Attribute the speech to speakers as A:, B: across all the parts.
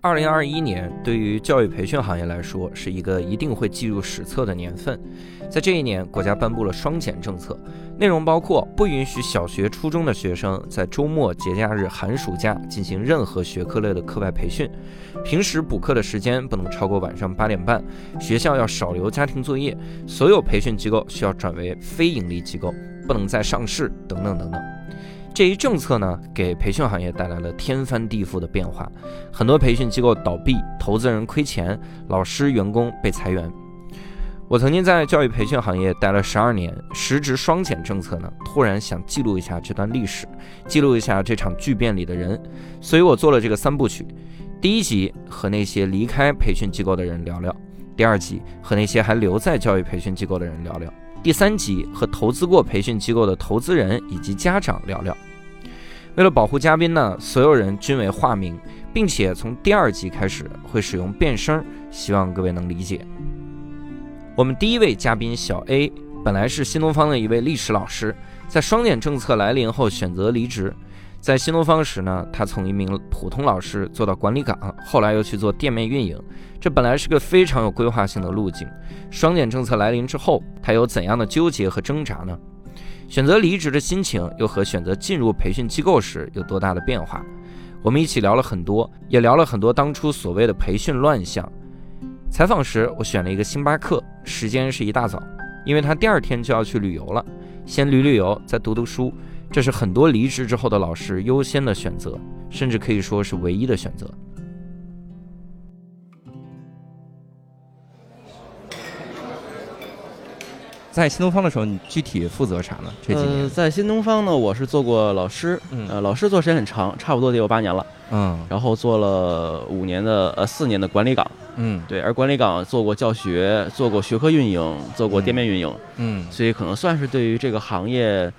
A: 二零二一年对于教育培训行业来说是一个一定会记入史册的年份，在这一年，国家颁布了双减政策，内容包括不允许小学、初中的学生在周末、节假日、寒暑假进行任何学科类的课外培训，平时补课的时间不能超过晚上八点半，学校要少留家庭作业，所有培训机构需要转为非盈利机构，不能再上市，等等等等。这一政策呢，给培训行业带来了天翻地覆的变化，很多培训机构倒闭，投资人亏钱，老师、员工被裁员。我曾经在教育培训行业待了十二年，时值双减政策呢，突然想记录一下这段历史，记录一下这场巨变里的人，所以我做了这个三部曲。第一集和那些离开培训机构的人聊聊，第二集和那些还留在教育培训机构的人聊聊。第三集和投资过培训机构的投资人以及家长聊聊。为了保护嘉宾呢，所有人均为化名，并且从第二集开始会使用变声，希望各位能理解。我们第一位嘉宾小 A 本来是新东方的一位历史老师，在双减政策来临后选择离职。在新东方时呢，他从一名普通老师做到管理岗，后来又去做店面运营。这本来是个非常有规划性的路径。双减政策来临之后，他有怎样的纠结和挣扎呢？选择离职的心情又和选择进入培训机构时有多大的变化？我们一起聊了很多，也聊了很多当初所谓的培训乱象。采访时，我选了一个星巴克，时间是一大早，因为他第二天就要去旅游了，先旅旅游，再读读书。这是很多离职之后的老师优先的选择，甚至可以说是唯一的选择。在新东方的时候，你具体负责啥呢？这几
B: 呃，
A: 年，
B: 在新东方呢，我是做过老师，
A: 嗯
B: 呃，老师做时间很长，差不多得有八年了，
A: 嗯
B: 然后做了五年的呃四年的管理岗，
A: 嗯
B: 对，而管理岗做过教学，做过学科运营，做过店面运营，
A: 嗯
B: 所以可能算是对于这个行业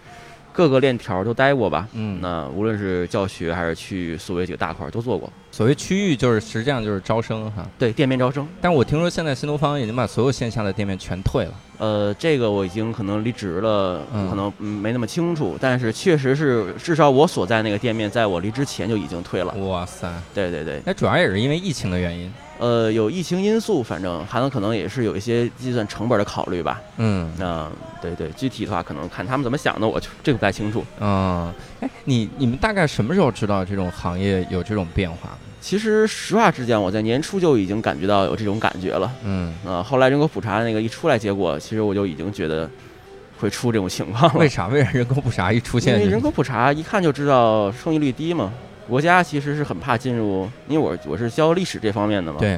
B: 各个链条都待过吧。
A: 嗯，
B: 那无论是教学还是去所谓几个大块儿都做过，
A: 所谓区域就是实际上就是招生哈，
B: 对，店面招生，
A: 但我听说现在新东方已经把所有线下的店面全退了。
B: 呃，这个我已经可能离职了，
A: 嗯
B: 可能嗯没那么清楚，但是确实是，至少我所在那个店面，在我离职前就已经退了。
A: 哇塞，
B: 对对对，
A: 那主要也是因为疫情的原因。
B: 呃，有疫情因素，反正还能可能也是有一些计算成本的考虑吧。
A: 嗯
B: 那对对，具体的话可能看他们怎么想的，我就这个不太清楚。
A: 嗯，哎，你你们大概什么时候知道这种行业有这种变化？
B: 其实实话之讲，我在年初就已经感觉到有这种感觉了。
A: 嗯，
B: 呃，后来人口普查那个一出来结果，其实我就已经觉得会出这种情况了
A: 为。啥？为啥人口普查一出
B: 因
A: 现
B: 为
A: 就，
B: 人口普查一看就知道生育率低嘛。国家其实是很怕进入，因为我我是教历史这方面的嘛，，
A: 对，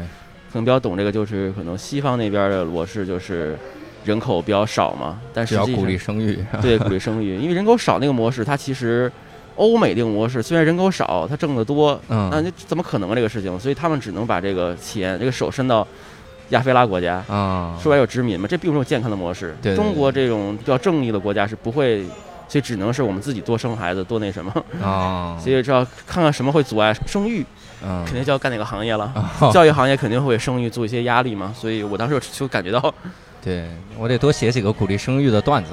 B: 可能比较懂这个，就是可能西方那边的模式就是人口比较少嘛，但
A: 只
B: 实
A: 要
B: 际
A: 鼓励
B: 上
A: 生育。
B: 对鼓励生育，因为人口少那个模式，它其实欧美这个模式虽然人口少，它挣得多，那
A: 嗯
B: 你怎么可能啊这个事情？所以他们只能把这个钱这个手伸到亚非拉国家，
A: 啊，
B: 说白了有殖民嘛，这并不是种健康的模式。
A: 对对对
B: 中国这种比较正义的国家是不会，所以只能是我们自己多生孩子，多那什么。
A: 啊，
B: 所以知道看看什么会阻碍生育，
A: 嗯
B: 肯定就要干哪个行业了。
A: 啊，
B: 教育行业肯定会给生育做一些压力嘛，所以我当时就感 觉到，
A: 对我得多写几个鼓励生育的段子。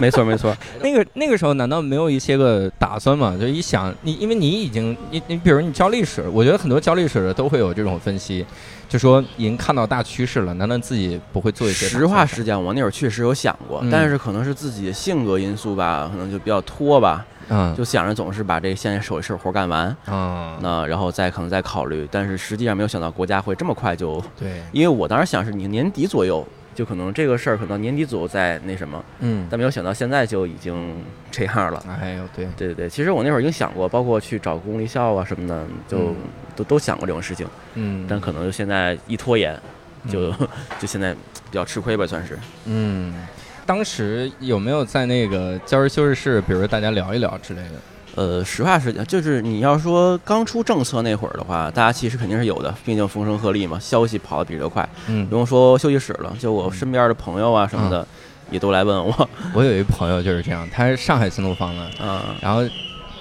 B: 没错没错，
A: 那个那个时候难道没有一些个打算吗？就一想你，因为你已经你你比如你教历史，我觉得很多教历史的都会有这种分析，就说已经看到大趋势了，难道自己不会做一些打算
B: 实话
A: 吗
B: 实讲，我那会儿确实有想过，
A: 嗯
B: 但是可能是自己的性格因素吧，可能就比较拖吧，
A: 嗯
B: 就想着总是把这现在手里事儿活干完，
A: 嗯
B: 那然后再可能再考虑，但是实际上没有想到国家会这么快就
A: 对
B: 因为我当时想是你年底左右，就可能这个事儿可能年底左右再那什么，
A: 嗯
B: 但没有想到现在就已经这样了。
A: 哎呦对
B: 对对对，其实我那会儿已经想过，包括去找公立校啊什么的，就、
A: 嗯
B: 都都想过这种事情，
A: 嗯
B: 但可能就现在一拖延，就、
A: 嗯
B: 就现在比较吃亏吧，算是。
A: 嗯当时有没有在那个教师休息室，比如大家聊一聊之类的？
B: 呃，实话实讲，就是你要说刚出政策那会儿的话，大家其实肯定是有的，毕竟风声鹤唳嘛，消息跑得比较快，
A: 嗯
B: 不，用说休息室了，就我身边的朋友啊什么的，
C: 嗯
B: 也都来问我，
A: 我有一朋友就是这样，他是上海新东方的，
B: 啊、
A: 然后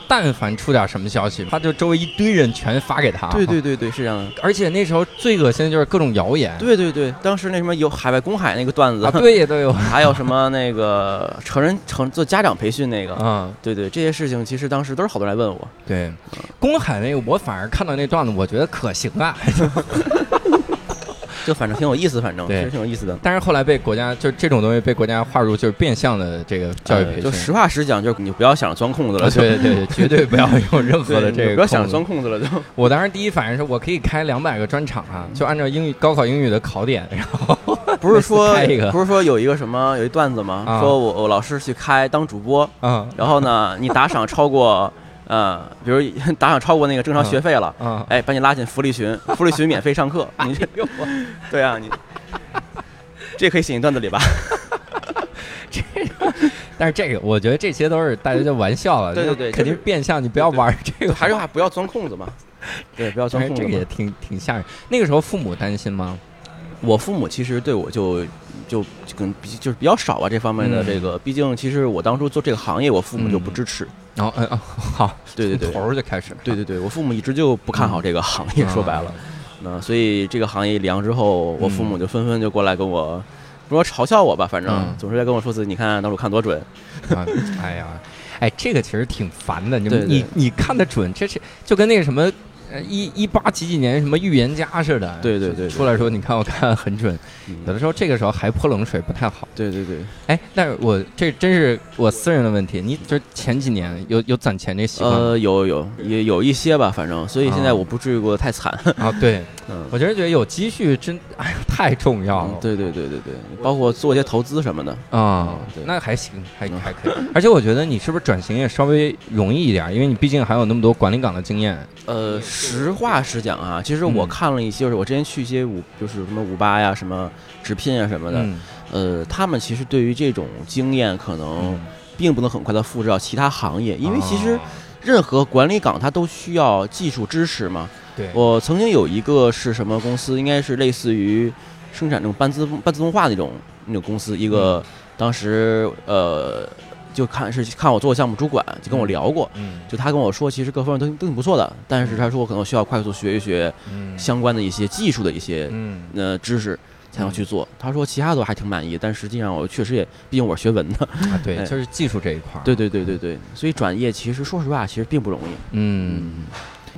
C: 但凡出点什么消息，他就周围一堆人全发给他。
B: 对对对对，是这样的。
C: 而且那时候最恶心的就是各种谣言，
B: 对对对，当时那什么有海外公海那个段子，
C: 啊，对也都 有，
B: 还有什么那个成人成做家长培训那个，
C: 嗯，
B: 对对，这些事情其实当时都是好多人来问我，
C: 对。公海那个，我反而看到那段子，我觉得可行啊，
B: 就反正挺有意思，反正
C: 对
B: 其实挺有意思的。
C: 但是后来被国家就这种东西被国家划入就是变相的这个教
B: 呃
C: 育培训，
B: 就实话实讲，就是你不要想着钻空子了，
C: 啊
B: 就
C: 对对对，绝对不要有任何 的
B: 对
C: 这个。
B: 你不要想着钻。空子了，就
C: 我当时第一反应是我可以开两百个专场
B: 嗯
C: 啊，就按照英语高考英语的考点，然后
B: 不是说
C: 每次开一个
B: 不是说有一个什么有一段子吗
C: 啊？
B: 说我我老师去开当主播，
C: 啊
B: 然后 呢，你打赏超过呃，比如 打赏超过那个正常学费了。
C: 啊，哎
B: 哎，把你拉进福利群，福利群免费上 课。你这，对啊，你这可以写进段子里吧？
C: 但是这个我觉得这些都是大家就玩笑了，
B: 对对
C: 就
B: 对
C: 肯定
B: 就是
C: 变相，你不要玩这个，
B: 还是话不要钻空子嘛， 对，不要
C: 但
B: 钻
C: 是
B: 空
C: 哎这
B: 子
C: 个
B: 嘛
C: 也。挺挺吓人。那个时候父母担心吗？
B: 我父母其实对我就就就跟比就是比较少啊吧这方面的
C: 嗯
B: 这个，毕竟其实我当初做这个行业，我父母就不支持。
C: 然后嗯哦，好，
B: 对对
C: 从
B: 对
C: 头儿就嗯开始了，
B: 对对对，我父母一直就不看好这个行业，说白了，那所以这个行业凉之后，我父母就纷纷就过来跟我。不说嘲笑我吧，反
C: 嗯
B: 正总是在跟我说自己，你看当初看多准，
C: 啊，哎呀，哎，这个其实挺烦的。你
B: 对对
C: 你你看得准，这是就跟那个什么，呃一一八几几年什么预言家似的。
B: 对对对对
C: 出来说你看我看很准，有
B: 嗯
C: 的时候这个时候还泼冷水不太好。
B: 对对对，
C: 哎，但是我这真是我私人的问题，你就是前几年有有攒钱这习惯吗
B: 呃，有有也有一些吧，反正，所以现在
C: 啊
B: 我不至于过得太惨。
C: 啊？对，
B: 嗯，
C: 我真是觉得有积蓄真哎呀太重要了。
B: 对对对对对，包括做一些投资什么的。
C: 啊、
B: 嗯对
C: 那还行，还
B: 嗯
C: 还可以。 而且我觉得你是不是转型也稍微容易一点，因为你毕竟还有那么多管理岗的经验。
B: 呃，实话实讲啊，其实我
C: 嗯
B: 看了一些，就是我之前去一些五，就是什么五八呀、什么直聘啊什么的，
C: 嗯，
B: 呃，他们其实对于这种经验可能
C: 嗯
B: 并不能很快的复制到其他行业，因为其
C: 啊
B: 实任何管理岗它都需要技术支持嘛。
C: 对，
B: 我曾经有一个是什么公司，应该是类似于生产这种半自半自动化那种那种公司，一个
C: 嗯
B: 当时呃就看是看我做项目主管，就跟我聊过，
C: 嗯
B: 就他跟我说，其实各方面都都挺不错的，但是他说我可能需要快速学一学
C: 嗯
B: 相关的一些技术的一些
C: 嗯
B: 呃知识。才能去做。他说其他的我还挺满意，但实际上我确实也，毕竟我是学文 的。
C: 啊，对，
B: 哎
C: 就是技术这一块儿。
B: 对，对对对对，所以转业其实说实话，其实并不容易。
C: 嗯，，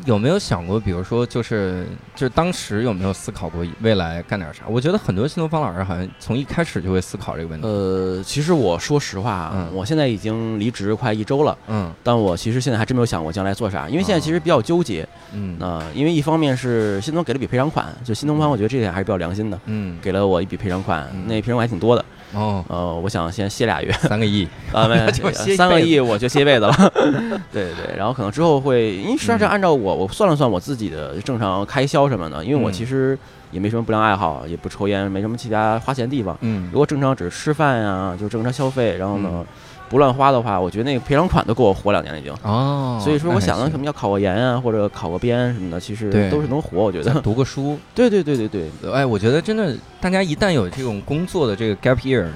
C: 有没有想过，比如说，就是就是当时有没有思考过未来干点啥？我觉得很多新东方老师好像从一开始就会思考这个问题。
B: 呃，其实我说实话啊，
C: 嗯
B: 我现在已经离职快一周了，
C: 嗯
B: 但我其实现在还真没有想过将来做啥，因为现在其实比较纠结。
C: 嗯
B: 那、因为一方面是新东给了笔赔偿款，就新东方，我觉得这点还是比较良心的，
C: 嗯
B: 给了我一笔赔偿款
C: 嗯，
B: 那赔偿款还挺多的。
C: 哦，
B: 呃，我想先歇 俩月，
C: 三个亿。
B: 啊，没
C: 就
B: 有
C: 歇一
B: 三
C: 辈
B: 个
C: 子
B: 亿，我就歇一 辈子了。对对，然后可能之后会，因为实际上
C: 嗯
B: 按照我我算了算我自己的正常开销什么的，因为我
C: 嗯
B: 其实也没什么不良爱好，也不抽烟，没什么其他花钱地方。
C: 嗯
B: 如果正常只是吃饭呀、就正常消费，然后呢、不乱花的话，我觉得那个赔偿款都够我活两年了已经。
C: 哦，
B: 所以说，我想到
C: 到
B: 什么要考个研啊，或者考个编什么的，其实
C: 对
B: 都是能活，我觉
C: 再
B: 得。
C: 读个书，
B: 对对对对对，
C: 哎，我觉得真的，大家一旦有这种工作的这个 gap year，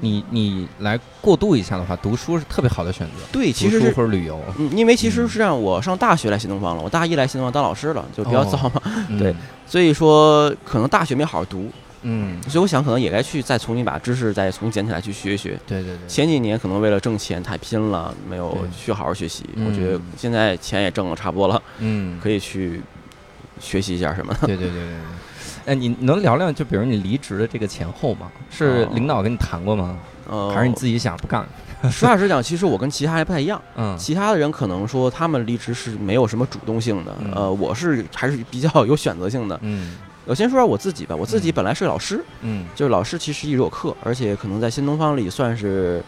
C: 你你来过渡一下的话，读书是特别好的选择。
B: 对，其实
C: 读书
B: 是。
C: 或者旅游，
B: 嗯，因为其实是让我上大学来新东方了，我大一来新东方当老师了，就比较
C: 哦
B: 早嘛，
C: 嗯
B: 对， 所以说可能大学没好好读，
C: 嗯，
B: 所以我想可能也该去再重新把知识再重新捡起来去学一学。
C: 对对对，
B: 前几年可能为了挣钱太拼了，没有
C: 对
B: 去好好学习。
C: 嗯
B: 我觉得现在钱也挣了差不多了，
C: 嗯，
B: 可以去学习一下什么的。
C: 对对对对对。哎，你能聊聊就比如你离职的这个前后吗？是
B: 哦
C: 领导跟你谈过吗？
B: 呃，
C: 还是你自己想不干？
B: 实话实讲，其实我跟其他人不太一样，
C: 嗯
B: 其他的人可能说他们离职是没有什么主动性的
C: 嗯，
B: 呃，我是还是比较有选择性的。
C: 嗯
B: 我先说说我自己吧，我自己
C: 嗯
B: 本来是老师，
C: 嗯
B: 就是老师其实一直有课，而且可能在新东方里算是，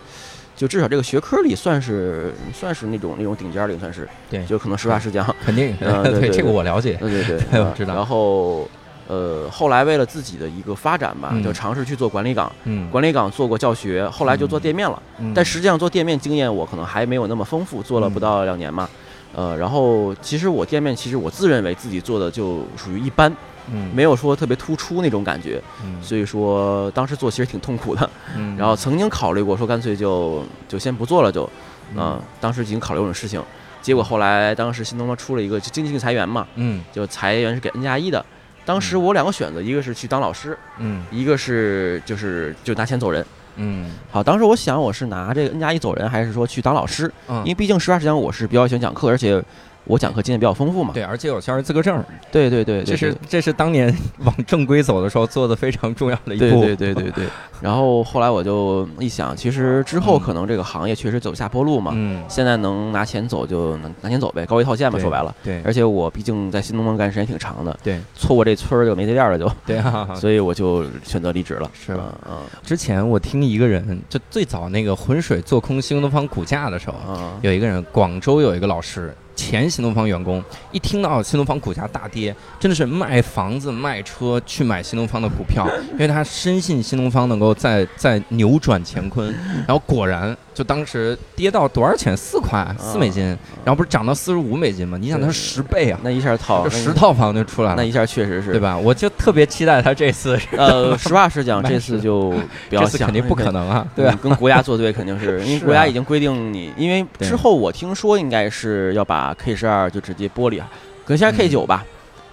B: 就至少这个学科里算是算是那种那种顶尖儿里算是，
C: 对
B: 就可能实话 实讲，
C: 肯定。
B: 嗯对对
C: 这
B: 对
C: 个我了解。，
B: 对对对
C: 我
B: 啊
C: 知道
B: 然后呃，后来为了自己的一个发展吧
C: 嗯，
B: 就尝试去做管理岗，
C: 嗯，
B: 管理岗做过教学，后来就做店面了。
C: 嗯
B: 但实际上做店面经验我可能还没有那么丰富，做了
C: 嗯
B: 不到两年嘛。呃，然后其实我店面其实我自认为自己做的就属于一般，
C: 嗯
B: 没有说特别突出那种感觉，
C: 嗯
B: 所以说当时做其实挺痛苦的。
C: 嗯
B: 然后曾经考虑过说干脆就就先不做了就，呃
C: 嗯
B: 嗯，当时已经考虑这种事情，结果后来当时新东方出了一个就经济性裁员嘛，
C: 嗯
B: 就裁员是给 N 加一的。当时我有两个选择，一个是去当老师，
C: 嗯
B: 一个是就是就拿钱走人。
C: 嗯
B: 好，当时我想我是拿这个 N 加一走人，还是说去当老师？因为
C: 嗯，
B: 毕竟实话实讲，我是比较喜欢讲课，而且我讲课经验比较丰富嘛。
C: 对，而且有教师资格证，
B: 对对对，
C: 这是
B: 对
C: 这是当年 往正规走的时候做的非常重要的一
B: 对
C: 步。
B: 对对对对。然后后来我就一想，其实之后可能这个行业确实走下坡路嘛。
C: 嗯，
B: 现在能拿钱走就能拿钱走呗，高位套现嘛，
C: 对
B: 说白了。
C: 对
B: 而且我毕竟在新东方干时间挺长的，
C: 对
B: 错过这村儿就没这店儿了就，
C: 对 啊！
B: 所以我就选择离职了。
C: 是吧
B: 嗯？
C: 之前我听一个人，就最早那个浑水做空新东方股价的时候，
B: 嗯嗯，
C: 有一个人，广州有一个老师，前新东方员工，一听到新东方股价大跌，真的是卖房子、卖车去买新东方的股票，因为他深信新东方能够在在扭转乾坤。然后果然，就当时跌到多少钱？四块四美金，然后不是涨到四十五美金吗？你想，
B: 啊对
C: 它是十倍啊，
B: 哦那一下套
C: 就十，套啊房就出来
B: 那
C: 了
B: 一，下确实是
C: 对？吧？我就特别期待他这次，
B: 呃，实话实讲，
C: 慢
B: 这
C: 慢
B: 次就不要
C: 这次
B: 想，嗯
C: 肯定不可能啊，对
B: 对，
C: 吧？
B: 跟国家作对肯定 是因为
C: 是
B: 国家
C: 啊
B: 已经规定你，因为
C: 对
B: 之后我听说应该是要把 K 十二就直接剥离，啊可能
C: 嗯
B: 现在 K 九吧，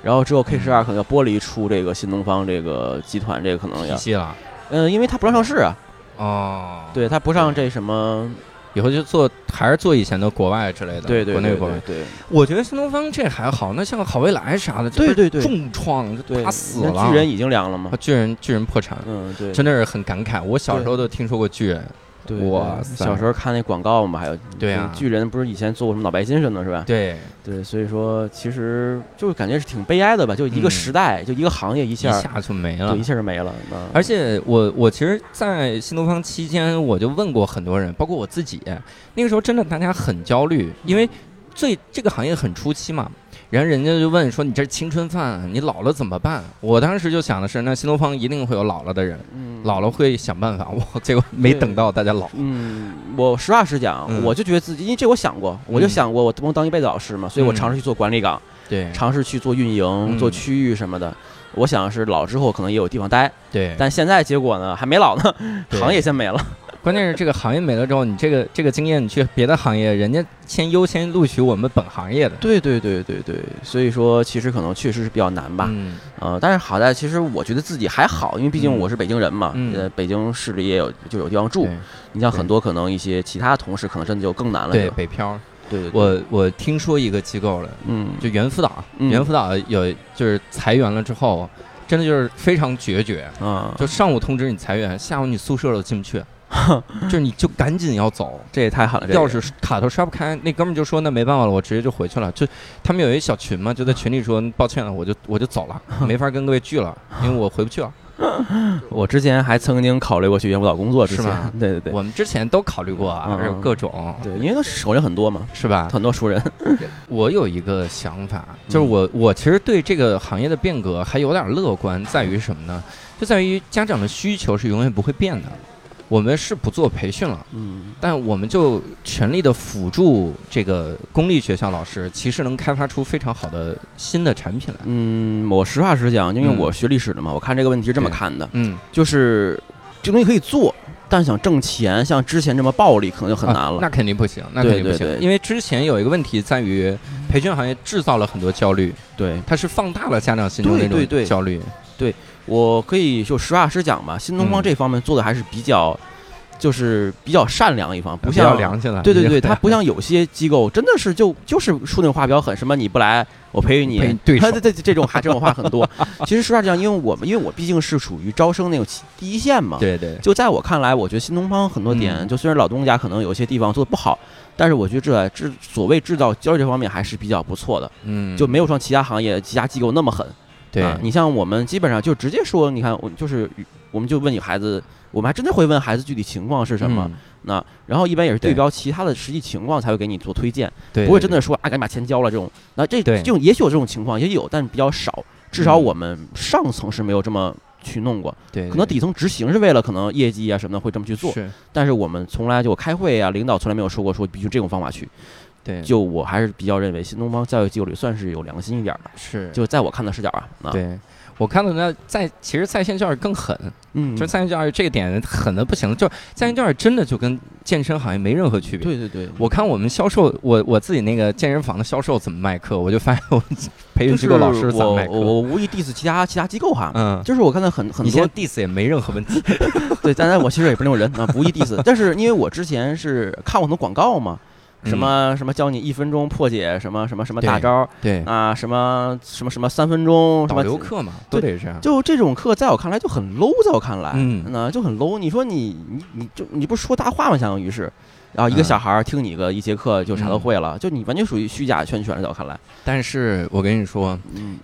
B: 然后之后 K 十二可能要剥离出这个新东方这个集团，这个可能
C: 体
B: 要，
C: 系了
B: 嗯，因为它不让上市啊，
C: 哦，，
B: 对，它不上这什么，
C: 以后就做还是做以前的国外之类的，
B: 对对，
C: 国内
B: 对
C: 国外。
B: 对
C: 我觉得新东方这还好，那像好未来啥的，这
B: 对
C: 不是
B: 对对
C: 重创这
B: 对，
C: 打死
B: 那
C: 了。
B: 巨人已经凉了嘛
C: 啊，巨人巨人破产，
B: 嗯，对，
C: 真的是很感慨。我小
B: 对
C: 时候都听说过巨人，
B: 对
C: 哇
B: 对
C: 塞
B: 小时候看那广告嘛，还有
C: 对啊
B: 巨人不是以前做过什么脑白金什么的，是吧？
C: 对，
B: 对，所以说其实就是感觉是挺悲哀的吧，就一个
C: 嗯
B: 时代，就一个行业一
C: 一
B: 下
C: 下就没了
B: 对，一。下就没了。嗯
C: 啊而且我我其实，在新东方期间，我就问过很多人，包括我自己，那个时候真的大家很焦虑，因为最这个行业很初期嘛。然后人家就问说：“你这是青春饭，你老了怎么办？”我当时就想的是，那新东方一定会有老了的人，
B: 嗯
C: 老了会想办法。我结果没
B: 对
C: 等到大家老，
B: 嗯，我实话实讲，
C: 嗯
B: 我就觉得自己，因为这我想过，我就
C: 嗯
B: 想过我能当一辈子老师嘛，所以我
C: 嗯
B: 尝试去做管理岗，
C: 对
B: 尝试去做运营、做
C: 嗯
B: 区域什么的。我想是老之后可能也有地方待，
C: 对，
B: 但现在结果呢还没老呢，
C: 哎对
B: 行业先没 了。
C: 关键是这个行业没了之后，你这个这个经验，你去别的行业，人家先优先录取我们本行业的，
B: 对对对对对，所以说其实可能确实是比较难吧。
C: 嗯
B: 呃，但是好在其实我觉得自己还好，因为毕竟
C: 嗯
B: 我是北京人嘛，
C: 嗯
B: 呃，北京市里也有就有地方住
C: 对。
B: 你像
C: 对
B: 很多可能一些其他同事可能真的就更难了。
C: 对
B: 就
C: 北漂，
B: 对对，对
C: 我我听说一个机构了，
B: 嗯，
C: 就猿辅导，啊
B: 嗯
C: 猿辅导有就是裁员了之后，真的就是非常决绝，
B: 啊，
C: 就上午通知你裁员，下午你宿舍都进不 去，就是你就赶紧要走。
B: 这也太狠啊了，这
C: 钥
B: 个
C: 匙卡都刷不开，那哥们儿就说那没办法了，我直接就回去了。就他们有一小群嘛，就在群里说抱歉了，我就我就 走了，没法跟各位聚了，因为我回不去了。
B: 我之前还曾经考虑过去元辅导工作，之
C: 是
B: 前
C: 吗
B: 对对对
C: 我们之前都考虑过啊，
B: 嗯
C: 有各种，
B: 对，因为那熟人很多嘛，
C: 是吧？
B: 很多熟 人，
C: 我有一个想法，
B: 嗯
C: 就是我我其实对这个行业的变革还有点乐观，在于什么呢？就在于家长的需求是永远不会变的。我们是不做培训了，
B: 嗯，
C: 但我们就全力的辅助这个公立学校老师，其实能开发出非常好的新的产品来。
B: 嗯，我实话实讲，因为
C: 嗯
B: 我学历史的嘛，我看这个问题是这么
C: 对
B: 看的，
C: 嗯，
B: 就是这东西可以做，但想挣钱，像之前这么暴利，可能就很
C: 啊
B: 难了。
C: 那肯定不行，那
B: 对
C: 肯定不行，
B: 对对
C: 因为之前有一个问题在于，培训行业制造了很多焦虑，
B: 对，
C: 它是放大了家长心中
B: 对
C: 那种
B: 对对
C: 焦虑。
B: 我可以就实话实讲吧，新东方
C: 嗯
B: 这方面做的还是比较，就是比较善良一方，不像
C: 要良心了，
B: 对对 对，
C: 他
B: 它不像有些机构真的是就就是说那种话比较狠，什么你不来我培育你，
C: 培育对手
B: 对对， 这种话这种话很 多。其实实话讲，因为我们因为我毕竟是属于招生那种起第一线嘛，
C: 对对
B: 就在我看来，我觉得新东方很多点，
C: 嗯
B: 就虽然老东家可能有些地方做的不好，但是我觉得这制所谓制造焦虑这方面还是比较不错的，
C: 嗯，
B: 就没有像其他行业、其他机构那么狠。
C: 对、
B: 啊，你像我们基本上就直接说，你看我就是我们就问你孩子，我们还真的会问孩子具体情况是什么。
C: 嗯？
B: 那然后一般也是对
C: 对
B: 标其他的实际情况才会给你做推荐，
C: 对，
B: 不会真
C: 对
B: 的说啊赶紧把钱交了这种。那这
C: 对
B: 这种也许有这种情况，也有，但比较少。至少
C: 嗯
B: 我们上层是没有这么去弄过，
C: 对，对
B: 可能底层执行是为了可能业绩啊什么的会这么去做，
C: 是
B: 但是我们从来就开会啊，领导从来没有说过说必须这种方法去。
C: 对，
B: 就我还是比较认为新东方教育机构里算是有良心一点儿的，
C: 是
B: 就在我看的视角啊，啊，
C: 对。我看到人家在其实在线教育更狠，
B: 嗯
C: 就是在线教育这个点狠的不行，就是在线教育真的就跟健身行业没任何区别。
B: 对对对，
C: 我看我们销售，我我自己那个健身房的销售怎么卖课，我就发现 我培
B: 就
C: 训
B: 是
C: 机构老师怎么
B: 我
C: 卖
B: 我
C: 课。
B: 我无意 diss 其他其他机构哈，
C: 嗯，
B: 就是我看到很很
C: 你现
B: 多
C: 在 diss 也没任何问 题。
B: 对，当然我其实也不是那种人啊，不意 diss，但是因为我之前是看过很多广告嘛。什么什么教你一分钟破解什么什么什么大
C: 嗯对
B: 招儿
C: 对
B: 啊，什么什么什么三分钟，什
C: 导
B: 么
C: 流课嘛，都得这样。
B: 就这种课，在我看来就很 low，在我看来，
C: 嗯
B: 那就很 low。你说你你你就你不是说大话吗？相当于是，然后一个
C: 嗯
B: 小孩儿听你个一节课就啥都
C: 嗯
B: 会了，就你完全属于虚假宣传，在我看来，
C: 但是我跟你说，
B: 嗯，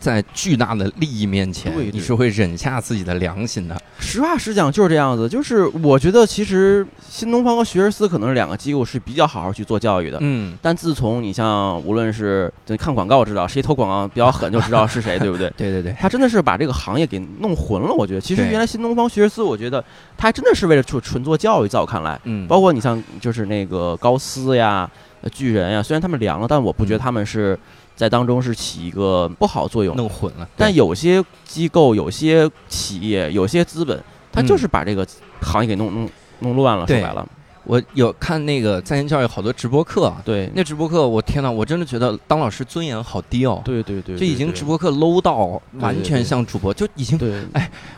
C: 在巨大的利益面前
B: 对，对
C: 你是会忍下自己的良心的。
B: 实话实讲就是这样子。就是我觉得其实新东方和学而思可能是两个机构是比较好好去做教育的。
C: 嗯，
B: 但自从你像无论是对看广告知道谁投广告比较狠就知道是谁，对不对？
C: 对对对，
B: 他真的是把这个行业给弄混了。我觉得其实
C: 对
B: 原来新东方学而思，我觉得他还真的是为了纯纯做教育，在我看来。
C: 嗯，
B: 包括你像就是那个高斯呀、呃巨人呀，虽然他们凉了，但我不觉得
C: 嗯
B: 他们是在当中是起一个不好作用。
C: 弄混了。
B: 但
C: 对
B: 有些机构、有些企业、有些资本，他就是把这个行业给弄弄弄乱了。说
C: 嗯对
B: 白了，
C: 我有看那个在线教育好多直播课啊，
B: 对，
C: 那直播课，我天呐，我真的觉得当老师尊严好低哦。
B: 对对对，
C: 就已经直播哎课 low 到完全像主播，就已经
B: 对。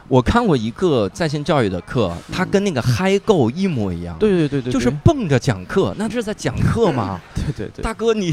C: 我看过一个在线教育的课，他跟那个嗨购一模一样，，
B: 嗯对对对对，
C: 就是蹦着讲课，那这是在讲课吗？
B: 对对对，
C: 大哥你，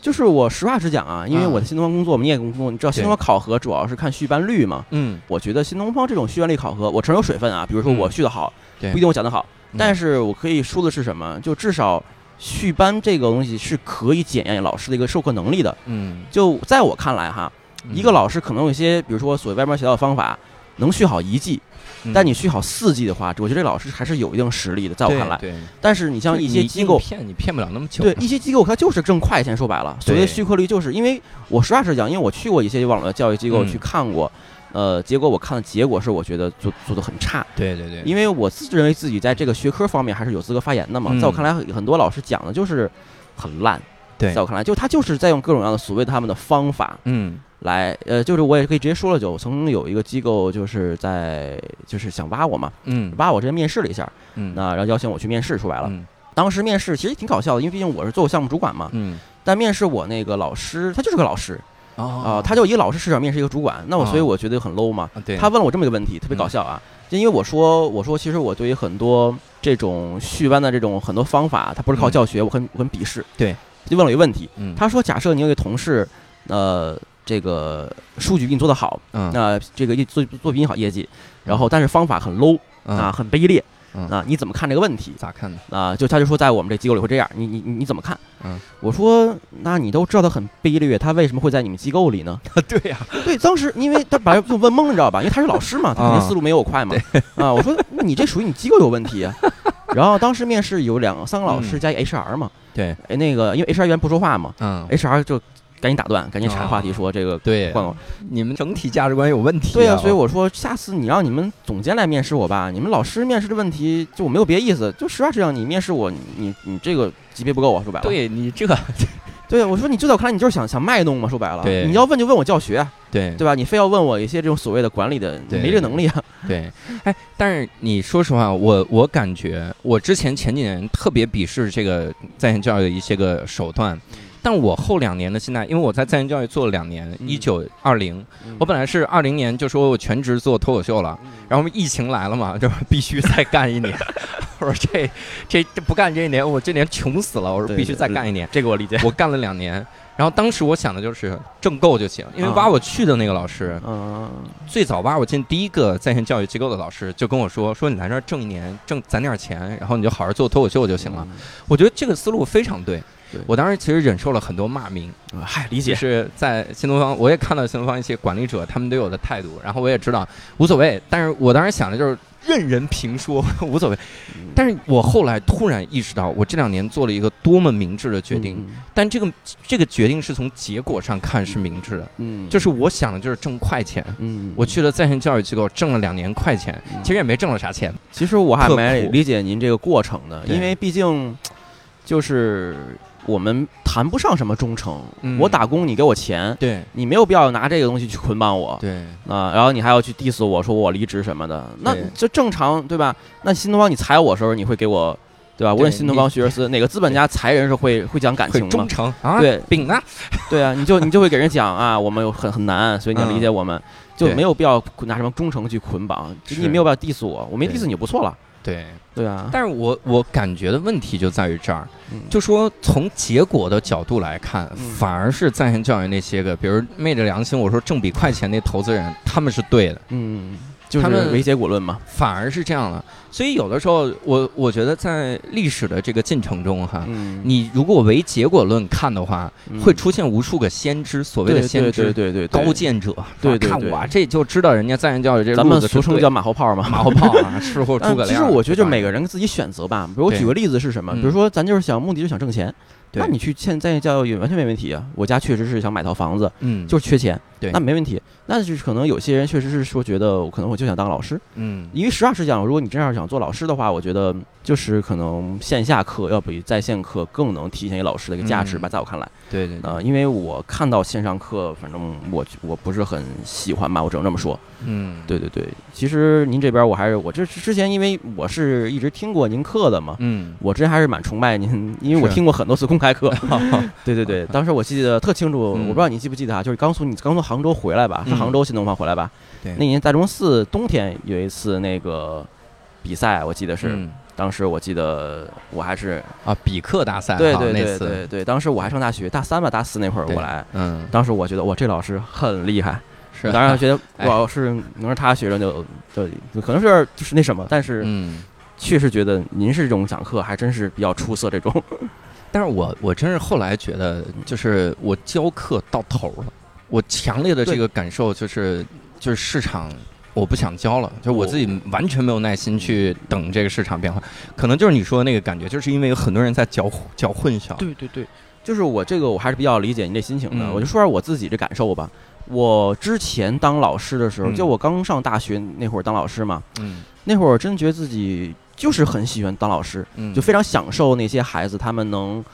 B: 就是我实话实讲啊，因为
C: 啊
B: 我在新东方工作，我们也工作，你知道新东方考核主要是看续班率嘛。
C: 嗯，
B: 我觉得新东方这种续班率考核，我承认有水分啊，比如说我
C: 嗯
B: 续的好，
C: 对嗯
B: 不一定我讲的好，但
C: 是
B: 是我可以说的是什么？就至少续班这个东西是可以检验老师的一个授课能力的。
C: 嗯，
B: 就在我看来哈，一个老师可能有一些，比如说所谓外面学到的方法，能续好一季，
C: 嗯，
B: 但你续好四季的话，我觉得这老师还是有一定实力的。在
C: 在
B: 我看来，
C: 对，
B: 但是你像一
C: 就
B: 些
C: 你
B: 机构
C: 硬，骗你骗不了那么久，
B: 对一些机构，它就是挣快钱。说白了，所谓的
C: 对
B: 续课率，就是因为我实话实讲，因为我去过一些网络教育机构
C: 嗯
B: 去看过，呃，结果我看的结果是，我觉得做做的很差。
C: 对对对，
B: 因为我自认为自己在这个学科方面还是有资格发言的嘛，
C: 嗯
B: 在我看来，很多老师讲的就是很烂，
C: 对
B: 在，我看来，就他就是在用各种各样的所谓他们的方法
C: 嗯
B: 来，呃，就是我也可以直接说了就，我曾经有一个机构就是在就是想挖我嘛，
C: 嗯
B: 挖我之前面试了一下，
C: 嗯，
B: 那然后邀请我去面试，说白了，
C: 嗯
B: 当时面试其实挺搞笑的，因为毕竟我是做过项目主管嘛，
C: 嗯
B: 但面试我那个老师他就是个老师啊、
C: 哦
B: 他就一个老师视角面试一个主管，那我所以
C: 啊
B: 我觉得很 low 嘛，
C: 啊对
B: 他问了我这么一个问题，特别
C: 嗯
B: 搞笑啊！就因为我说，我说其实我对于很多这种续班的这种很多方法，它不是靠
C: 嗯
B: 教学，我很我很鄙视。
C: 对，
B: 就问了我一个问题，
C: 嗯
B: 他说假设你有一个同事，呃，这个数据比你做得好，
C: 嗯
B: 那这个业做做比你好业绩，然后但是方法很 low
C: 嗯
B: 啊，很卑劣
C: 嗯
B: 啊，你怎么看这个问题？
C: 咋看的？
B: 啊，就他就说在我们这机构里会这样，你你你你怎么看？
C: 嗯，
B: 我说那你都知道他很卑劣，他为什么会在你们机构里呢？
C: 对呀，
B: 对，当时因为他把就问懵了，你知道吧？因为他是老师嘛，他肯定思路没有我快嘛。啊，我说那你这属于你机构有问题 啊。然后当时面试有两三个老师加一 HR 嘛，
C: 对，
B: 哎，那个因为 HR 员不说话嘛
C: 嗯
B: ，HR 就赶紧打断，赶紧岔话题说这个
C: 对，
B: 换我。
C: 你们整体价值观有问题，
B: 对
C: 啊，
B: 所以我说下次你让你们总监来面试我吧，你们老师面试的问题就我没有别的意思，就实话实讲，你面试我，你你你这个级别不够啊，说白了。
C: 对你这
B: 对，我说你最早看来你就是想想卖弄嘛，说白了，
C: 对
B: 你要问就问我教学，
C: 对
B: 对吧？你非要问我一些这种所谓的管理的，你
C: 对
B: 没这能力啊。
C: 对，哎，但是你说实话，我我感觉我之前前几年特别鄙视这个在线教育的一些个手段，但我后两年的心态，因为我在在线教育做了两年，
B: 嗯
C: 一九二零，我本来是二零年就说我全职做脱口秀
B: 嗯
C: 了，然后疫情来了嘛，就是必须再干一年， 我说这这这不干这一年，我这年穷死了，我说
B: 对
C: 必须
B: 对
C: 再
B: 对
C: 干一年，
B: 这个我理解。
C: 我干了两年。然后当时我想的就是挣够就行，因为
B: 啊
C: 挖我去的那个老师，
B: 嗯，
C: 最早挖我进第一个在线教育机构的老师就跟我说，说你来这儿挣一年，挣攒点钱，然后你就好好做脱口秀就行了。。我觉得这个思路非常对
B: 嗯对。
C: 我当时其实忍受了很多骂名，
B: 嗨，理
C: 就
B: 解。
C: 是在新东方，我也看到新东方一些管理者他们对我的态度，然后我也知道无所谓，但是我当时想的就是任人评说 无所谓。但是我后来突然意识到，我这两年做了一个多么明智的决定，但这个这个决定是从结果上看是明智的，
B: 嗯，嗯，
C: 就是我想的就是挣快钱。
B: 嗯，
C: 我去了在线教育机构，挣了两年快钱，其实也没挣了啥钱。
B: 其实我还
C: 特
B: 蛮
C: 苦
B: 理解您这个过程的，
C: 对
B: 因为毕竟就是我们谈不上什么忠诚。
C: 嗯
B: 我打工，你给我钱，
C: 对
B: 你没有必要拿这个东西去捆绑我。
C: 对，
B: 啊、然后你还要去 diss 我说我离职什么的，那
C: 对
B: 这正常对吧？那新东方你裁我的时候，你会给我对吧？无
C: 对
B: 论新东
C: 你
B: 方、学而思哪个资本家裁人是会会讲感
C: 会
B: 情吗
C: 忠？诚啊，
B: 对
C: 饼呢？
B: 对啊，你就你就会给人讲啊，我们有很很难，所以你要理解我们，就
C: 嗯对
B: 没有必要拿什么忠诚去捆绑，就是你没有必要 diss 我，我没
C: 对
B: diss 你不错了，
C: 对，
B: 对啊，
C: 但是我我感觉的问题就在于这儿，
B: 嗯
C: 就说从结果的角度来看，
B: 嗯
C: 反而是在线教育那些个，比如昧着良心，我说挣笔快钱那投资人，他们是对的，
B: 嗯，就
C: 他们
B: 是唯结果论嘛，
C: 反而是这样的。所以有的时候，我我觉得在历史的这个进程中哈，
B: 嗯，
C: 你如果唯结果论看的话，
B: 嗯
C: 会出现无数个先知，所谓
B: 对
C: 的
B: 对
C: 先
B: 对
C: 知
B: 对。对对
C: 高，见者，
B: 对对
C: 是吧看
B: 对
C: 我这就知道人家在线教育这
B: 对
C: 路
B: 咱们
C: 子
B: 俗
C: 是
B: 称
C: 对
B: 叫马后炮嘛，
C: 马后炮 啊，吃货诸
B: 但
C: 葛亮。
B: 其实我觉得，就每
C: 个
B: 个人自己选择吧。比如我
C: 对
B: 举个例子是什么？
C: 嗯
B: 比如说，咱就是想目的就是想挣钱，
C: 对
B: 那你去现在教育完全没问题啊。我家确实是想买套房子，
C: 嗯，
B: 就是缺钱，
C: 对
B: 那没问题。那就是可能有些人确实是说觉得，我可能我就想当老师。
C: 嗯
B: 因为实话实讲，如果你真要想做老师的话，我觉得就是可能线下课要比在线课更能体现老师的一个价值吧，
C: 嗯
B: 在我看来
C: 对对对
B: 啊、因为我看到线上课，反正我我不是很喜欢吧，我只能这么说。
C: 嗯
B: 对对对，其实您这边我还是我这之前因为我是一直听过您课的嘛，
C: 嗯
B: 我之前还是蛮崇拜您，因为我
C: 是
B: 听过很多次公开 课。对对对，当时我记得特清楚，
C: 嗯
B: 我不知道你记不记得啊，就是刚从你刚从杭州回来吧，是
C: 嗯
B: 杭州新东方回来吧？
C: 对
B: 那年大钟寺冬天有一次那个比赛，我记 得是，
C: 嗯
B: 当时我记得我还是
C: 啊，比克大赛
B: 对
C: 哈
B: 对
C: 那
B: 对
C: 次，
B: 对对，当时我还上大学，大三吧，大四那会儿
C: 对
B: 我来。
C: 嗯，
B: 当时我觉得哇，这老师很厉害，
C: 是，
B: 当然觉得
C: 哎
B: 我要是能是他学生就就就可能是就是那什么，但是
C: 嗯，
B: 确实觉得您是这种讲课还真是比较出色这种。
C: 但是我我真是后来觉得，就是我教课到头了，我强烈的这
B: 对
C: 个感受就是，就是市场。我不想教了，就是我
B: 我
C: 自己完全没有耐心去等这个市场变化，可能就是你说的那个感觉，就是因为有很多人在搅混搅混淆。
B: 对对对，就是我这个我还是比较理解您这心情的。
C: 嗯
B: 我就说说我自己这感受吧。我之前当老师的时候，
C: 嗯
B: 就我刚上大学那会儿当老师嘛，
C: 嗯
B: 那会儿真觉得自己就是很喜欢当老师，
C: 嗯，
B: 就非常享受那些孩子他们能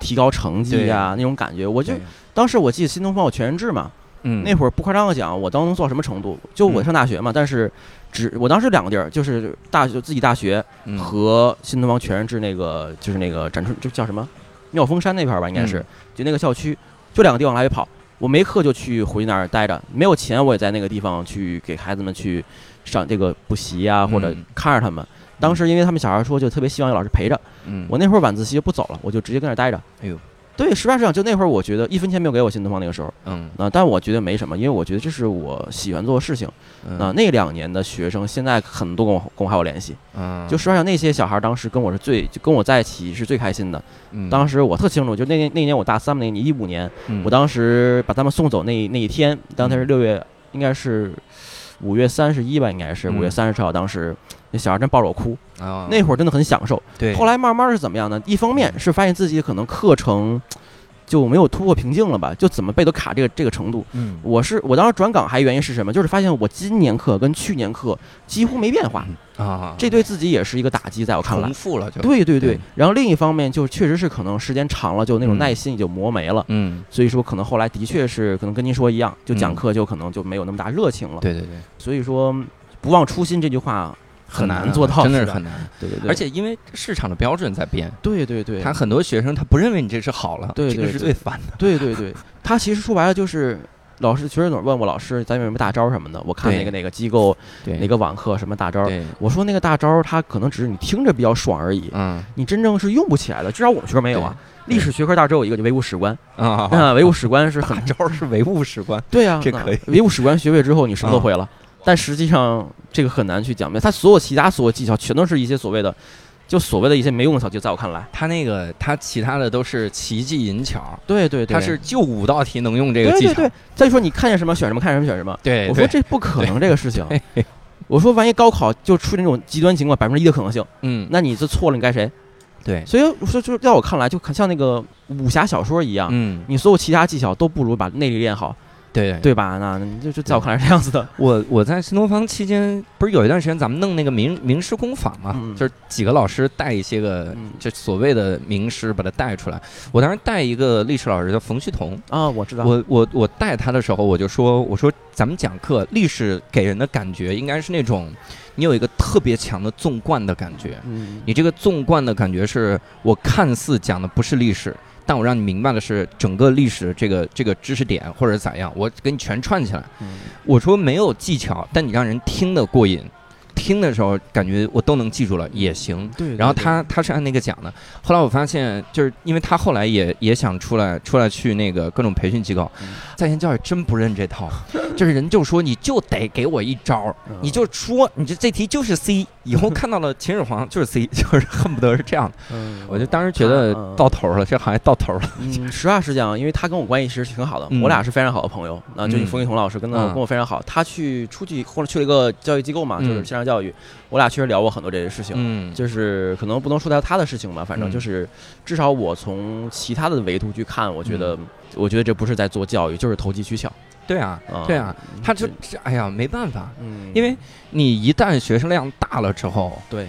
B: 提高成绩呀、那种感觉。我就
C: 对
B: 当时我记得新东方有全日制嘛，
C: 嗯
B: 那会儿不夸张的讲，我当时能做到什么程度？就我
C: 嗯
B: 上大学嘛，但是只我当时两个地儿，就是大学自己大学
C: 嗯
B: 和新东方全日制那个就是那个展春，就叫什么妙峰山那片儿吧，应该是、
C: 嗯
B: 就那个校区，就两个地方来回跑。我没课就去回那儿待着，没有钱我也在那个地方去给孩子们去上这个补习啊，或者
C: 嗯
B: 看着他们。当时因为他们小孩说就特别希望有老师陪着，
C: 嗯
B: 我那会儿晚自习就不走了，我就直接跟那儿待着。
C: 哎呦，
B: 对，实话实讲，就那会儿我觉得一分钱没有给我新东方那个时候
C: 嗯
B: 啊、但我觉得没什么，因为我觉得这是我喜欢做的事情
C: 嗯
B: 啊、那两年的学生现在很多跟我跟我还有联系，
C: 嗯
B: 就实话讲，那些小孩当时跟我是最就跟我在一起是最开心的。
C: 嗯
B: 当时我特清楚，就那年那年我大三嘛那年一五年，
C: 嗯
B: 我当时把他们送走那那一天，当天是六月，应该是五月三十一吧，应该是
C: 嗯
B: 五月三十号。当时那小孩真抱着我哭，
C: 啊
B: 那会儿真的很享受。
C: 对嗯
B: 后来慢慢是怎么样呢？一方面是发现自己可能课程就没有突破瓶颈了吧，就怎么背都卡这个这个程度。
C: 嗯
B: 我是我当时转岗还原因是什么？就是发现我今年课跟去年课几乎没变化，
C: 啊
B: 这对自己也是一个打击，在我看来
C: 重。复了就
B: 对对对
C: 对，
B: 然后另一方面就确实是可能时间长了，就那种
C: 嗯
B: 耐心也就磨没了，
C: 嗯
B: 所以说可能后来的确是可能跟您说一样，就讲
C: 嗯
B: 课就可能就没有那么大热情了。
C: 对对对
B: 所以说不忘初心这句话很
C: 难
B: 难
C: 啊
B: 做到，
C: 真的是
B: 吧
C: 很难，
B: 对对对，
C: 而且因为市场的标准在变，
B: 对对对，
C: 他很多学生他不认为你这是好了，
B: 对
C: 这个
B: 对
C: 是
B: 对
C: 最烦 的。
B: 对对对，他其实说白了就是。老师，学生总问我老师，咱有什么大招什么的？我看
C: 对
B: 哪个哪个机构
C: 对
B: 哪个网课什么大招，
C: 对，
B: 我说那个大招，它可能只是你听着比较爽而已，
C: 嗯，
B: 你真正是用不起来的。至少我们学科没有啊。
C: 对
B: 历史学科大招有一个就唯物史观，
C: 啊，
B: 那 唯物史观是很
C: 大招是唯物史观，
B: 对啊，
C: 这
B: 那
C: 可以
B: 唯物史观学位之后，你什么都
C: 啊
B: 会了，但实际上这个很难去讲明白。它所有其他所有技巧，全都是一些所谓的，就所谓的一些没用的小技，在我看来，
C: 他那个他其他的都是奇技淫巧，
B: 对对对，
C: 他是就五道题能用这
B: 对
C: 个技
B: 对
C: 巧
B: 对。。再说你看见什么选什么，看见什么选什么。
C: 对，
B: 我说
C: 对
B: 这不可能，这个事 情
C: 对。
B: 我说万一高考就出那种极端情况，百分之一的可能性，
C: 嗯，
B: 那你这错了，你该谁？
C: 对，
B: 所以我说，就是在我看来，就很像那个武侠小说一样，
C: 嗯
B: 你所有其他技巧都不如把内力练好。
C: 对
B: 对吧？那你就就在我看来是这样子的，
C: 我我在新东方期间，不是有一段时间咱们弄那个名名师工坊嘛，
B: 嗯
C: 就是几个老师带一些个
B: 嗯
C: 这所谓的名师把他带出来。我当时带一个历史老师叫冯旭彤，
B: 啊，我知道，
C: 我我我带他的时候，我就说我说咱们讲课历史给人的感觉应该是那种你有一个特别强的纵贯的感觉，
B: 嗯，
C: 你这个纵贯的感觉是我看似讲的不是历史，但我让你明白的是整个历史这个这个知识点或者咋样，我给你全串起来。
B: 嗯
C: 我说没有技巧，但你让人听得过瘾，听的时候感觉我都能记住了也行。
B: 对，
C: 然后
B: 对
C: 他他是按那个讲的，后来我发现就是因为他后来也也想出来出来去那个各种培训机构
B: 嗯，
C: 在线教育真不认这 套，就是人就说你就得给我一招儿，
B: 对
C: 你就说你这这题就是 C，以后看到了秦始皇就是 C，就是 恨不得是这样的。
B: 嗯
C: 我就当时觉得
B: 嗯
C: 到头儿了，这行业到头儿了。
B: 嗯，实话实讲，因为他跟我关系其实挺好的，
C: 嗯
B: 我俩是非常好的朋友。啊，就是
C: 嗯
B: 冯玉彤老师跟他、
C: 嗯
B: 跟我非常好，他去出去或者去了一个教育机构嘛，就是
C: 嗯
B: 线上教育，我俩确实聊过很多这些事情。
C: 嗯
B: 就是可能不能说到他的事情吧，反正
C: 嗯
B: 就是至少我从其他的维度去看，我觉得、
C: 嗯
B: 我觉得这不是在做教育，就是投机取巧。
C: 对啊
B: 啊，
C: 对啊，
B: 嗯
C: 他就
B: 这
C: 这哎呀没办法，
B: 嗯
C: 因为你一旦学生量大了之后，
B: 对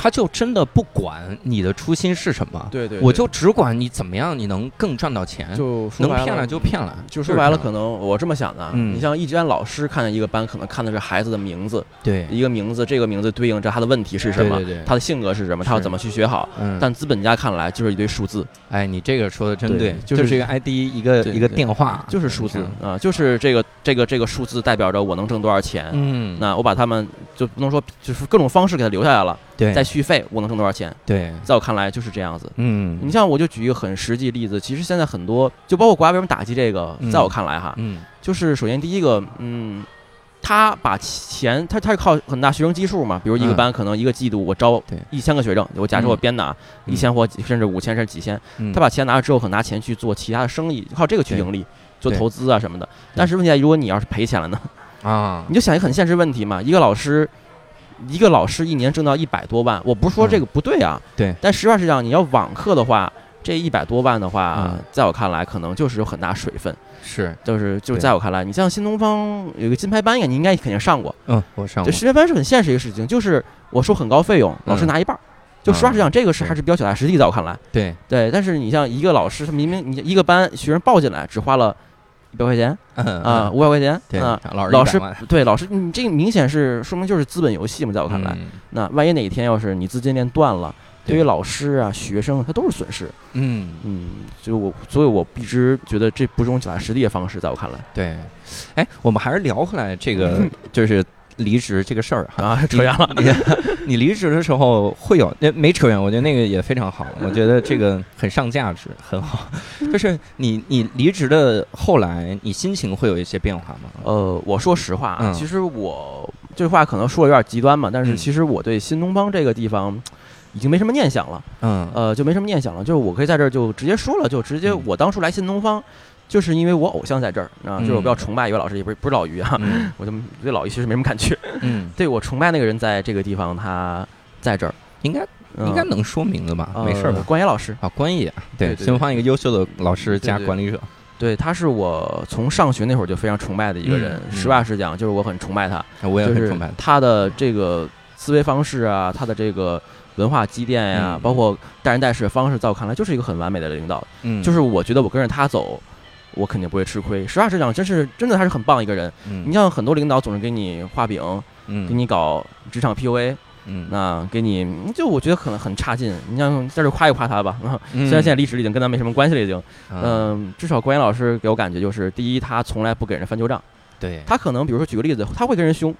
C: 他就真的不管你的初心是什么，
B: 对对，
C: 我就只管你怎么样，你能更赚到钱，
B: 就说
C: 能
B: 白
C: 骗了就骗了，
B: 就说白了，
C: 就是这
B: 可
C: 样
B: 能我这么想的啊，
C: 嗯
B: 你像一直按老师看一个班，可能看的是孩子的名字，
C: 对，
B: 一个名字，这个名字对应着他的问题是什么，
C: 对对对
B: 他的性格是什么，他要
C: 是
B: 怎么去学好。
C: 嗯，
B: 但资本家看来就是一堆数字，
C: 哎，你这个说的真
B: 对
C: 对，
B: 就
C: 就是是一个 ID，一个
B: 对
C: 一个
B: 对
C: 电话，
B: 就是数字
C: 嗯
B: 啊、就是这个这个这个数字代表着我能挣多少钱。
C: 嗯，
B: 那我把他们就不能说就是各种方式给他留下来了，
C: 对，
B: 再续费我能挣多少钱？
C: 对，
B: 在我看来就是这样子。
C: 嗯，
B: 你像我就举一个很实际例子，其实现在很多就包括国家为什么打击这个，
C: 嗯
B: 在我看来哈，
C: 嗯
B: 就是首先第一个，嗯，他把钱，他他是靠很大学生基数嘛，比如一个
C: 嗯
B: 班可能一个季度我招
C: 对
B: 一千个学生，我假设我
C: 嗯
B: 编的啊，
C: 嗯
B: 一千或几甚至五千甚至几千，
C: 嗯，
B: 他把钱拿了之后，可能拿钱去做其他的生意，靠这个去
C: 对
B: 盈利，做
C: 对
B: 投资啊什么的。但是问题在于，如果你要是赔钱了呢，
C: 啊
B: 你，就想一个很现实问题嘛，一个老师。一个老师一年挣到一百多万，我不是说这个不对啊，
C: 嗯对
B: 但实话实讲，你要网课的话，这一百多万的话，
C: 嗯
B: 在我看来可能就是有很大水分。
C: 是，
B: 就是就是
C: 对
B: 在我看来，你像新东方有一个金牌班呀，你应该肯定上过。
C: 嗯，我上
B: 这
C: 过，
B: 实验班是很现实一个事情，就是我收很高费用，老师
C: 嗯
B: 拿一半儿。就实话实讲，这个是还是比较脚踏实地，在我看来。
C: 对，
B: 对，但是你像一个老师，他明明你一个班学生报进来只花了一百块钱
C: 嗯
B: 啊，
C: 嗯
B: 五百块钱
C: 对，
B: 啊，
C: 老师
B: 老
C: 100
B: 师
C: 万
B: 对老师，你这个明显是说明就是资本游戏嘛，在我看来。
C: 嗯
B: 那万一哪一天要是你资金链断了，对于
C: 对
B: 老师啊、学生他都是损失。
C: 嗯。
B: 嗯，所以我所以我一直觉得这不是一种脚踏实地的方式，在我看来
C: 对，哎，我们还是聊回来这个，就是离职这个事儿哈。
B: 嗯啊，扯远了。
C: 你你离职的时候会有那没扯远，我觉得那个也非常好，我觉得这个很上价值，很好。
B: 嗯
C: 就是你你离职的后来，你心情会有一些变化吗？
B: 呃，我说实话啊，
C: 嗯
B: 其实我这话可能说的有点极端嘛，但是
C: 嗯
B: 其实我对新东方这个地方已经没什么念想了，
C: 嗯
B: 呃，就没什么念想了，就是我可以在这儿就直接说了，就直接
C: 嗯
B: 我当初来新东方，就是因为我偶像在这儿啊，就是我比较
C: 嗯
B: 崇拜一位老师，也不是不是老于啊，
C: 嗯
B: 我就对老于其实没什么感觉，
C: 嗯，
B: 对我崇拜那个人在这个地方，他在这儿，
C: 应该
B: 嗯
C: 应该能说名字吧？
B: 呃
C: 没事儿吧？
B: 关野老师，
C: 啊，关野，
B: 对
C: 对，
B: 对
C: 新东方一个优秀的老师加
B: 对对
C: 管理者，
B: 对，他是我从上学那会儿就非常崇拜的一个
C: 嗯
B: 人，
C: 嗯
B: 实话实讲，就是我很崇拜他。
C: 我也
B: 就
C: 很
B: 是
C: 崇拜他。
B: 他的这个思维方式啊，他的这个文化积淀呀、
C: 嗯
B: 包括待人待事的方式，在我看来就是一个很完美的领导。
C: 嗯，
B: 就是我觉得我跟着他走，我肯定不会吃亏。实话实讲，真是真的他是很棒一个人。你
C: 嗯
B: 像很多领导总是给你画饼，给
C: 嗯
B: 你啊搞职场 PUA，
C: 嗯，
B: 那给你就我觉得可能很差劲。你像在这夸一夸他吧， 虽然现在离职已经跟他没什么关系了，已经。
C: 嗯嗯
B: 嗯，至少关岩老师给我感觉就是，第一，他从来不给人翻旧账。
C: 对
B: 他可能比如说举个例子，他会跟人凶，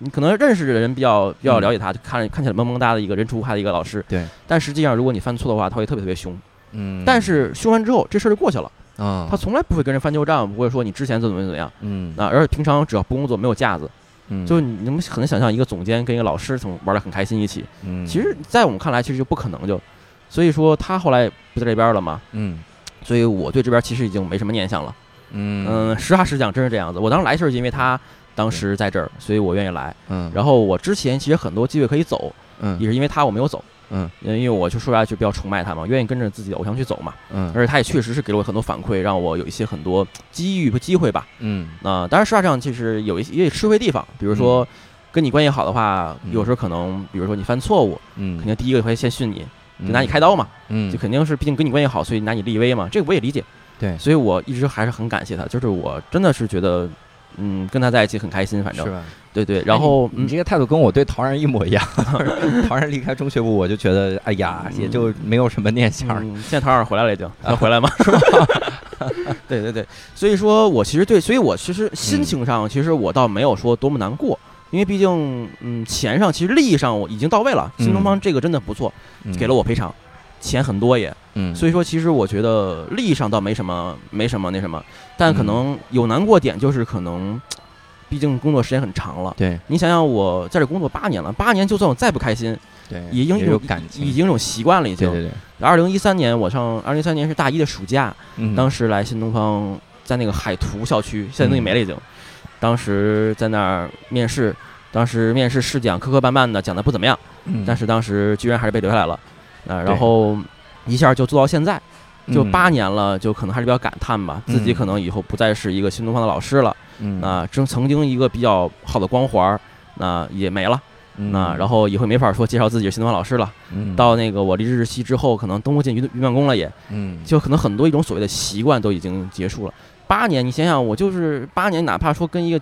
B: 你可能认识的人比较比较了解他，就看看起来萌萌哒的一个人畜无害的一个老师，
C: 嗯对。
B: 但实际上，如果你犯错的话，他会特别特别凶。
C: 嗯，
B: 但是凶完之后，这事儿就过去了，
C: 啊，
B: 他从来不会跟人翻旧账，不会说你之前怎么怎么样。
C: 嗯
B: 啊，而且平常只要不工作，没有架子，
C: 嗯
B: 就是你们很难想象一个总监跟一个老师从玩的很开心一起。
C: 嗯
B: 其实，在我们看来，其实就不可能就，所以说他后来不在这边了嘛，
C: 嗯
B: 所以我对这边其实已经没什么念想了。
C: 嗯
B: 嗯，实话实讲，真是这样子。我当时来就是因为他当时在这儿，所以我愿意来。
C: 嗯，
B: 然后我之前其实很多机会可以走，
C: 嗯
B: 也是因为他我没有走。
C: 嗯
B: 因为我就说下去比较崇拜他嘛，愿意跟着自己的偶像去走嘛。
C: 嗯
B: 而且他也确实是给了我很多反馈，让我有一些很多机遇和机会吧。
C: 嗯
B: 那当然，实话上其实有一些也有吃亏地方，比如说跟你关系好的话，
C: 嗯
B: 有时候可能，比如说你犯错误，
C: 嗯，
B: 肯定第一个会先训你，
C: 嗯
B: 就拿你开刀嘛，
C: 嗯
B: 就肯定是毕竟跟你关系好，所以拿你立威嘛，这个我也理解。
C: 对
B: 所以我一直还是很感谢他，就是我真的是觉得，嗯，跟他在一起很开心，反
C: 是
B: 正
C: 吧？
B: 对对。然后
C: 哎你你这个态度跟我对陶然一模一样。 陶然离开中学部，我就觉得，哎呀，也就没有什么念想。
B: 嗯，现在唐老师回来了已经，
C: 啊
B: 他回来吗？是吧？ 对对对，所以说我其实对，所以我其实心情
C: 嗯
B: 上，其实我倒没有说多么难过，因为毕竟，嗯，钱上其实利益上我已经到位了，
C: 嗯
B: 新东方这个真的不错，给了
C: 我，
B: 我赔偿，钱很多也，
C: 嗯，
B: 所以说其实我觉得利益上倒没什么，没什么那什么，但可
C: 嗯
B: 能有难过点就是可能，毕竟工作时间很长了。
C: 对
B: 你想想，我在这工作八年了，八年就算我再不开心，
C: 对，
B: 已经
C: 也有感情，
B: 已经有种习惯了，已
C: 对
B: 经。
C: 对对，
B: 二零一三年，我上二零一三年是大一的暑假，
C: 嗯
B: 当时来新东方，在那个海图校区，现在东西没了已经。
C: 嗯
B: 当时在那儿面试，当时面试试讲磕磕绊绊的，讲的不怎么样，
C: 嗯
B: 但是当时居然还是被留下来了，啊、然后一下就做到现在，就
C: 嗯
B: 八年了，就可能还是比较感叹吧，自己
C: 嗯
B: 可能以后不再是一个新东方的老师了，
C: 嗯
B: 啊、曾曾经一个比较好的光环儿，那、也没了，
C: 嗯
B: 那、然后以后也没法说介绍自己是新东方老师了。
C: 嗯
B: 到那个我离职日期之后，可能登不进云云办公了也，
C: 嗯
B: 就可能很多一种所谓的习惯都已经结束了。八年，你想想，我就是八年，哪怕说跟一个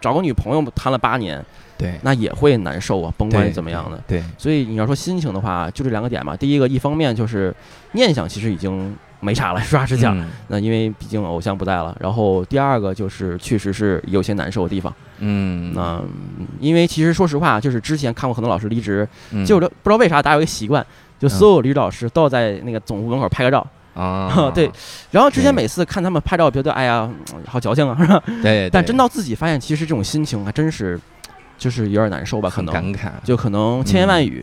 B: 找个女朋友谈了八年，
C: 对，
B: 那也会难受啊，甭管
C: 对
B: 是怎么样的。
C: 对，对
B: 所以你要说心情的话，就这两个点嘛。第一个，一方面就是念想，其实已经没啥了， 实话实讲。
C: 嗯
B: 那因为毕竟偶像不在了。然后第二个就是确实是有些难受的地方。
C: 嗯，
B: 那嗯因为其实说实话，就是之前看过很多老师离职，
C: 嗯
B: 就不知道为啥大家有一个习惯，就所有离职老师都要在那个总部门口拍个照。
C: 啊
B: 对然后之前
C: 对
B: 每次看他们拍照，觉得哎呀，嗯好矫情啊，是 吧？
C: 嗯对对，
B: 但真到自己发现，其实这种心情还真是，就是有点难受吧，可
C: 很
B: 能
C: 嗯感慨，
B: 就可能千言万语，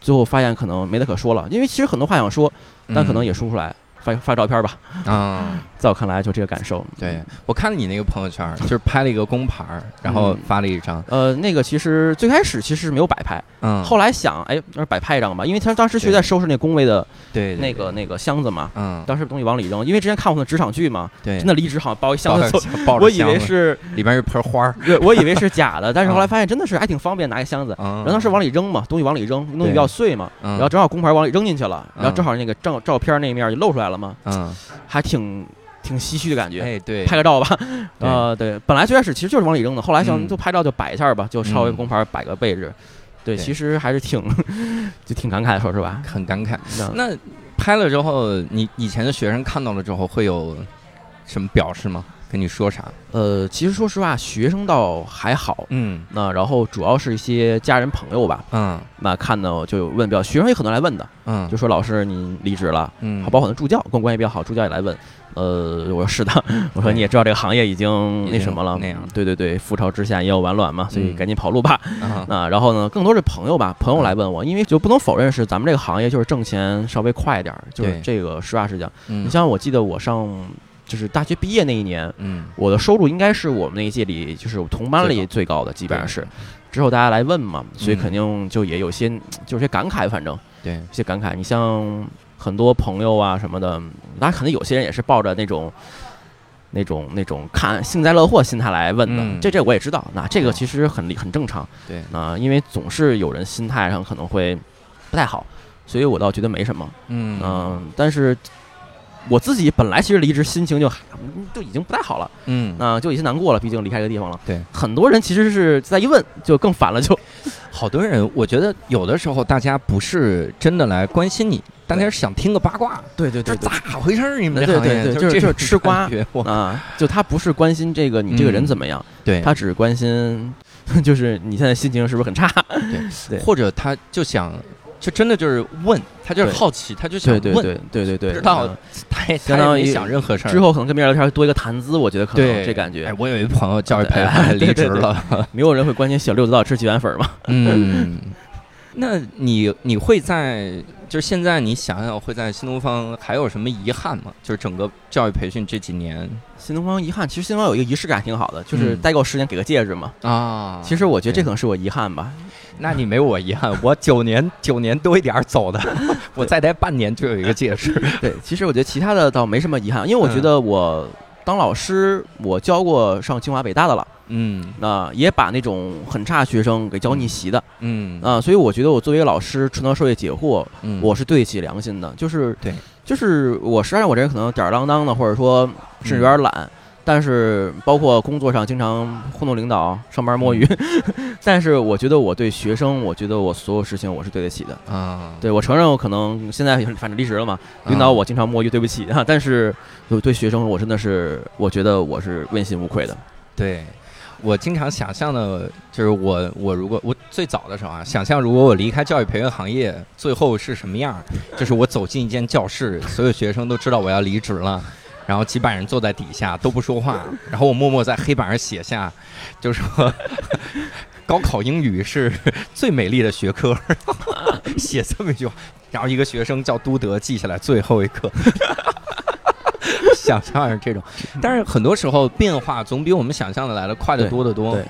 B: 最后发现可能没得可说了，因为其实很多话想说，但可能也说不出来，发发照片吧，
C: 嗯啊。
B: 在我看来就这个感受。
C: 对，我看了你那个朋友圈 儿，就是拍了一个工牌儿，然后
B: 嗯
C: 发了一张。
B: 呃，那个其实最开始其实没有摆拍，
C: 嗯，
B: 后来想，哎，要是摆拍一张吧，因为他当时确实在收拾那工位的
C: 对对
B: 那个那个箱子嘛，
C: 嗯，
B: 当时东西往里扔，因为之前看过那职场剧嘛，
C: 对，
B: 真的离职好像包一箱子走，
C: 抱着
B: 我以为
C: 箱子嗯
B: 是，
C: 里边是盆花儿，
B: 对我以为是假的，但是后来发现真的是还挺方便，拿个箱子，
C: 然
B: 然后当时往里扔嘛，东西往里扔，东西比较碎嘛，
C: 嗯，
B: 然后正好工牌往里扔进去了，
C: 嗯
B: 然后正好那个照照片那一面就露出来了嘛，
C: 嗯，
B: 还挺挺唏嘘的感觉。
C: 哎对，
B: 拍个照吧，呃，对，本来最开始其实就是往里扔的，后来想
C: 嗯
B: 就拍照就摆一下吧，就稍微
C: 嗯
B: 工牌摆个位置，对，
C: 对
B: 其实还是挺 就挺感慨的，说是吧？
C: 很感慨。
B: 那
C: 那拍了之后，你以前的学生看到了之后会有什么表示吗？跟你说啥？
B: 呃，其实说实话，学生倒还好，
C: 嗯
B: 那然后主要是一些家人朋友吧，
C: 嗯
B: 那看到就有问比较，学生有很多来问的，
C: 嗯，
B: 就说老师你离职了，
C: 嗯，
B: 包括很多助教跟我关系比较好，助教也来问，呃，我说是的，我说你也知道这个行业已经
C: 已
B: 那
C: 经
B: 什么了，
C: 那样了
B: 对对对，覆巢之下也有完卵嘛，所以
C: 嗯
B: 赶紧跑路吧。
C: 啊，
B: 那然后呢，更多是朋友吧，朋友来问
C: 嗯
B: 我，因为就不能否认是咱们这个行业就是挣钱稍微快一点儿，就是
C: 对嗯
B: 这个实话实讲。
C: 你
B: 你像我记得我上就是大学毕业那一年，
C: 嗯
B: 我的收入应该是我们那一届里就是我同班
C: 最
B: 里
C: 高
B: 最高的，基本上
C: 对
B: 是。之后大家来问嘛，所以
C: 嗯
B: 肯定就也有些就是些感慨，反正。
C: 对
B: 一些感慨。你像很多朋友啊什么的，当然可能有些人也是抱着那种。那种那种看幸灾乐祸心态来问的，
C: 嗯
B: 这这我也知道。那这个其实很理很正常
C: 对，
B: 啊、因为总是有人心态上可能会不太好，所以我倒觉得没什么。
C: 嗯
B: 嗯、但是我自己本来其实离职心情就还就已经不太好了，
C: 嗯，
B: 那、就已经难过了，毕竟离开这个地方了。
C: 对，
B: 很多人其实是再一问就更烦了，就
C: 好多人，我觉得有的时候大家不是真的来关心你，大家是想听个八卦，
B: 对对
C: 这 咋回事儿？你们这
B: 对
C: 行业
B: 对对就
C: 就是
B: 是
C: 这种
B: 吃瓜
C: 感觉，我
B: 啊，就他不是关心这个你这个人
C: 嗯
B: 怎么样，
C: 对
B: 他只关心 就是你现在心情是不是很差？ 对
C: 或者他就想，就真的就是问，他就是
B: 对
C: 好奇，他就想问，
B: 对对对
C: 不知道
B: 嗯
C: 他也
B: 相
C: 他也
B: 当于
C: 没想任何事儿。
B: 之后可能跟别人聊天多一个谈资，我觉得可能
C: 对
B: 这感
C: 哎
B: 觉，，
C: 我有一朋友教育培
B: 哎
C: 训离
B: 对
C: 职
B: 对对
C: 了，
B: 没有人会关心小六子到底吃几碗粉 嘛？
C: 嗯，那你你会在就是现在你想想会在新东方还有什么遗憾吗？就是整个教育培训这几年
B: 新东方遗憾，其实新东方有一个仪式感挺好的，就是
C: 嗯
B: 待够十年给个戒指嘛。
C: 啊，
B: 其实我觉得这
C: 对
B: 可能是我遗憾吧。
C: 那你没我遗憾，我九年九年多一点儿走的， 我再待半年就有一个解释。
B: 对，其实我觉得其他的倒没什么遗憾，因为我觉
C: 嗯
B: 得我当老师，我教过上清华北大的了，
C: 嗯
B: 那也把那种很差学生给教逆袭的
C: 嗯
B: 啊，所以我觉得我作为老师传道授业解惑，
C: 嗯，
B: 我是对得起良心的，就是
C: 对，
B: 就是我实际上我这人可能吊儿郎当的，或者说甚至有点
C: 嗯
B: 懒，但是包括工作上经常糊弄领导、上班摸鱼，
C: 嗯
B: 但是我觉得我对学生，我觉得我所有事情我是对得起的。
C: 啊，
B: 对我承认我可能现在反正离职了嘛，领导我经常摸鱼，对不起啊， 但是我对学生我真的是我觉得我是问心无愧的。
C: 对，我经常想象的，就是我我如果我最早的时候啊，想象如果我离开教育培训行业，最后是什么样儿？就是我走进一间教室，所有学生都知道我要离职了。然后几百人坐在底下都不说话，然后我默默在黑板上写下，就说高考英语是最美丽的学科， 写这么一句话，然后一个学生叫都德记下来最后一课， 想象是这种，
B: 嗯
C: 但是很多时候变化总比我们想象的来的快得多得多。
B: 对对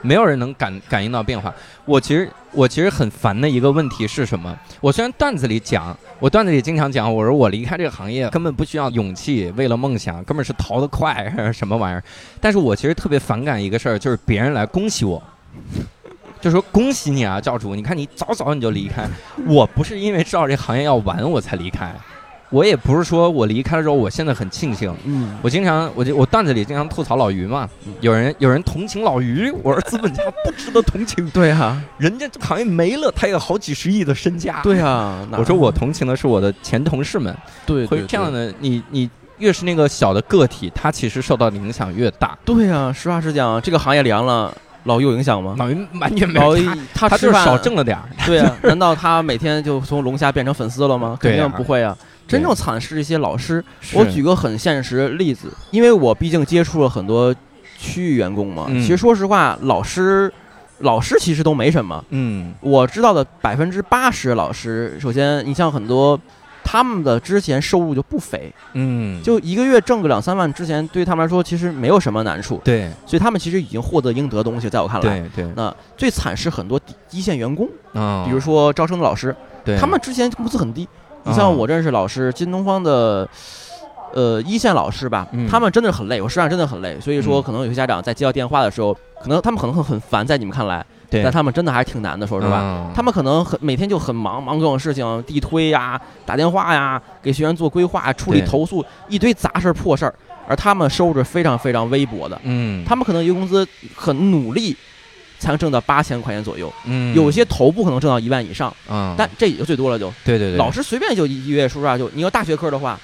C: 没有人能感感应到变化。我其实我其实很烦的一个问题是什么？我虽然段子里讲，我段子里经常讲，我说我离开这个行业根本不需要勇气，为了梦想根本是逃得快什么玩意儿。但是我其实特别反感一个事儿，就是别人来恭喜我。就说恭喜你啊，教主！你看你早早你就离开，我不是因为知道这行业要完我才离开，我也不是说我离开了之后我现在很庆幸，
B: 嗯，
C: 我经常，我就我段子里经常吐槽老于嘛，有人有人同情老于， 我说资本家不值得同情，
B: 对啊，
C: 人家这行业没了，他有好几十亿的身家。，
B: 对 啊，哪
C: 我说我同情的是我的前同事们，
B: 对
C: 会
B: 对
C: 这样的，你你越是那个小的个体，他其实受到的影响越大。
B: 对啊，实话实讲，这个行业凉了，老于有影响吗？
C: 老于完全 没
B: 老
C: 有
B: 于
C: 差，
B: 他
C: 他
B: 吃
C: 就是
B: 饭
C: 少挣了点儿。
B: 对啊，难道他每天就从龙虾变成粉丝了吗？肯
C: 对啊
B: 定不会啊。真正惨是一些老师。
C: 是
B: 我举个很现实例子，因为我毕竟接触了很多区域员工嘛。
C: 嗯
B: 其实说实话，老师，老师其实都没什么。
C: 嗯
B: 我知道的百分之八十老师，首先你像很多。他们的之前收入就不菲，
C: 嗯，
B: 就一个月挣个两三万，之前对他们来说其实没有什么难处，
C: 对
B: 所以他们其实已经获得应得的东西，在我看来，
C: 对对，
B: 那最惨是很多底一线员工，
C: 嗯，
B: 比如说招生的老师，
C: 对
B: 他们之前工资很低。你
C: 啊
B: 像我认识老师，新东方的，呃，一线老师吧
C: 嗯，
B: 他们真的很累，我实际上真的很累。所以说，
C: 嗯
B: 可能有些家长在接到电话的时候，可能他们可能很很烦，在你们看来，
C: 对
B: 但他们真的还挺难的，说实话。
C: 嗯
B: 他们可能很每天就很忙，忙各种事情，地推呀、打电话呀，给学员做规划、处理
C: 对
B: 投诉，一堆杂事儿破事儿。而他们收入是非常非常微薄的，
C: 嗯，
B: 他们可能一个工资很努力，才能挣到八千块钱左右，
C: 嗯
B: 有些头部可能挣到一万以上，
C: 嗯，
B: 但这也就最多了就。
C: 对对对，
B: 老师随便就一一个月，说实话，就你要大学科的话，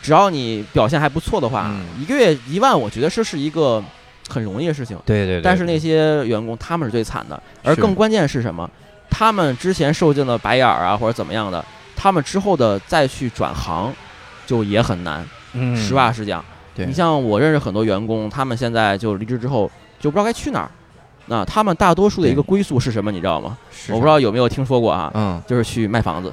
B: 只要你表现还不错的话，
C: 嗯
B: 一个月一万，我觉得这是一个很容易的事情。
C: 对对对，
B: 但是那些员工他们是最惨的，而
C: 是
B: 更关键是什么？他们之前受尽了白眼儿啊，或者怎么样的，他们之后的再去转行，就也很难。
C: 嗯
B: 实话实讲，
C: 对
B: 你像我认识很多员工，他们现在就离职之后就不知道该去哪儿。那他们大多数的一个归宿是什么？你知道吗？
C: 是
B: 我不知道有没有听说过啊，
C: 嗯
B: 就是去卖房子。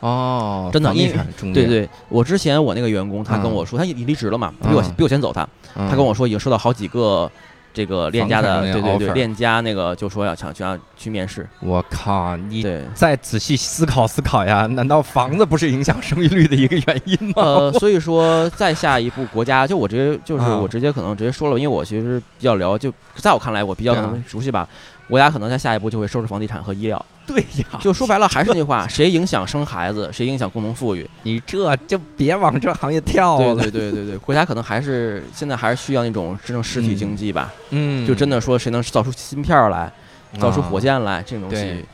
C: 哦，
B: 真的
C: 房地
B: 因为
C: 产中
B: 对
C: 介，
B: 对，我之前我那个员工，他跟
C: 嗯
B: 我说，他已离职了嘛，比我
C: 嗯
B: 比我先走他，
C: 他
B: 他跟我说已经收到好几个这个链家的，
C: 房产中
B: 对
C: 介
B: 对对，
C: offer
B: 链家那个就说要想去让去面试，
C: 我靠，你，
B: 对
C: 再仔细思考思考呀？难道房子不是影响生育率的一个原因吗？
B: 呃，所以说再下一步国家就我直接 就是
C: 嗯
B: 我直接可能直接说了，因为我其实比较了，就在我看来我比较可
C: 对啊
B: 能熟悉吧，国家可能在下一步就会收拾房地产和医疗，
C: 对呀，
B: 就说白了还是那句话，谁影响生孩子， 谁影响共同富裕，
C: 你这就别往这行业跳
B: 对
C: 了。
B: 对对对对，国家可能还是现在还是需要那种真正实体
C: 嗯
B: 经济吧，
C: 嗯啊
B: 就真的说谁能造出芯片儿来。造出火箭来这种东
C: 对
B: 西，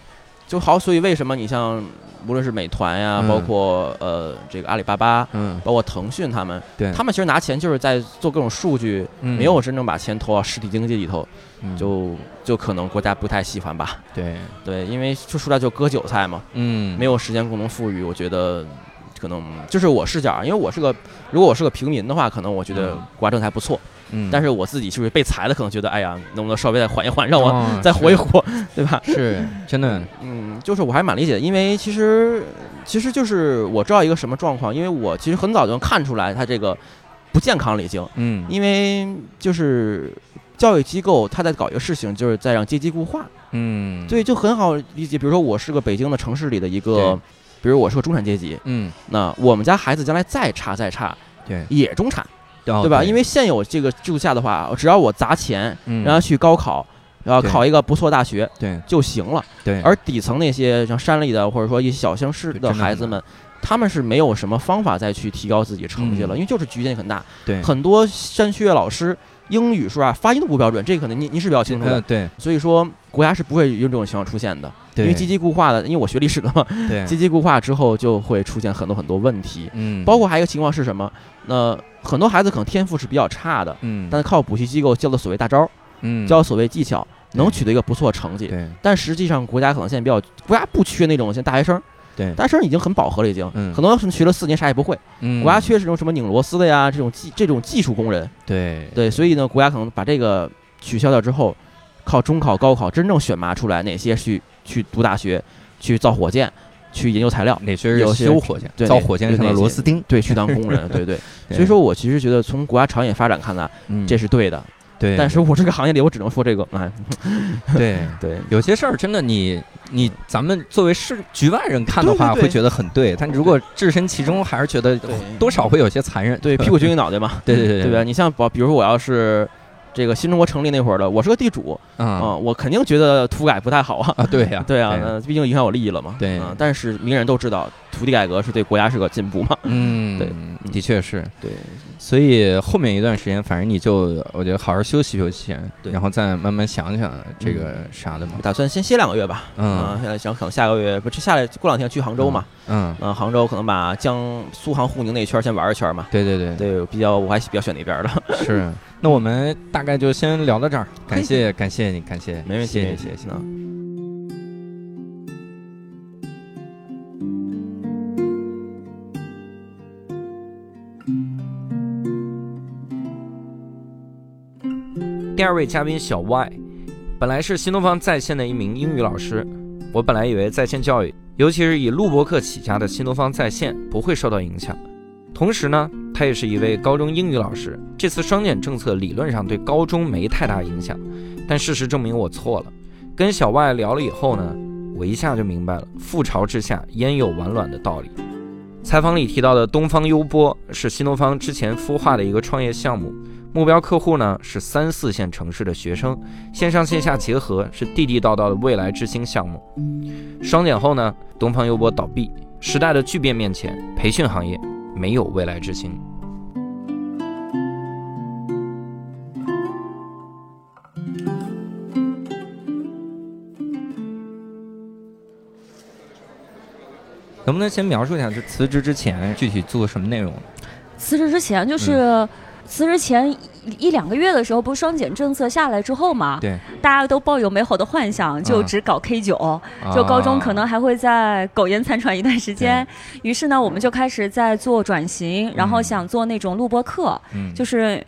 B: 就好。所以为什么你像无论是美团呀，
C: 嗯
B: 包括呃这个阿里巴巴，
C: 嗯，
B: 包括腾讯他们，
C: 对
B: 他们其实拿钱就是在做各种数据，
C: 嗯
B: 没有真正把钱投到实体经济里头，
C: 嗯
B: 就就可能国家不太喜欢吧。
C: 对，
B: 对，因为就出来就割韭菜嘛，
C: 嗯，
B: 没有实现共同富裕，我觉得。可能就是我视角啊，因为我是个，如果我是个平民的话，可能我觉得
C: 嗯
B: 国家政策还不错。
C: 嗯，
B: 但是我自己是不是被裁了，可能觉得，哎呀，能不能稍微再缓一缓，让我
C: 哦
B: 再活一活，对吧？
C: 是是真的，
B: 嗯，就是我还蛮理解的，因为其实其实就是我知道一个什么状况，因为我其实很早就能看出来他这个不健康了已经，
C: 嗯，
B: 因为就是教育机构它在搞一个事情，就是在让阶级固化。
C: 嗯，，
B: 对，就很好理解。比如说，我是个北京的城市里的一个，比如我是个中产阶级，
C: 嗯，
B: 那我们家孩子将来再差再差
C: 对，
B: 也中产，
C: 哦对
B: 对吧？因为现有这个制度下的话，只要我砸钱，
C: 嗯，
B: 然后去高考，然后
C: 对
B: 考一个不错大学
C: 对
B: 就行了。
C: 对，
B: 而底层那些像山里的，或者说一些小乡市
C: 对真
B: 的
C: 的很
B: 孩子们，他们是没有什么方法再去提高自己成绩了，
C: 嗯
B: 因为就是局限很大。
C: 对
B: 很多山区的老师英语说啊，发音都不标准，这个可能您您是比较清楚
C: 呃
B: 的。
C: 对
B: 所以说，国家是不会有这种情况出现的，因
C: 对，
B: 为阶级固化的，因为我学历史的嘛，
C: 对
B: 阶级固化之后就会出现很多很多问题，
C: 嗯，
B: 包括还有一个情况是什么？那很多孩子可能天赋是比较差的，
C: 嗯，
B: 但是靠补习机构教的所谓大招，
C: 嗯
B: 教所谓技巧，能取得一个不错成绩。
C: 对
B: 但实际上，国家可能现在比较，国家不缺那种像大学生，
C: 对，
B: 大学生已经很饱和了，已经，
C: 嗯
B: 很多人学了四年啥也不会。
C: 嗯
B: 国家缺这种什么拧螺丝的呀，这种技这种技术工人，
C: 对
B: 对，所以呢，国家可能把这个取消掉之后，靠中考、高考真正选拔出来哪些去去读大学，去造火箭，去研究材料，
C: 哪些是
B: 有些
C: 修火箭
B: 对
C: 造
B: 哪
C: 火箭
B: 对
C: 上的
B: 哪
C: 螺
B: 些
C: 丝钉，
B: 对，去当工人，对对。
C: 对
B: 所以说我其实觉得从国家长远发展看来，
C: 嗯
B: 这是对的。
C: 对，
B: 但是我这个行业里，我只能说这个，哎，
C: 对。
B: 对，
C: 有些事儿真的你，你咱们作为是局外人看的
B: 对对
C: 话，
B: 对
C: 会觉得很对，但如果置身其中，还是觉得
B: 对
C: 多少会有些残忍。
B: 对，屁股决定脑袋嘛，
C: 对对对
B: 嗯对吧？
C: 对
B: 你像保，比如说我要是这个新中国成立那会儿的，我是个地主啊、
C: 啊
B: 我肯定觉得土改不太好啊。
C: 啊，对 呀，
B: 对啊，那毕竟影响我利益了嘛。
C: 对
B: 啊但是名人都知道，土地改革是对国家是个进步嘛。
C: 嗯，
B: 对，
C: 的确是。
B: 对，
C: 所以后面一段时间，反正你就我觉得好好休息休息，
B: 对
C: 然后再慢慢想想这个啥的嘛。
B: 打算先歇两个月吧。啊
C: 嗯，
B: 现在想可能下个月不，这下来过两天去杭州嘛。
C: 嗯，
B: 嗯，杭州可能把江苏杭沪宁那一圈先玩一圈嘛。
C: 对对对，
B: 对，比较我还比较选那边的。
C: 是。那我们大概就先聊到这儿，感谢感谢你，感谢，
B: 没问题，
C: 谢
B: 没问
C: 谢
B: 题嗯
C: 谢谢。
D: 嗯
B: 那
A: 第二位嘉宾小 Y，本来是新东方在线的一名英语老师，我本来以为在线教育，尤其是以录播课起家的新东方在线不会受到影响。同时呢，他也是一位高中英语老师。这次双减政策理论上对高中没太大影响，但事实证明我错了。跟小 Y 聊了以后呢，我一下就明白了“覆巢之下，焉有完卵”的道理。采访里提到的东方优波是新东方之前孵化的一个创业项目，目标客户呢是三四线城市的学生，线上线下结合是地地道道的未来之星项目。双减后呢，东方优波倒闭，时代的巨变面前，培训行业没有未来之星。
C: 能不能先描述一下，就辞职之前具体做什么内容？
D: 辞职之前
C: 嗯
D: 就是辞职前一一两个月的时候，不是双减政策下来之后嘛，
C: 对，
D: 大家都抱有美好的幻想，就
C: 嗯
D: 只搞 K 九、就高中可能
C: 啊
D: 还会再苟延残喘一段时间。于是呢，我们就开始在做转型，然后
C: 嗯
D: 想做那种录播课，
C: 嗯
D: 就是。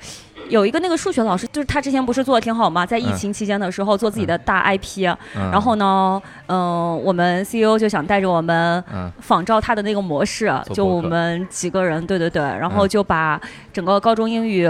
D: 有一个那个数学老师，就是他之前不是做的挺好嘛，在疫
C: 嗯
D: 情期间的时候做自己的大 IP，、
C: 嗯
D: 然后呢，嗯、我们 CEO 就想带着我们
C: 嗯
D: 仿照他的那个模式，啊
C: 做
D: 就
C: 播
D: 我
C: 客
D: 们几个人，对对对，然后
C: 嗯
D: 就把整个高中英语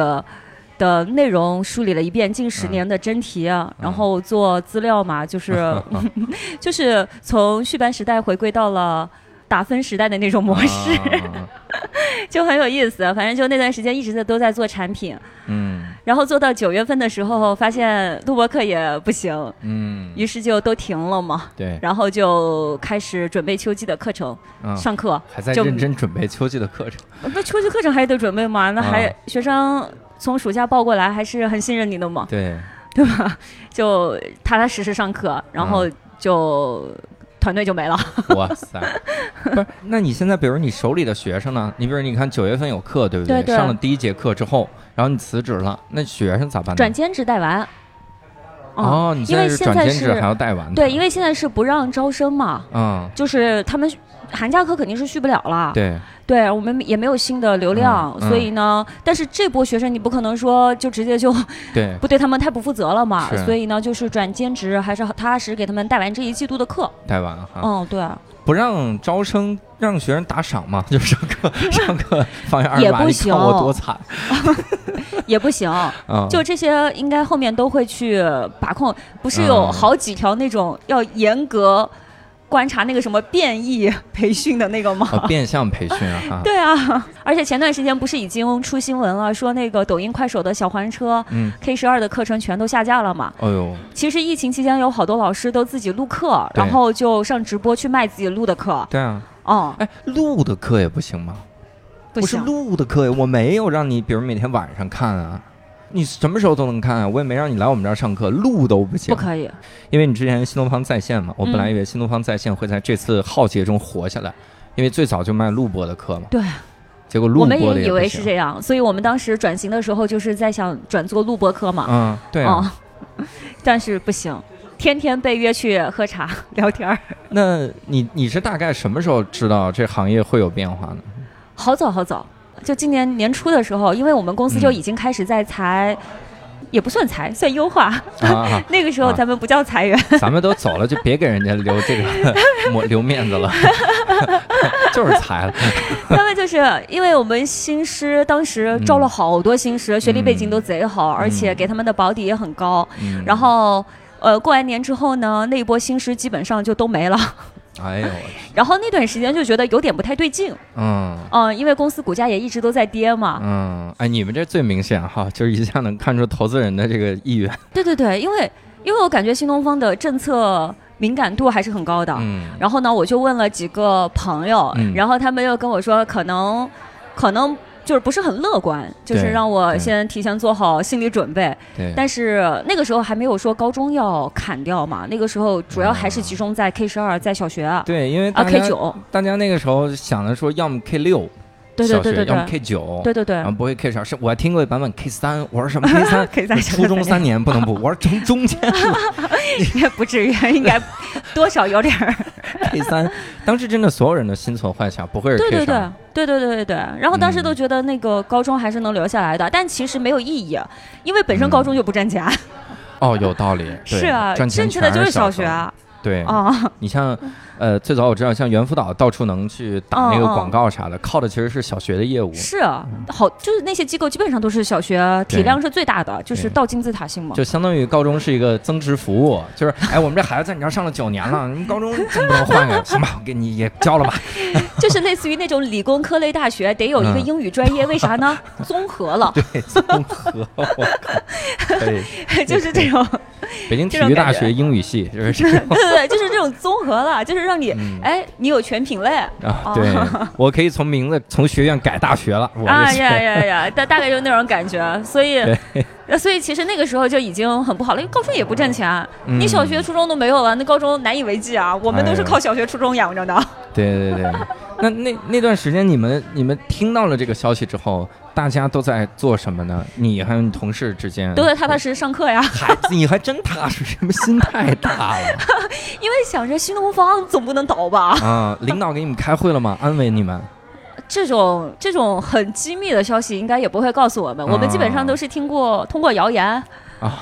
D: 的内容梳理了一遍，近十
C: 嗯
D: 年的真题，啊然后做资料嘛，就是 就是从续班时代回归到了。打分时代的那种模式、
C: 啊
D: 就很有意思，反正就那段时间一直在都在做产品，
C: 嗯
D: 然后做到九月份的时候，发现录播课也不行，
C: 嗯，
D: 于是就都停了嘛，
C: 对，
D: 然后就开始准备秋季的课程、
C: 嗯
D: 上课，
C: 还在
D: 就
C: 认真准备秋季的课程。
D: 呃不，秋季课程还得准备嘛？那还、
C: 啊
D: 学生从暑假报过来，还是很信任你的嘛，
C: 对，
D: 对吧？ 就踏踏实实上课，然
C: 嗯
D: 后就、团队就没了。
C: 哇塞，不是？那你现在比如你手里的学生呢？你比如你看九月份有课，对不
D: 对对
C: 上了第一节课之后，然后你辞职了，那学生咋办呢？
D: 转兼职带娃，嗯
C: 哦，嗯你
D: 因
C: 现
D: 为
C: 是
D: 现
C: 转
D: 在
C: 兼职还
D: 是
C: 要带完呢
D: 对，因为现在是不让招生嘛，
C: 嗯
D: 就是他们。寒假课肯定是续不了了。
C: 对，
D: 对我们也没有新的流量，
C: 嗯嗯
D: 所以呢，但是这波学生你不可能说就直接就
C: 对，
D: 不对他们太不负责了嘛
C: 是，
D: 所以呢，就是转兼职还是踏实给他们带完这一季度的课。
C: 太晚了哈，
D: 嗯，对，
C: 不让招生，让学生打赏嘛，就上课上 课方圆二
D: 也
C: 百哎
D: 不
C: 码，你
D: 行
C: 看我多惨
D: 也不行，
C: 啊！
D: 就这些应该后面都会去把控，不是有
C: 嗯
D: 好几条那种要严格观察那个什么变异培训的那个吗？
C: 哦变相培训啊，哈
D: 对啊，而且前段时间不是已经出新闻了，说那个抖音、快手的小黄车、
C: 嗯，
D: K 十二的课程全都下架了嘛？
C: 哦呦，
D: 其实疫情期间有好多老师都自己录课，
C: 对
D: 然后就上直播去卖自己录的课。
C: 对啊，
D: 哦，
C: 哎，录的课也不行吗？
D: 不
C: 不是
D: 行，
C: 录的课，我没有让你，比如每天晚上看啊，你什么时候都能看啊，我也没让你来我们这儿上课，录都不行，
D: 不可嗯以。
C: 因为你之前新东方在线嘛，我本来以为新东方在线会在这次浩劫中活下来，因为最早就卖录播的课嘛，
D: 对，
C: 结果录
D: 我
C: 播的
D: 们
C: 也
D: 也以为
C: 不
D: 是
C: 行
D: 这样，所以我们当时转型的时候就是在想转做录播课嘛。
C: 嗯，对啊，
D: 哦， 但是不行，天天被约去喝茶 聊天儿，
C: 那你你是大概什么时候知道这行业会有变化呢？
D: 好早好早。就今年年初的时候，因为我们公司就已经开始在裁，也不算裁，算优化。
C: 啊，
D: 那个时候
C: 啊
D: 咱们不叫裁 员，
C: 咱们都走了，就别给人家留这个抹留面子了， 就是裁了，
D: 他们就是因为我们新师当时招了好多新师，学历背景都贼好，而且给他们的保底也很高。
C: 嗯
D: 然后，呃，过完年之后呢，那一波新师基本上就都没了。
C: 哎呦，
D: 然后那段时间就觉得有点不太对劲，
C: 嗯。
D: 嗯、因为公司股价也一直都在跌嘛。
C: 嗯，哎，你们这最明显哈，就是一下能看出投资人的这个意愿。
D: 对对对，因为因为我感觉新东方的政策敏感度还是很高的。
C: 嗯，
D: 然后呢，我就问了几个朋友，
C: 嗯
D: 然后他们又跟我说，可能，可能就是不是很乐观，就是
C: 对
D: 让我
C: 对
D: 先提前做好心理准备。
C: 对，
D: 但是那个时候还没有说高中要砍掉嘛，那个时候主要还是集中在 K 十二，在小学啊
C: 哦对，因为大家、
D: K 九，
C: 大家那个时候想的说，要么 K 六
D: 对对
C: 小
D: 对
C: 学，
D: 对
C: 要么
D: 对，
C: K 九，
D: 对对对？
C: 然后，不会 K 十二，是我还听过一版本 K 三，我说什么 K 三
D: 可以在
C: 初中三年不能补，我说中中间是
D: 应该不至于， 应该多少有点儿。
C: K 三，当时真的所有人的心存幻想，不会是
D: 对
C: K
D: 对对
C: 上，
D: 对对对对对。然后当
C: 嗯
D: 时都觉得那个高中还是能留下来的，但其实没有意义，因为本身高中就不 赚钱。
C: 哦，有道理，嗯对
D: 是啊，
C: 赚
D: 正
C: 钱
D: 确的
C: 全
D: 就是小
C: 时
D: 学
C: 候
D: 啊。
C: 对
D: 啊，
C: 你像，呃，最早我知道，像猿辅导到处能去打那个
D: 嗯嗯
C: 广告啥的，靠的其实是小学的业务。
D: 是啊好，就是那些机构基本上都是小学体
C: 对
D: 量是最大的，就是
C: 对
D: 到金字塔型嘛。
C: 就相当于高中是一个增值服务，就是哎，我们这孩子在你这儿上了九年了，你们高中怎么不能换个？行吧，我给你也教了吧。
D: 就是类似于那种理工科类大学得有一个
C: 嗯
D: 英语专业，为 啥呢？综合了，
C: 对，综合，我靠，可以。
D: 就是这种，
C: 北京体
D: 这种
C: 育
D: 感
C: 大
D: 觉
C: 学英语系就是这 样
D: 对对对，就是这种综合了，就是让你，
C: 嗯
D: 哎，你有全品类。
C: 啊，对，我可以从名字从学院改大学了，我
D: 哦啊
C: 这是
D: 呀呀呀！大大概就是那种感觉，所以，呃所以其实那个时候就已经很不好了，因为高中也不挣钱，啊你小学、初中都没有了，那高中难以为继啊。我们都
C: 嗯
D: 是
C: 哎呦哎
D: 靠小学、初中养着的。
C: 对对对。那那那段时间，你们你们听到了这个消息之后，大家都在做什么呢？你还有你同事之间
D: 都在踏踏实实上课呀，
C: 还你还真踏实，什么心太大 了。
D: 因为想着新东方总不能倒吧？
C: 啊，领导给你们开会了吗？安慰你们。
D: 这种这种很机密的消息应该也不会告诉我们，我们基本
C: 嗯
D: 上都是听过通过谣言，
C: 啊，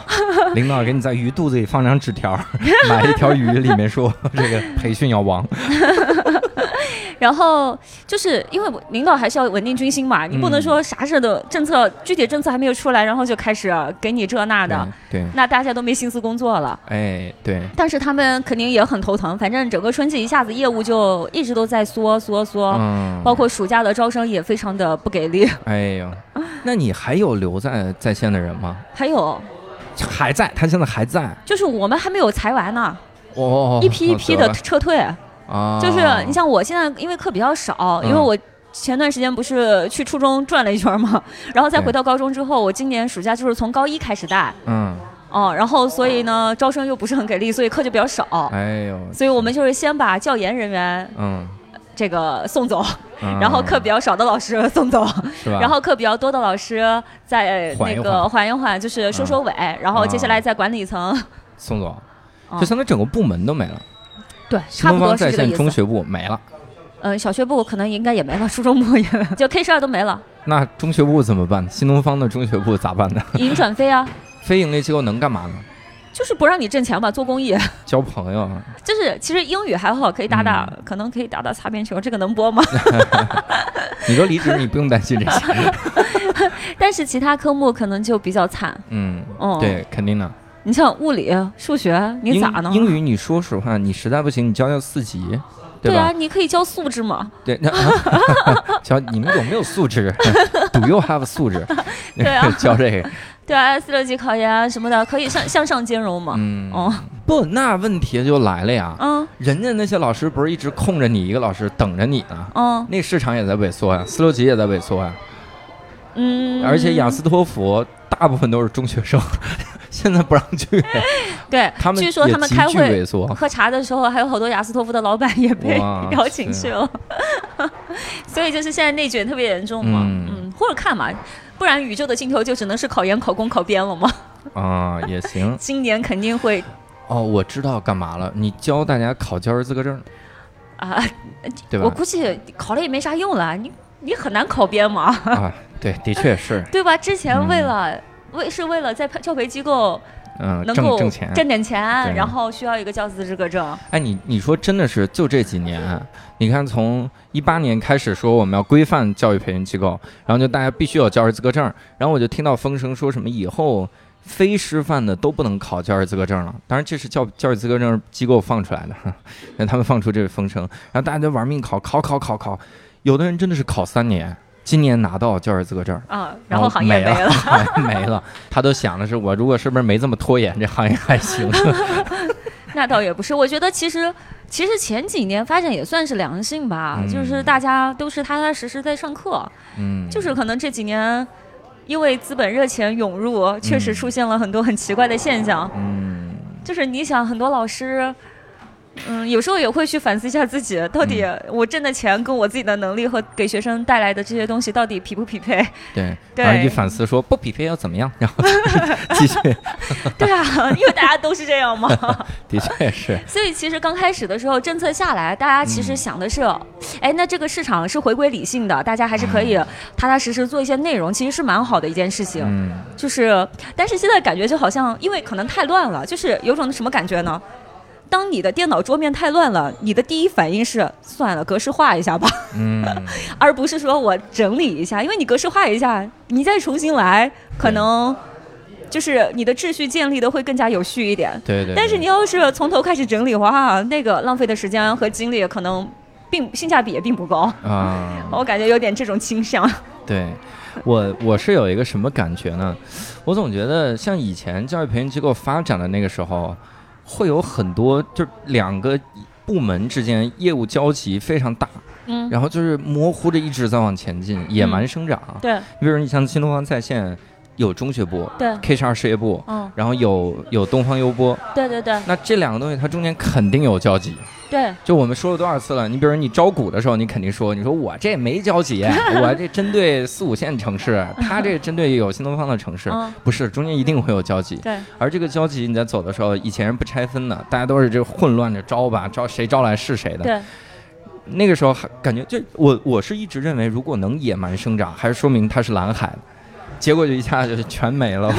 C: 领导给你在鱼肚子里放张纸条， 买一条鱼，里面说这个培训要亡。
D: 然后就是因为我领导还是要稳定军心嘛，你
C: 嗯
D: 不能说啥事儿都政策具体政策还没有出来，然后就开始给你这那的，
C: 对，对，
D: 那大家都没心思工作了。
C: 哎，对，
D: 但是他们肯定也很头疼，反正整个春季一下子业务就一直都在缩缩缩，
C: 嗯，
D: 哦包括暑假的招生也非常的不给力。
C: 哎呦，那你还有留在在线的人吗？
D: 还有
C: 还在，他现在还在。
D: 就是我们还没有裁完呢，
C: 哦，
D: 一批一批的
C: 得了
D: 撤退。
C: 啊，
D: 就是你像我现在因为课比较少，因为
C: 嗯
D: 我前段时间不是去初中转了一圈嘛， 然后再
C: 对
D: 回到高中之后，我今年暑假就是从高一开始带，
C: 嗯，
D: 哦，然后所以呢招生又不是很给力，所以课就比较少。
C: 哎呦，
D: 所以我们就是先把教研人员
C: 嗯，
D: 这个送走，
C: 嗯
D: 然后课比较少的老师送走，
C: 是吧？
D: 然后课比较多的老师再
C: 缓一嗯
D: 那个缓一缓，就是收收尾，然后接下来在管理层，
C: 宋总，
D: 嗯
C: 就相当于整个部门都没了，
D: 对，
C: 新
D: 差不
C: 东
D: 多
C: 方
D: 是
C: 在
D: 这个
C: 线
D: 意
C: 中
D: 思。
C: 学部没了。
D: 嗯，小学部可能应该也没了，初中部也没了， 就 K 十二都没了，
C: 那中学部怎么办？新东方的中学部咋办 呢？
D: 营转非啊，
C: 非盈利机构能干嘛呢？
D: 就是不让你挣钱嘛，做公益。
C: 交朋友啊，
D: 就是其实英语还好，可以打打，
C: 嗯
D: 可能可以打打擦边球，这个 能播吗？
C: 你都离职，你不用担心这 些。
D: 但是其他科目可能就比较惨。
C: 嗯，
D: 哦，，
C: 对，肯定的。
D: 你像物理、数学，你
C: 英
D: 咋啊呢？
C: 英语，你说实话，你实在不行，你教教四级，
D: 对啊，
C: 吧？
D: 你可以教素质嘛。
C: 对，那 教你们有没有素质 ？Do you have 素质？
D: 对啊
C: 教这个。
D: 对啊，四六级考研什么的，可以向向上兼容嘛。
C: 嗯，
D: 哦，
C: 不，那问题就来了呀。
D: 嗯
C: 人家那些老师不是一直空着你一个老师等着你呢？
D: 嗯
C: 那市场也在萎缩呀，四六级也在萎缩呀，
D: 嗯，
C: 而且雅思托福大部分都是中学生， 现在不让 去，
D: 对，
C: 他们
D: 据说
C: 也
D: 他们
C: 急
D: 开
C: 剧
D: 会
C: 萎缩。
D: 喝茶的时候，还有好多雅思托福的老板也被
C: 哇
D: 邀请
C: 是啊
D: 去了， 所以就是现在内卷特别严重嘛，
C: 嗯
D: 嗯，或者看嘛，不然宇宙的尽头就只能是考研、考公、考编了嘛。
C: 啊、也行。
D: 今年肯定会
C: 哦，我知道干嘛了，你教大家考教师资格证，
D: 啊，
C: 对
D: 我
C: 吧？
D: 估计考了也没啥用了，你你很难考编嘛，
C: 啊，对，的确是，
D: 对吧？之前
C: 嗯
D: 为了。为是为了在教培机构
C: 嗯，
D: 能
C: 挣
D: 够
C: 挣钱。
D: 挣点钱，
C: 对
D: 然后需要一个教资资格证，啊
C: 哎，你你说真的是，就这几年，啊你看从一八年开始说我们要规范教育培训机构，然后就大家必须有教师资格证，然后我就听到风声说什么以后非师范的都不能考教师资格证了。当然这是教教育资格证机构放出来的， 让他们放出这个风声，然后大家就玩命考，考考考考，有的人真的是考三年，今年拿到教师资格证。
D: 啊，然后行业
C: 没
D: 没
C: 了，哎 没了。他都想的是，我如果是不是没这么拖延，这行业还 行。
D: 那倒也不是，我觉得其实其实前几年发展也算是良性吧，
C: 嗯
D: 就是大家都是踏踏实实在上课，
C: 嗯，
D: 就是可能这几年因为资本热钱涌入，确实
C: 嗯
D: 出现了很多很奇怪的现象。
C: 嗯。
D: 就是你想，很多老师。嗯，有时候也会去反思一下自己，到底
C: 嗯
D: 我挣的钱跟我自己的能力和给学生带来的这些东西到底匹不匹配？
C: 对，
D: 对
C: 然后一反思说不匹配要怎么样，然 后继续，
D: 对啊，因为大家都是这样嘛。
C: 的确是，
D: 所以其实刚开始的时候，政策下来，大家其实想的是，哎、那这个市场是回归理性的，大家还是可以踏踏实实做一些内容，其实是蛮好的一件事情。
C: 嗯，
D: 就是，但是现在感觉就好像，因为可能太乱了，就是有种什么感觉呢？当你的电脑桌面太乱了，你的第一反应是算了，格式化一下吧，
C: 嗯，
D: 而不是说我整理一下，因为你格式化一下，你再重新来，可能就是你的秩序建立的会更加有序一点。
C: 对对。
D: 但是你要是从头开始整理的话，那个浪费的时间和精力可能并性价比也并不高。
C: 啊、
D: 我感觉有点这种倾向。
C: 对，我我是有一个什么感觉呢？我总觉得像以前教育培训机构发展的那个时候，会有很多就是两个部门之间业务交集非常大，
D: 嗯，
C: 然后就是模糊着一直在往前进，野蛮生长。
D: 对
C: 比如你像新东方在线有中学部
D: 对，
C: K 十二事业部，
D: 嗯，
C: 然后有有东方优播，
D: 对对对
C: 那这两个东西它中间肯定有交集。
D: 对
C: 就我们说了多少次了？你比如你招股的时候，你肯定说，你说我这没交集， 我这针对四五线城市，他这针对有新东方的城市，
D: 嗯
C: 不是中间一定会有交集。
D: 对，
C: 而这个交集你在走的时候，以前是不拆分的，大家都是这混乱着招吧，招谁招来是谁的。
D: 对，
C: 那个时候还感觉就我我是一直认为，如果能野蛮生长，还是说明它是蓝海的。结果就一下就全没 了，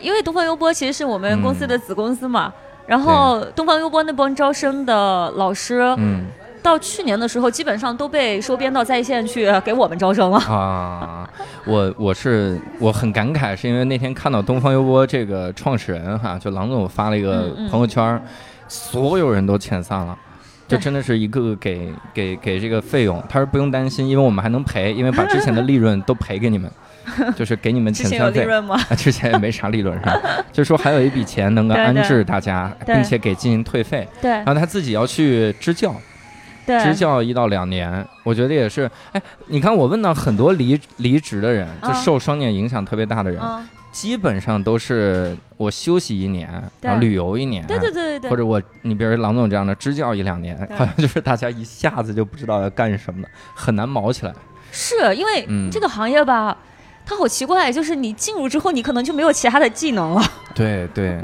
D: 因为东方优播其实是我们公司
C: 嗯
D: 的子公司嘛。然后东方优播那帮招生的老师，
C: 嗯
D: 到去年的时候基本上都被收编到在线去给我们招生了。
C: 啊，我我是我很感慨，是因为那天看到东方优播这个创始人哈，就郎总发了一个
D: 嗯嗯
C: 朋友圈，所有人都遣散了。就
D: 对
C: 真的是一个个给给给这个费用，他说不用担心，因为我们还能赔，因为把之前的利润都赔给你 们，就是给你们
D: 之
C: 遣
D: 前有
C: 散
D: 利
C: 费。
D: 润吗？
C: 啊，之前也没啥利润是吧？就说还有一笔钱能够
D: 对
C: 安
D: 对
C: 置大家，
D: 对
C: 并且给进行退费，
D: 对
C: 然后他自己要去支教，
D: 对
C: 支教一到两年，我觉得也是。哎，你看我问到很多离离职的人，就
D: 嗯
C: 受双减影响特别大的人，
D: 嗯，
C: 基本上都是我休息一年，
D: 对
C: 然后旅游一年，
D: 对对对对
C: 或
D: 对，
C: 者我你比如郎总这样的支教一两年，
D: 对
C: 好像就是大家一下子就不知道要干什么了，很难毛起来。
D: 是因为
C: 嗯
D: 这个行业吧。它好奇怪，就是你进入之后，你可能就没有其他的技能了。
C: 对对，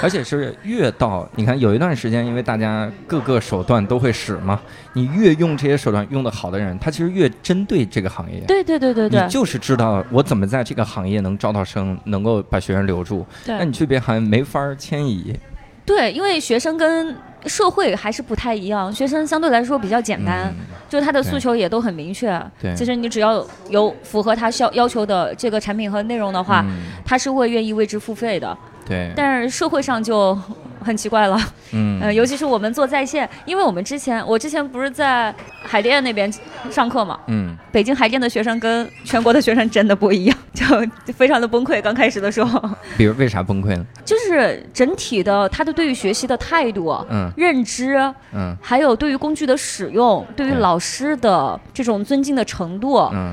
C: 而且是越到你看有一段时间，因为大家各个手段都会使嘛，你越用这些手段用得好的人，他其实越针对这个行业。
D: 对对对对对
C: 你，就是知道我怎么在这个行业能招到生，能够把学生留住。
D: 对
C: 那你去别行业没法儿迁移。
D: 对，因为学生跟社会还是不太一样，学生相对来说比较简单，
C: 嗯
D: 就是他的
C: 对
D: 诉求也都很明确。
C: 对
D: 其实你只要有符合他需要要求的这个产品和内容的话，
C: 嗯
D: 他是会愿意为之付费的。
C: 对，
D: 但是社会上就很奇怪了，
C: 嗯
D: 呃，尤其是我们做在线，因为我们之前我之前不是在海淀那边上课嘛，
C: 嗯，
D: 北京海淀的学生跟全国的学生真的不一样，就就非常的崩溃。刚开始的时候，
C: 比如为啥崩溃呢？
D: 就是整体的他的对于学习的态度、啊
C: 嗯
D: 认知，
C: 嗯
D: 还有对于工具的使用，对于
C: 对
D: 老师的这种尊敬的程度，
C: 嗯。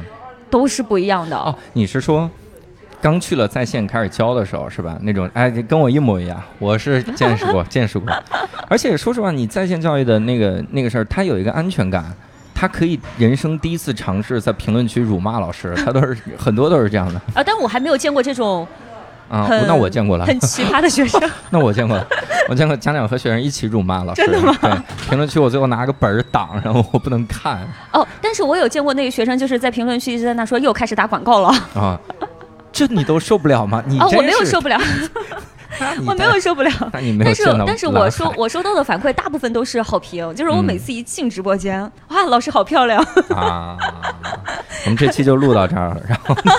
D: 都是不一样的。
C: 哦，你是说刚去了在线开始教的时候是吧？那种哎，跟我一模一样，我是见识 过，见识过。而且说实话，你在线教育的那个那个事儿，它有一个安全感。他可以人生第一次尝试在评论区辱骂老师，他都是很多都是这样的
D: 啊，但我还没有见过这种
C: 啊。
D: 很
C: 那我见过了，
D: 很奇葩的 学生。
C: 那我见过了，我见过家长和学生一起辱骂老师。
D: 真的吗
C: 对，评论区我最后拿个本儿挡，然后我不能看
D: 哦，但是我有见过那个学生，就是在评论区一直在那说又开始打广告了。
C: 啊。这你都受不了吗？你
D: 啊，
C: 真
D: 我没有
C: 是
D: 受，不了，
C: 那你
D: 我没有受不了。
C: 那你没有
D: 但是
C: 见到
D: 但是
C: 老
D: 我
C: 师
D: 收我收到的反馈大部分都是好评，就是
C: 嗯
D: 我每次一进直播间，哇，老师好漂亮，
C: 啊，我们这期就录到这儿了。然后呢，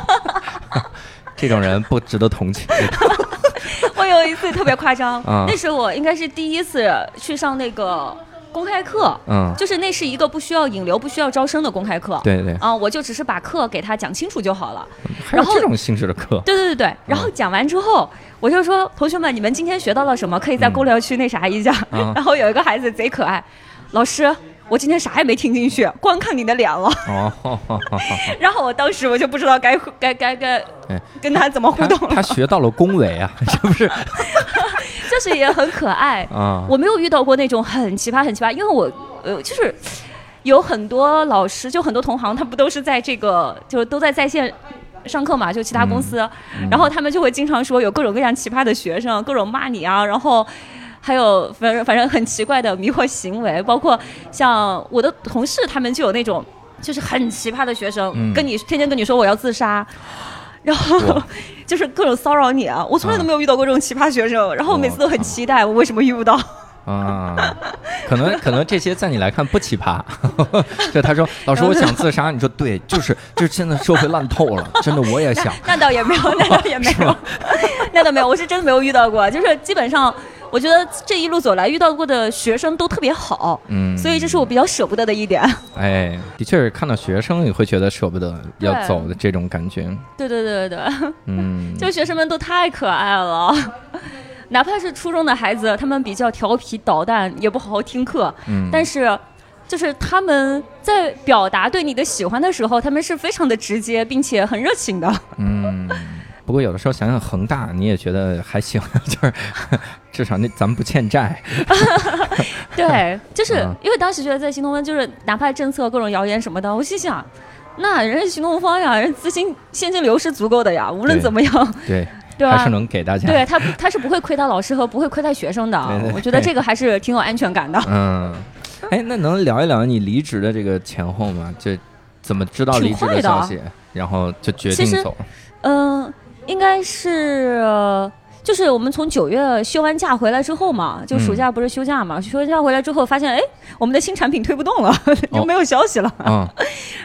C: 这种人不值得同 情。
D: 我有一次特别夸张，
C: 啊
D: 那是我应该是第一次去上那个公开课，
C: 嗯，
D: 就是那是一个不需要引流、不需要招生的公开课。
C: 对对，
D: 啊，我就只是把课给他讲清楚就好了。
C: 还有
D: 然后
C: 这种性质的课，
D: 对对对对，然后
C: 嗯
D: 讲完之后，我就说同学们，你们今天学到了什么？可以在
C: 嗯
D: 公聊区那啥一下。
C: 啊
D: 然后有一个孩子贼可爱，老师，我今天啥也没听进去，光看你的脸了。
C: 哦，哈哈哈哈
D: 然后我当时我就不知道该该该该
C: 哎
D: 跟他怎么互
C: 他
D: 动
C: 他
D: 了，
C: 学到了恭维 啊，是不是
D: 就是也很可爱。
C: 啊？
D: 我没有遇到过那种很奇葩很奇葩，因为我呃就是有很多老师，就很多同行，他不都是在这个就是都在在线。上课嘛，就其他公司，
C: 嗯
D: 然后他们就会经常说有各种各样奇葩的学生，各种骂你啊，然后还有反正反正很奇怪的迷惑行为，包括像我的同事他们就有那种就是很奇葩的学生，
C: 嗯
D: 跟你天天跟你说我要 自杀，然后
C: 哇
D: 就是各种骚扰你啊，我从来都没有遇到过这种奇葩学生，然后我每次都很期待我为什么遇不到。
C: 啊，可能可能这些在你来看不奇 葩，就他说老师我想自杀，你说对，就是就是现在社会烂透了，真的我也想，
D: 那倒也没有，那倒也没有， 那倒没有，我是真的没有遇到过。就是基本上，我觉得这一路走来遇到过的学生都特别好，
C: 嗯，
D: 所以这是我比较舍不得的一点。
C: 哎，的确是看到学生也会觉得舍不得要
D: 对
C: 走的这种感觉，
D: 对对对对对，
C: 嗯，
D: 就是学生们都太可爱了。 哪怕是初中的孩子，他们比较调皮捣蛋，也不好好听课，
C: 嗯
D: 但是就是他们在表达对你的喜欢的时候，他们是非常的直接，并且很热情的。
C: 嗯，不过有的时候想想恒大，你也觉得还行，就是至少那咱们不欠债。
D: 对，就是
C: 嗯
D: 因为当时觉得在新东方，就是哪怕政策各种谣言什么的，我心想，那人家新东方呀，人资金现金流是足够的呀，无论
C: 对
D: 怎么 样，
C: 对，
D: 对
C: 还是
D: 吧？
C: 能给大家。
D: 对他，他是不会亏待老师和不会亏待学生的
C: 对对。
D: 我觉得这个还是挺有安全感的。
C: 嗯，哎，那能聊一聊你离职的这个前后吗？就怎么知道离职的 消息，然后就决
D: 其
C: 定
D: 实
C: 走？
D: 嗯，应该是。呃就是我们从九月休完假回来之后嘛，就暑
C: 嗯
D: 假不是休假嘛，休假回来之后发现，哎，我们的新产品推不动了，
C: 哦
D: 就没有消息了。
C: 嗯，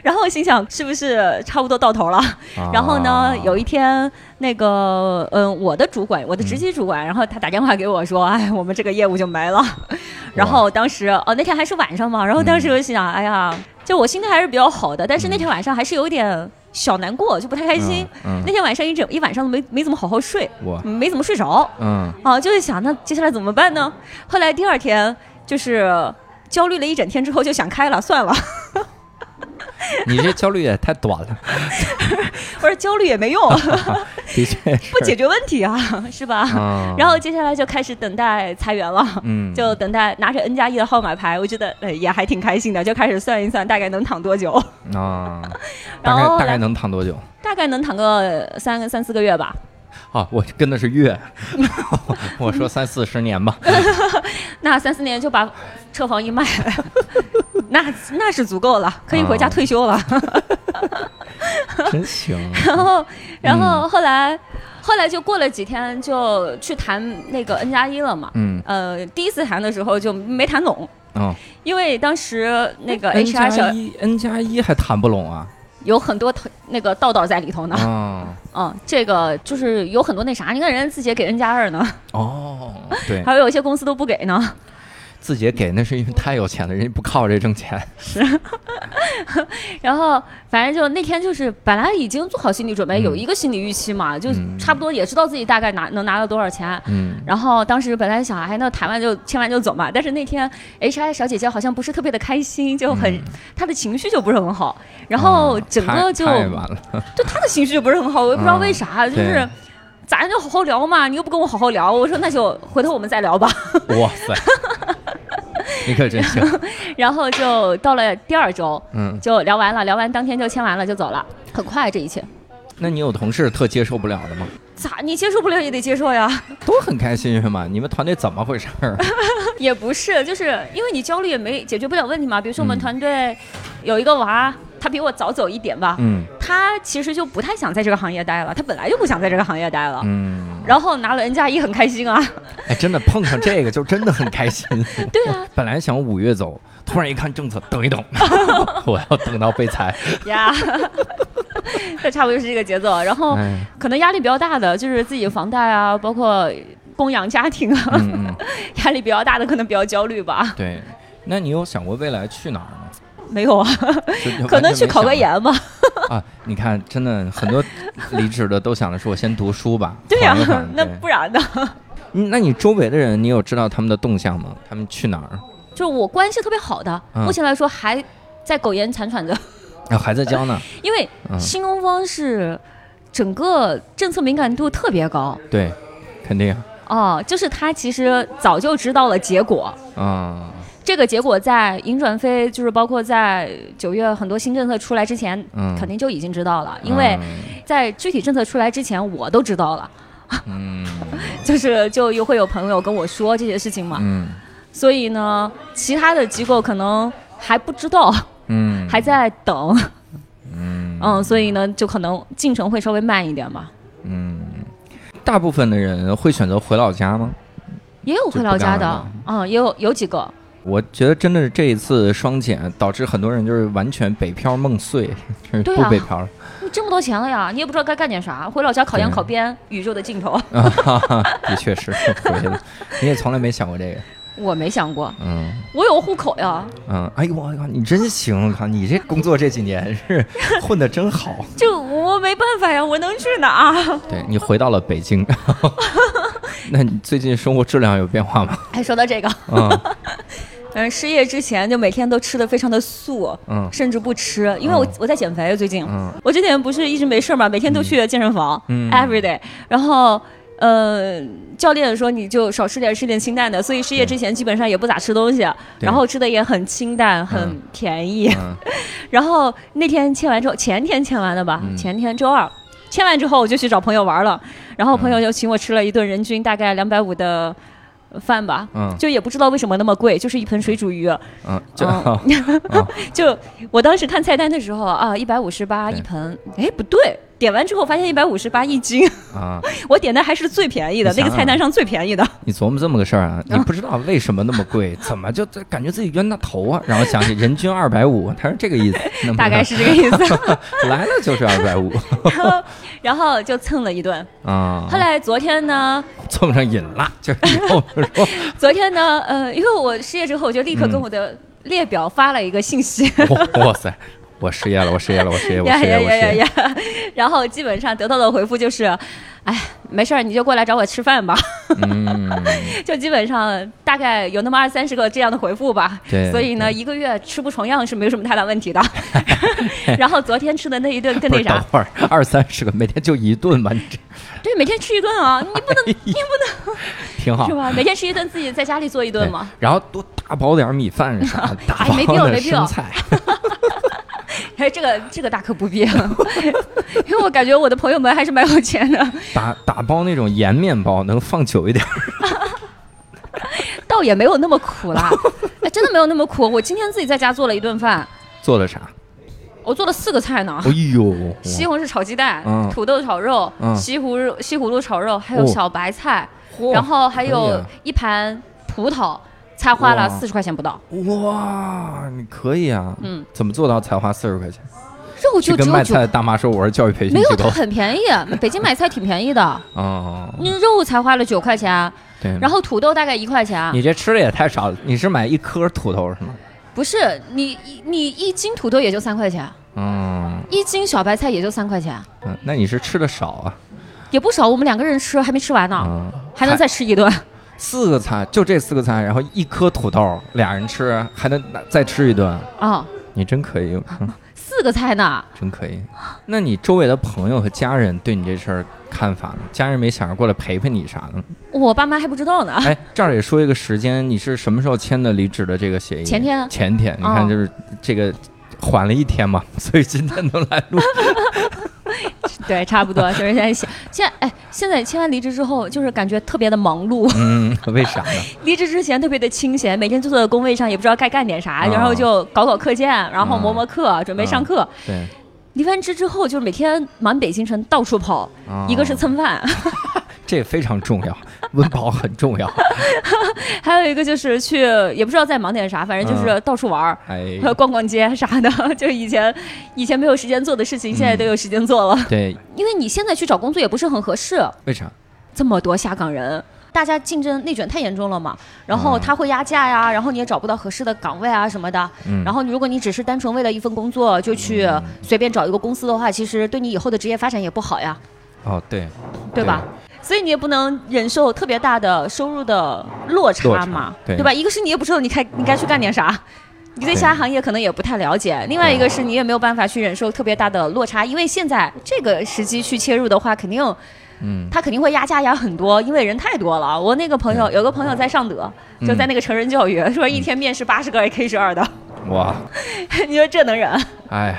D: 然后心想，是不是差不多到头了？
C: 啊
D: 然后呢，有
C: 一
D: 一天，那个，嗯，我的主管，我的直系主管，然后他打电话给我说，哎，我们这个业务就没 了。 然后当时，哦，那天还是晚上嘛，
C: 嗯
D: 然后当时我就想，哎呀，就我心态还是比较好的，但是那天晚上还是有一点小难过，就不太开心。，
C: 嗯
D: 那，天晚上一整一晚上都没没怎么好好睡，
C: 我，
D: 没怎么睡着
C: 嗯
D: 啊，就在想，那接下来怎么办呢？后来第二天就是焦虑了一整天之后，就想开了，算了，
C: 你这焦虑也太短了，
D: 我说焦虑也没用，
C: 的确是
D: 不解决问题啊，是吧？
C: 啊。
D: 然后接下来就开始等待裁员了，
C: 嗯，
D: 就等待拿着 N 加一的号码牌，我觉得呃也还挺开心的，就开始算一算大概能躺多 久，
C: 啊，大
D: 然后
C: 概
D: 后
C: 大概
D: 来
C: 能躺多久？
D: 大概能躺个三三四个月吧。
C: 啊，我跟的是 月，我说三四十年吧，
D: 那三四年就把车房一卖， 那那是足够了，可以
C: 啊
D: 回家退休了。
C: 真行。
D: 然
C: 嗯
D: 后，然后后来，后来就过了几天，就去谈那个 N 加一了嘛。
C: 嗯，
D: 呃，第一次谈的时候就没谈拢，
C: 哦
D: 因为当时那个
C: ，N
D: HR
C: 加
D: 小
C: 一 N 加一还谈不拢啊？
D: 有很多头那个道道在里头呢。
C: 啊，
D: 嗯，这个就是有很多那啥，你看人家字节给 N 加二呢，
C: 哦，对，
D: 还有一些公司都不给呢。
C: 自己给那是因为太有钱了，人家不靠这挣钱。
D: 然后反正就那天就是本来已经做好心理准
C: 嗯
D: 备，有一个心理预期嘛，就
C: 嗯
D: 差不多也知道自己大概拿能拿到多少钱。
C: 嗯，
D: 然后当时本来想，哎，那谈完就签完就走嘛。但是那天 H I 小姐姐好像不是特别的开心，就
C: 嗯
D: 很、她的情绪就不是很好，然后
C: 啊
D: 整
C: 太
D: 个就、
C: 太晚了，
D: 就她的情绪就不是很好，我也不知道为啥，就是
C: 哦对
D: 咱就好好聊嘛，你又不跟我好好聊，我说那就回头我们再聊吧。
C: 哇 塞，你可真行，
D: 然后就到了第二周，
C: 嗯，
D: 就聊完了，聊完当天就签完了就走了，很快这一切。
C: 那你有同事特接受不了的吗？
D: 咋？你接受不了也得接受呀，
C: 都很开心是吗？你们团队怎么回事儿？
D: 也不是，就是因为你焦虑也没解决不了问题嘛。比如说我们
C: 嗯
D: 团队有一个娃，他比我早走一点吧，
C: 嗯
D: 他其实就不太想在这个行业待了，他本来就不想在这个行业待了。
C: 嗯，
D: 然后拿了 N 加一很 开心啊，
C: 哎，真的碰上这个就真的很开心。
D: 对啊
C: 本来想五月走，突然一看政策，等 一等，我要等到被裁。
D: 呀， 这差不多就是这个节奏。然后
C: 哎，
D: 可能压力比较大的就是自己房贷啊，包括供养家庭啊，
C: 嗯嗯，
D: 压力比较大的可能比较焦虑吧。
C: 对。那你有想过未来去哪儿吗？
D: 没有啊，
C: 就就
D: 可
C: 完全
D: 能
C: 没
D: 去考
C: 想
D: 个
C: 过
D: 研吧。
C: 啊！你看，真的很多离职的都想着说，我先读书吧。
D: 对呀、
C: 缓一缓
D: 那
C: 对
D: 不然呢？
C: 嗯那你周围的人，你有知道他们的动向吗？他们去哪儿？
D: 就是我关系特别好的，
C: 嗯
D: 目前来说还在苟延残喘着，
C: 啊，还在教呢？
D: 因为
C: 嗯
D: 新东方是整个政策敏感度特别高
C: 对，肯定
D: 哦，就是他其实早就知道了结果。
C: 啊。
D: 这个结果在银转非，就是包括在九月很多新政策出来之前，
C: 嗯
D: 肯定就已经知道了，因为在具体政策出来之前，我都知道了，
C: 嗯
D: 就是就又会有朋友跟我说这些事情嘛，
C: 嗯
D: 所以呢，其他的机构可能还不知道，
C: 嗯，
D: 还在等，
C: 嗯
D: 嗯，所以呢，就可能进程会稍微慢一点吧。
C: 嗯，大部分的人会选择回老家吗？
D: 也有回老家
C: 就不干
D: 的
C: 了，
D: 嗯，也有有几个，
C: 我觉得真的是这一次双减，导致很多人就是完全北漂梦碎，就是
D: 对
C: 不
D: 啊
C: 北漂了。
D: 你挣不到钱了呀，你也不知道该干点啥，回老家考研
C: 对
D: 考编，宇宙的尽头，
C: 啊哈哈，的确 是回去了。你也从来没想过这个，
D: 我没想过，
C: 嗯
D: 我有户口呀，
C: 嗯。哎呦我靠，你真行！我靠，你这工作这几年是混的真好。
D: 就我没办法呀，我能去哪儿？
C: 对你回到了北 京，那你最近生活质量有变化 吗？
D: 哎，说到这个，
C: 嗯
D: 嗯，失业之前就每天都吃的非常的素，
C: 嗯
D: 甚至不吃，因为我、我在减肥啊最近，
C: 嗯
D: 我之前不是一直没事儿嘛，每天都去健身房、
C: 嗯
D: e v e r y day，然后。呃，教练说你就少吃点，吃点清淡的。所以失业之前基本上也不咋吃东西，
C: 对
D: 然后吃的也很清淡，很便宜。
C: 嗯
D: 然后那天签完之后，前天签完的吧，
C: 嗯
D: 前天周二签完之后，我就去找朋友玩了，然后朋
C: 嗯
D: 友就请我吃了一顿人均大概两百五的呃饭吧。
C: 嗯
D: 就也不知道为什么那么贵，就是一盆水煮鱼。
C: 嗯，这
D: 嗯就我当时看菜单的时候啊，一百五十八
C: 对
D: 一盆，哎不对，点完之后发现一百五十八一斤，
C: 啊，
D: 我点的还是最便宜的
C: 你想
D: 那个
C: 想
D: 菜单上最便宜的。
C: 你琢磨这么个事儿啊，
D: 哦
C: 你不知道为什么那么贵，怎么就感觉自己冤大头啊？然后想起人均二百五，他是这个意思，能不
D: 大概
C: 能
D: 是这个意思，
C: 来了就是二 百五
D: 然后 然后就蹭了一顿。
C: 啊，
D: 后来昨天呢，
C: 蹭上瘾 了，就是以后就说
D: 昨天呢，呃，因为我失业之后，我就立刻跟我的列表发了一个信 息，
C: 哇哇塞，我失业了，我失业了，我失业，我
D: 呀
C: 失业，
D: 呀
C: 我
D: 呀呀
C: 失业，
D: 呀！ 然后基本上得到的回复就是，哎，没事儿，你就过来找我吃饭吧。
C: 嗯，
D: 就基本上大概有那么二三十个这样的回复吧。
C: 对
D: 所以呢，
C: 对
D: 一个月吃不重样是没有什么太大问题 的。 然后昨天吃的那一顿跟
C: 不
D: 那
C: 是等
D: 啥，
C: 会儿二三十个，每天就一顿吧，你这
D: 对，每天吃一顿啊，你不 能
C: 挺好哎
D: 是。吧？每天吃一顿，自己在家里做一顿
C: 对
D: 嘛。
C: 然后多大煲点米饭啥的，大
D: 哎没必
C: 煲
D: 要
C: 点
D: 没必要
C: 生菜，
D: 哎，这个这个大可不必了， 因为我感觉我的朋友们还是蛮有钱 的，
C: 打打包那种盐面包，能放久一点。
D: 倒也没有那么苦啦，哎，真的没有那么苦。我今天自己在家做了一顿饭，
C: 做的 啥？
D: 我做了四个菜呢。
C: 哎呦，
D: 西红柿炒鸡蛋、
C: 嗯
D: 土豆炒肉、
C: 嗯
D: 西葫芦西葫芦炒肉，还有
C: 哦
D: 小白菜，
C: 嚯
D: 然后还
C: 可以
D: 有
C: 啊
D: 一盘葡萄，才花了
C: 哇
D: 四十块钱不到。
C: 哇，你可以啊，
D: 嗯，
C: 怎么做到才花四十块钱？
D: 肉
C: 去
D: 就
C: 跟
D: 只
C: 卖
D: 有九
C: 菜，的大妈说我是教育培训
D: 没有
C: 机
D: 它
C: 构。
D: 很便宜，北京买菜挺便 宜的，
C: 哦，
D: 嗯，肉才花了九块钱，
C: 对。
D: 然后土豆大概一块钱。
C: 嗯你这吃的也太少了，你是买一颗土豆是吗？
D: 不是你你你一斤土豆也就三块钱，
C: 嗯，
D: 一斤小白菜也就三块钱，
C: 嗯那你是吃的少啊。
D: 也不少。我们两个人吃还没吃完呢，
C: 嗯，
D: 还能再吃一顿。
C: 四个菜，就这四个菜，然后一颗土豆，俩人吃，还能再吃一顿，
D: 啊、
C: 你真可以，嗯
D: 四个菜呢，
C: 真可以。那你周围的朋友和家人对你这事儿看法呢？家人没想着过来陪陪你啥的吗？
D: 我爸妈还不知道呢。
C: 哎，这儿也说一个时间，你是什么时候签的离职的这个协议？
D: 前天啊
C: 前天，你看
D: 哦
C: 就是这个缓了一天嘛， 所以今天能来 录。
D: 对，差不多就是现在想，现在哎，现在签完离职之后，就是感觉特别的忙碌。
C: 嗯，为啥呢？
D: 离职之前特别的清闲，每天坐在工位上也不知道该干点啥，
C: 啊
D: 然后就搞搞课件，然后磨磨课，准备上课。
C: 对，
D: 离完职之后，就是每天满北京城到处跑，
C: 哦
D: 一个是蹭饭，
C: 这非常重要，温饱很重 要。
D: 还有一个就是去，也不知道在忙点啥，反正就是到处玩儿。
C: 啊哎，
D: 还有逛逛街啥的， 就以前以前没有时间做的事情，现
C: 嗯
D: 在都有时间做了。
C: 对，
D: 因为你现在去找工作也不是很合适，
C: 为啥？
D: 这么多下岗人，大家竞争内卷太严重了嘛。然后
C: 嗯
D: 他会压价呀，然后你也找不到合适的岗位啊什么的。
C: 嗯
D: 然后你如果你只是单纯为了一份工作就去随便找一个公司的话，其实对你以后的职业发展也不好呀，
C: 哦，对，
D: 对吧？所以你也不能忍受特别大的收入的落
C: 落
D: 差
C: 差
D: 嘛，
C: 对
D: 吧？一个是你也不知道你该你该去干点啥，你对其他
C: 对
D: 行业可能也不太了解；另外一个是你也没有办法去忍受特别大的落差，因为现在这个时机去切入的话，肯定
C: 嗯，
D: 他肯定会压价压很多，因为人太多了。我那个朋友有个朋友在上德，
C: 嗯
D: 就在那个成人教育，说一天面试八十个 AK 十二的，
C: 哇，
D: 你说这能忍？
C: 哎呀，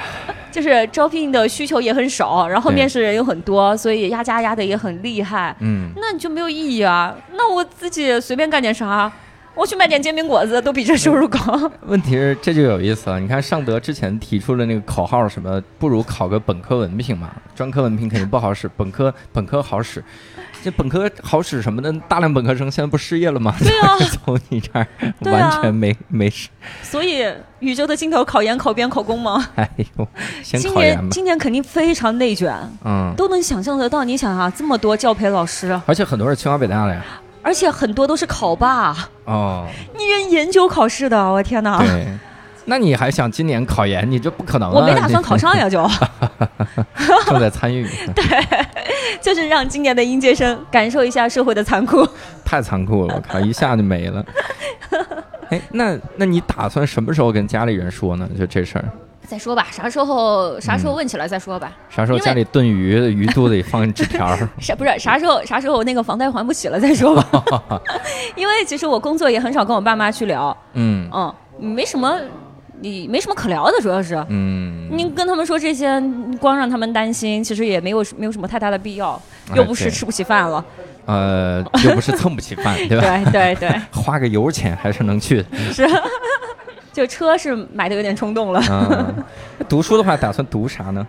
D: 就是招聘的需求也很少，然后
C: 对
D: 面试人又很多，所以压价压的也很厉害，
C: 嗯，
D: 那你就没有意义啊。那我自己随便干点啥，我去卖点煎饼果子都比这收入高。
C: 问题是这就有意思了。你看尚德之前提出的那个口号，什么不如考个本科文凭嘛，专科文凭肯定不好使，本科本科好使。这本科好使什么的，大量本科生现在不失业了吗？
D: 对 啊
C: 从你这儿
D: 对啊
C: 完全没、没事。
D: 所以宇宙的尽头，考研、考编、考公吗？
C: 哎呦，先
D: 今
C: 考研
D: 年
C: 吧。
D: 今年肯定非常内卷，
C: 嗯，
D: 都能想象得到。你想啊，这么多教培老师，
C: 而且很多是清华北大的呀。
D: 而且很多都是考霸，
C: 哦，
D: 你人研究考试的，我天哪！
C: 对。那你还想今年考研？你这不可能、啊！
D: 我没打算考上 呀，就
C: 你， 正在参 与，
D: 就是让今年的应届生感受一下社会的残酷。
C: 太残酷了！我靠，一下就没 了。哎，那那你打算什么时候跟家里人说呢？就这事儿，
D: 再说吧，啥时候啥
C: 嗯
D: 时候问起来再说吧。
C: 啥时候
D: 因为
C: 家里炖鱼，鱼肚子里放纸条 儿？
D: 啥不是啥时候啥时候那个房贷还不起了再说吧。 因为其实我工作也很少跟我爸妈去聊，
C: 嗯
D: 嗯，没什么，你没什么可聊的，主要是。
C: 嗯，
D: 您跟他们说这些，光让他们担心，其实也没有没有什么太大的必要，又不是
C: 哎对
D: 吃不起饭了。
C: 呃，又不是蹭不起饭， 对吧？
D: 对对对，
C: 花个油钱还是能 去的。
D: 是，就车是买的有点冲动了。
C: 嗯，读书的话，打算读啥呢？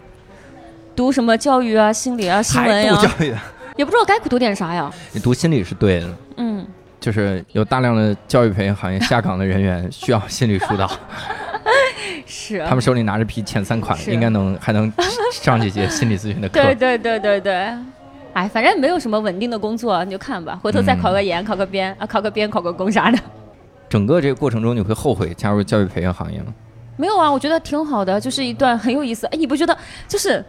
D: 读什么教育啊、心理啊、新闻呀、
C: 还读教育的，
D: 也不知道该读点啥呀。
C: 你读心理是对的，
D: 嗯，
C: 就是有大量的教育培训行业下岗的人员需要心理疏导，
D: 是。
C: 他们手里拿着批前三款，
D: 是
C: 应该能还能上几节心理咨询的课。
D: 对对对对对，哎，反正没有什么稳定的工作，你就看吧，回头再考个研、考个编啊，考个编、考个公啥的。
C: 整个这个过程中，你会后悔加入教育培训行业吗？
D: 没有啊，我觉得挺好的，就是一段很有意思。哎，你不觉得就是？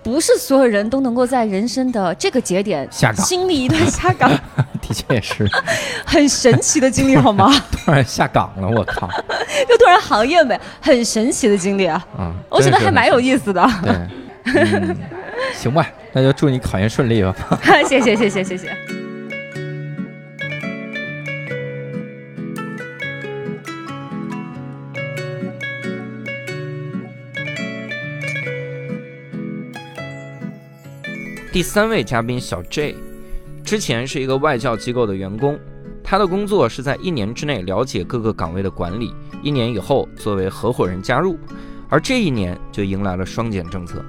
D: 不是所有人都能够在人生的这个节点
C: 下岗
D: 经历一段下岗，
C: 的确也是，
D: 很神奇的经历好吗？
C: 突然下岗了，我靠！
D: 就突然行业美，很神奇的经历啊，
C: 啊，
D: 我觉
C: 真
D: 得
C: 是
D: 还蛮有意思的。
C: 对。嗯，行吧，那就祝你考研顺利吧。
D: 谢谢谢谢谢谢。
A: 第三位嘉宾小 J，之前是一个外教机构的员工，他的工作是在一年之内了解各个岗位的管理，一年以后作为合伙人加入，而这一年就迎来了双减政策。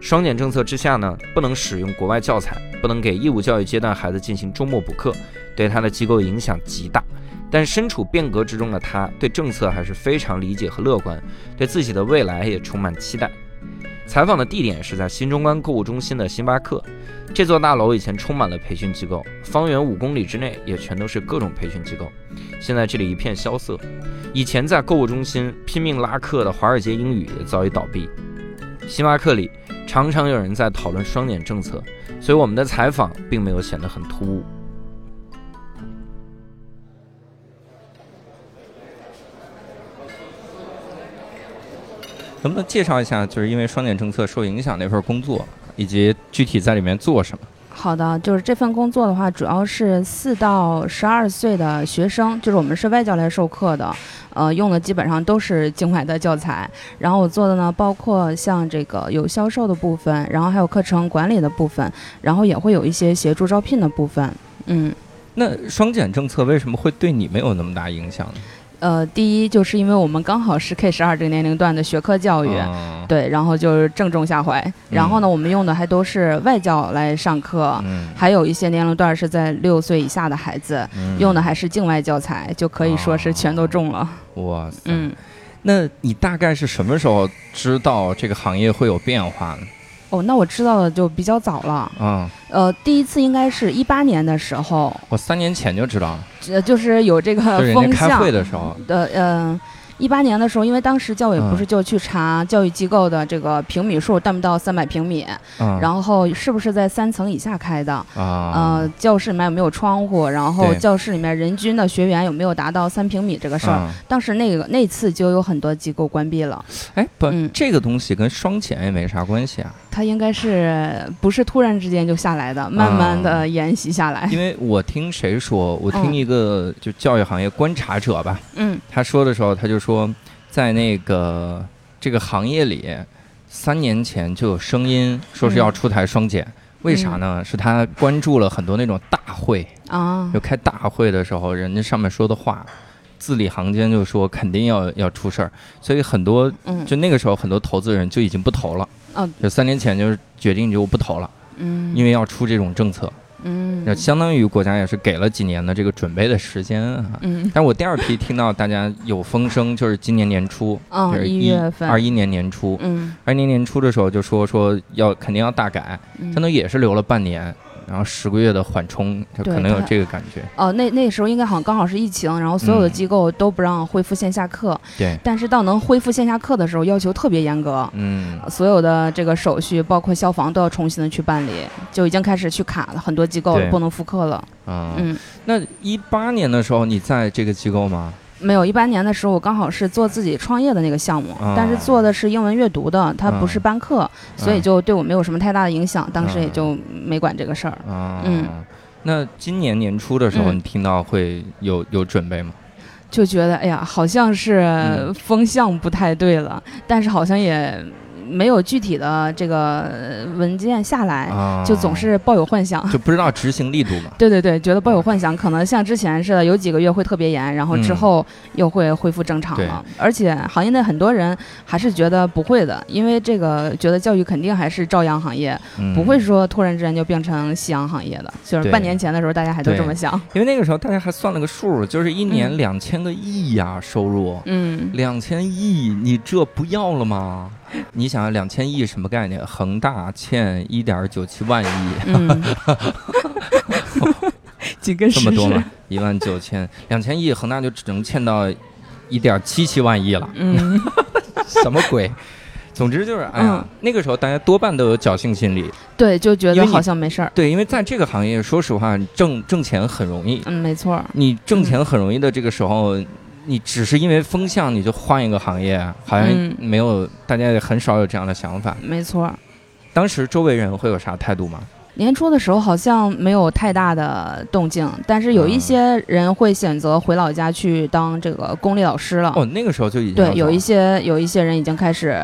A: 双减政策之下呢，不能使用国外教材，不能给义务教育阶段孩子进行周末补课，对他的机构影响极大。但身处变革之中的他，对政策还是非常理解和乐观，对自己的未来也充满期待。采访的地点是在新中关购物中心的星巴克，这座大楼以前充满了培训机构，方圆五公里之内也全都是各种培训机构。现在这里一片萧瑟，以前在购物中心拼命拉客的华尔街英语也早已倒闭。星巴克里常常有人在讨论双减政策，所以我们的采访并没有显得很突兀。
C: 能不能介绍一下，就是因为双减政策受影响那份工作，以及具体在里面做什么？
E: 好的，就是这份工作的话，主要是四到十二岁的学生，就是我们是外教来授课的，呃，用的基本上都是境外的教材。然后我做的呢，包括像这个有销售的部分，然后还有课程管理的部分，然后也会有一些协助招聘的部分。嗯，
C: 那双减政策为什么会对你没有那么大影响呢？
E: 呃，第一就是因为我们刚好是 K 十二这个年龄段的学科教育，
C: 嗯
E: 对，然后就是正中下怀。然后呢，我们用的还都是外教来上课，
C: 嗯
E: 还有一些年龄段是在六岁以下的孩子，
C: 嗯哦
E: 用的还是境外教材，就可以说是全都中了。
C: 哇塞，
E: 嗯，
C: 那你大概是什么时候知道这个行业会有变化呢？
E: 哦，那我知道的就比较早了。
C: 啊，
E: 呃，第一次应该是一八年的时候，
C: 我三年前就知道了，
E: 呃，就是有这个
C: 就是人家
E: 风
C: 开
E: 向
C: 会的时候，
E: 的，呃。一八年的时候，因为当时教委
C: 嗯
E: 不是就去查教育机构的这个平米数达不到三百平米，
C: 嗯，
E: 然后是不是在三层以下开的，
C: 啊，
E: 呃，教室里面有没有窗户，然后
C: 对
E: 教室里面人均的学员有没有达到三平米这个事儿，
C: 嗯
E: 当时那个那次就有很多机构关闭了，
C: 哎，不，
E: 嗯
C: 这个东西跟双减也没啥关系啊，
E: 它应该是不是突然之间就下来的，慢慢的沿袭下来。
C: 啊因为我听谁说，我听
E: 嗯
C: 一个就教育行业观察者吧，
E: 嗯，
C: 他说的时候，他就说，在那个这个行业里，三年前就有声音说
E: 嗯
C: 是要出台双减，为啥呢？是他关注了很多那种大会，
E: 啊
C: 就，开大会的时候，人家上面说的话，字里行间就说肯定要要出事儿，所以很多
E: 嗯
C: 就那个时候很多投资人就已经不投了，
E: 嗯
C: 就三年前就是决定就不投了，
E: 嗯
C: 因为要出这种政策，那
E: 嗯
C: 相当于国家也是给了几年的这个准备的时间啊。
E: 嗯
C: 但我第二批听到大家有风声，就是今年年初，
E: 嗯
C: 就是
E: 一月份
C: 二一年年初，
E: 嗯
C: 二一年年初的时候就说说要肯定要大改，
E: 嗯，
C: 相当于也是留了半年，然后十个月的缓冲，就
E: 对
C: 可能有
E: 它
C: 这个感觉。
E: 哦，那那时候应该好像刚好是疫情，然后所有的
C: 嗯
E: 机构都不让恢复线下课，
C: 对，
E: 但是到能恢复线下课的时候，要求特别严格，
C: 嗯，
E: 所有的这个手续包括消防都要重新的去办理，就已经开始去卡了，很多机构
C: 对
E: 不能复课了。
C: 啊，
E: 嗯，
C: 那一八年的时候你在这个机构吗？
E: 没有，一八年的时候我刚好是做自己创业的那个项目，
C: 啊
E: 但是做的是英文阅读的，它不是班课，所以就对我没有什么太大的影响，当时也就没管这个事儿。
C: 啊，
E: 嗯。
C: 那今年年初的时候，
E: 嗯
C: 你听到会有有准备吗？
E: 就觉得哎呀，好像是
C: 嗯
E: 风向不太对了，但是好像也没有具体的这个呃文件下来，
C: 啊，
E: 就总是抱有幻想。
C: 就不知道执行力度嘛。
E: 对对对，觉得抱有幻想，可能像之前似的，有几个月会特别严，然后之
C: 嗯
E: 后又会恢复正常了。而且行业内很多人还是觉得不会的，因为这个觉得教育肯定还是朝阳行业，
C: 嗯
E: 不会说突然之间就变成夕阳行业的。就是
C: 对
E: 半年前的时候，大家还都
C: 对
E: 这么想。
C: 嗯因为那个时候大家还算了个数，就是一年
E: 嗯
C: 两千个亿呀、收入，
E: 嗯
C: 两千亿，你这不要了吗？你想两千亿什么概念？恒大欠一点九七万 亿，
E: 嗯，几个
C: 这
E: 事
C: 么多
E: 实
C: 吗。？一万九千，两千亿，恒大就只能欠到一点七七万亿了，
E: 嗯，
C: 什么鬼？ 总之就是，哎呀，那个时候大家多半都有侥幸心理，
E: 对，就觉
C: 因
E: 得
C: 为你
E: 好像没事儿。
C: 对，因为在这个行业，说实话，挣挣钱很容易，
E: 嗯，没错儿。
C: 你挣钱很容易的这个时候，你只是因为风向你就换一个行业，好像
E: 嗯
C: 没有、大家也很少有这样的想法。
E: 没错儿，
C: 当时周围人会有啥态度吗？
E: 年初的时候好像没有太大的动静，但是有一
C: 嗯
E: 些人会选择回老家去当这个公立老师了。
C: 哦，那个时候就已经
E: 对
C: 要，
E: 有
C: 走
E: 一些有一些人已经开始，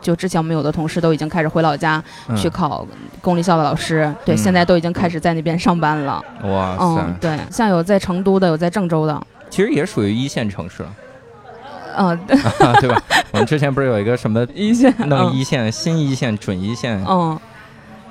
E: 就之前我们有的同事都已经开始回老家
C: 嗯
E: 去考公立校的老师，
C: 嗯
E: 对，现在都已经开始在那边上班了。
C: 哇塞，
E: 嗯，对，像有在成都的，有在郑州的，
C: 其实也属于一线城市了，
E: 嗯，
C: 对吧？我们之前不是有一个什么
E: 一线，
C: 弄
E: 嗯
C: 一线、新一线、准一线，
E: 嗯，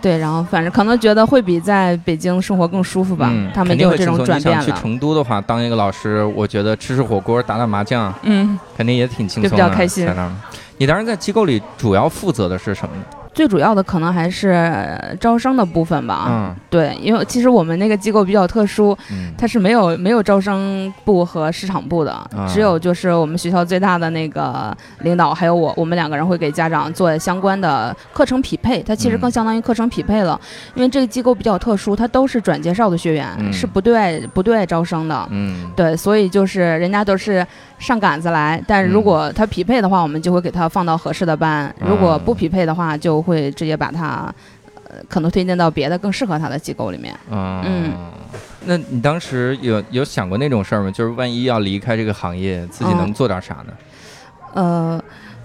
E: 对，然后反正可能觉得会比在北京生活更舒服吧，
C: 嗯
E: 他们
C: 肯
E: 已
C: 定
E: 经
C: 会轻松
E: 有这种转
C: 你想
E: 变
C: 去
E: 了，
C: 成都的话，当一个老师，我觉得吃吃火锅、打打麻将，
E: 嗯，
C: 肯定也挺轻松的，
E: 就比较开心
C: 在那儿你当时在机构里主要负责的是什么呢？
E: 最主要的可能还是呃招生的部分吧，
C: 嗯
E: 对，因为其实我们那个机构比较特殊，
C: 嗯，
E: 它是没有没有招生部和市场部的，
C: 啊
E: 只有就是我们学校最大的那个领导还有我，我们两个人会给家长做相关的课程匹配。它其实
C: 嗯
E: 更相当于课程匹配了，因为这个机构比较特殊，它都是转介绍的学员，
C: 嗯
E: 是不对外不对外招生的。
C: 嗯，
E: 对，所以就是人家都是上杆子来，但
C: 嗯
E: 是如果他匹配的话，我们就会给他放到合适的班；如
C: 嗯
E: 果不匹配的话，就会直接把他，呃，可能推荐到别的更适合他的机构里面。
C: 嗯，那你当时有有想过那种事儿吗？就是万一要离开这个行业，自己
E: 嗯
C: 能做点啥呢？
E: 呃，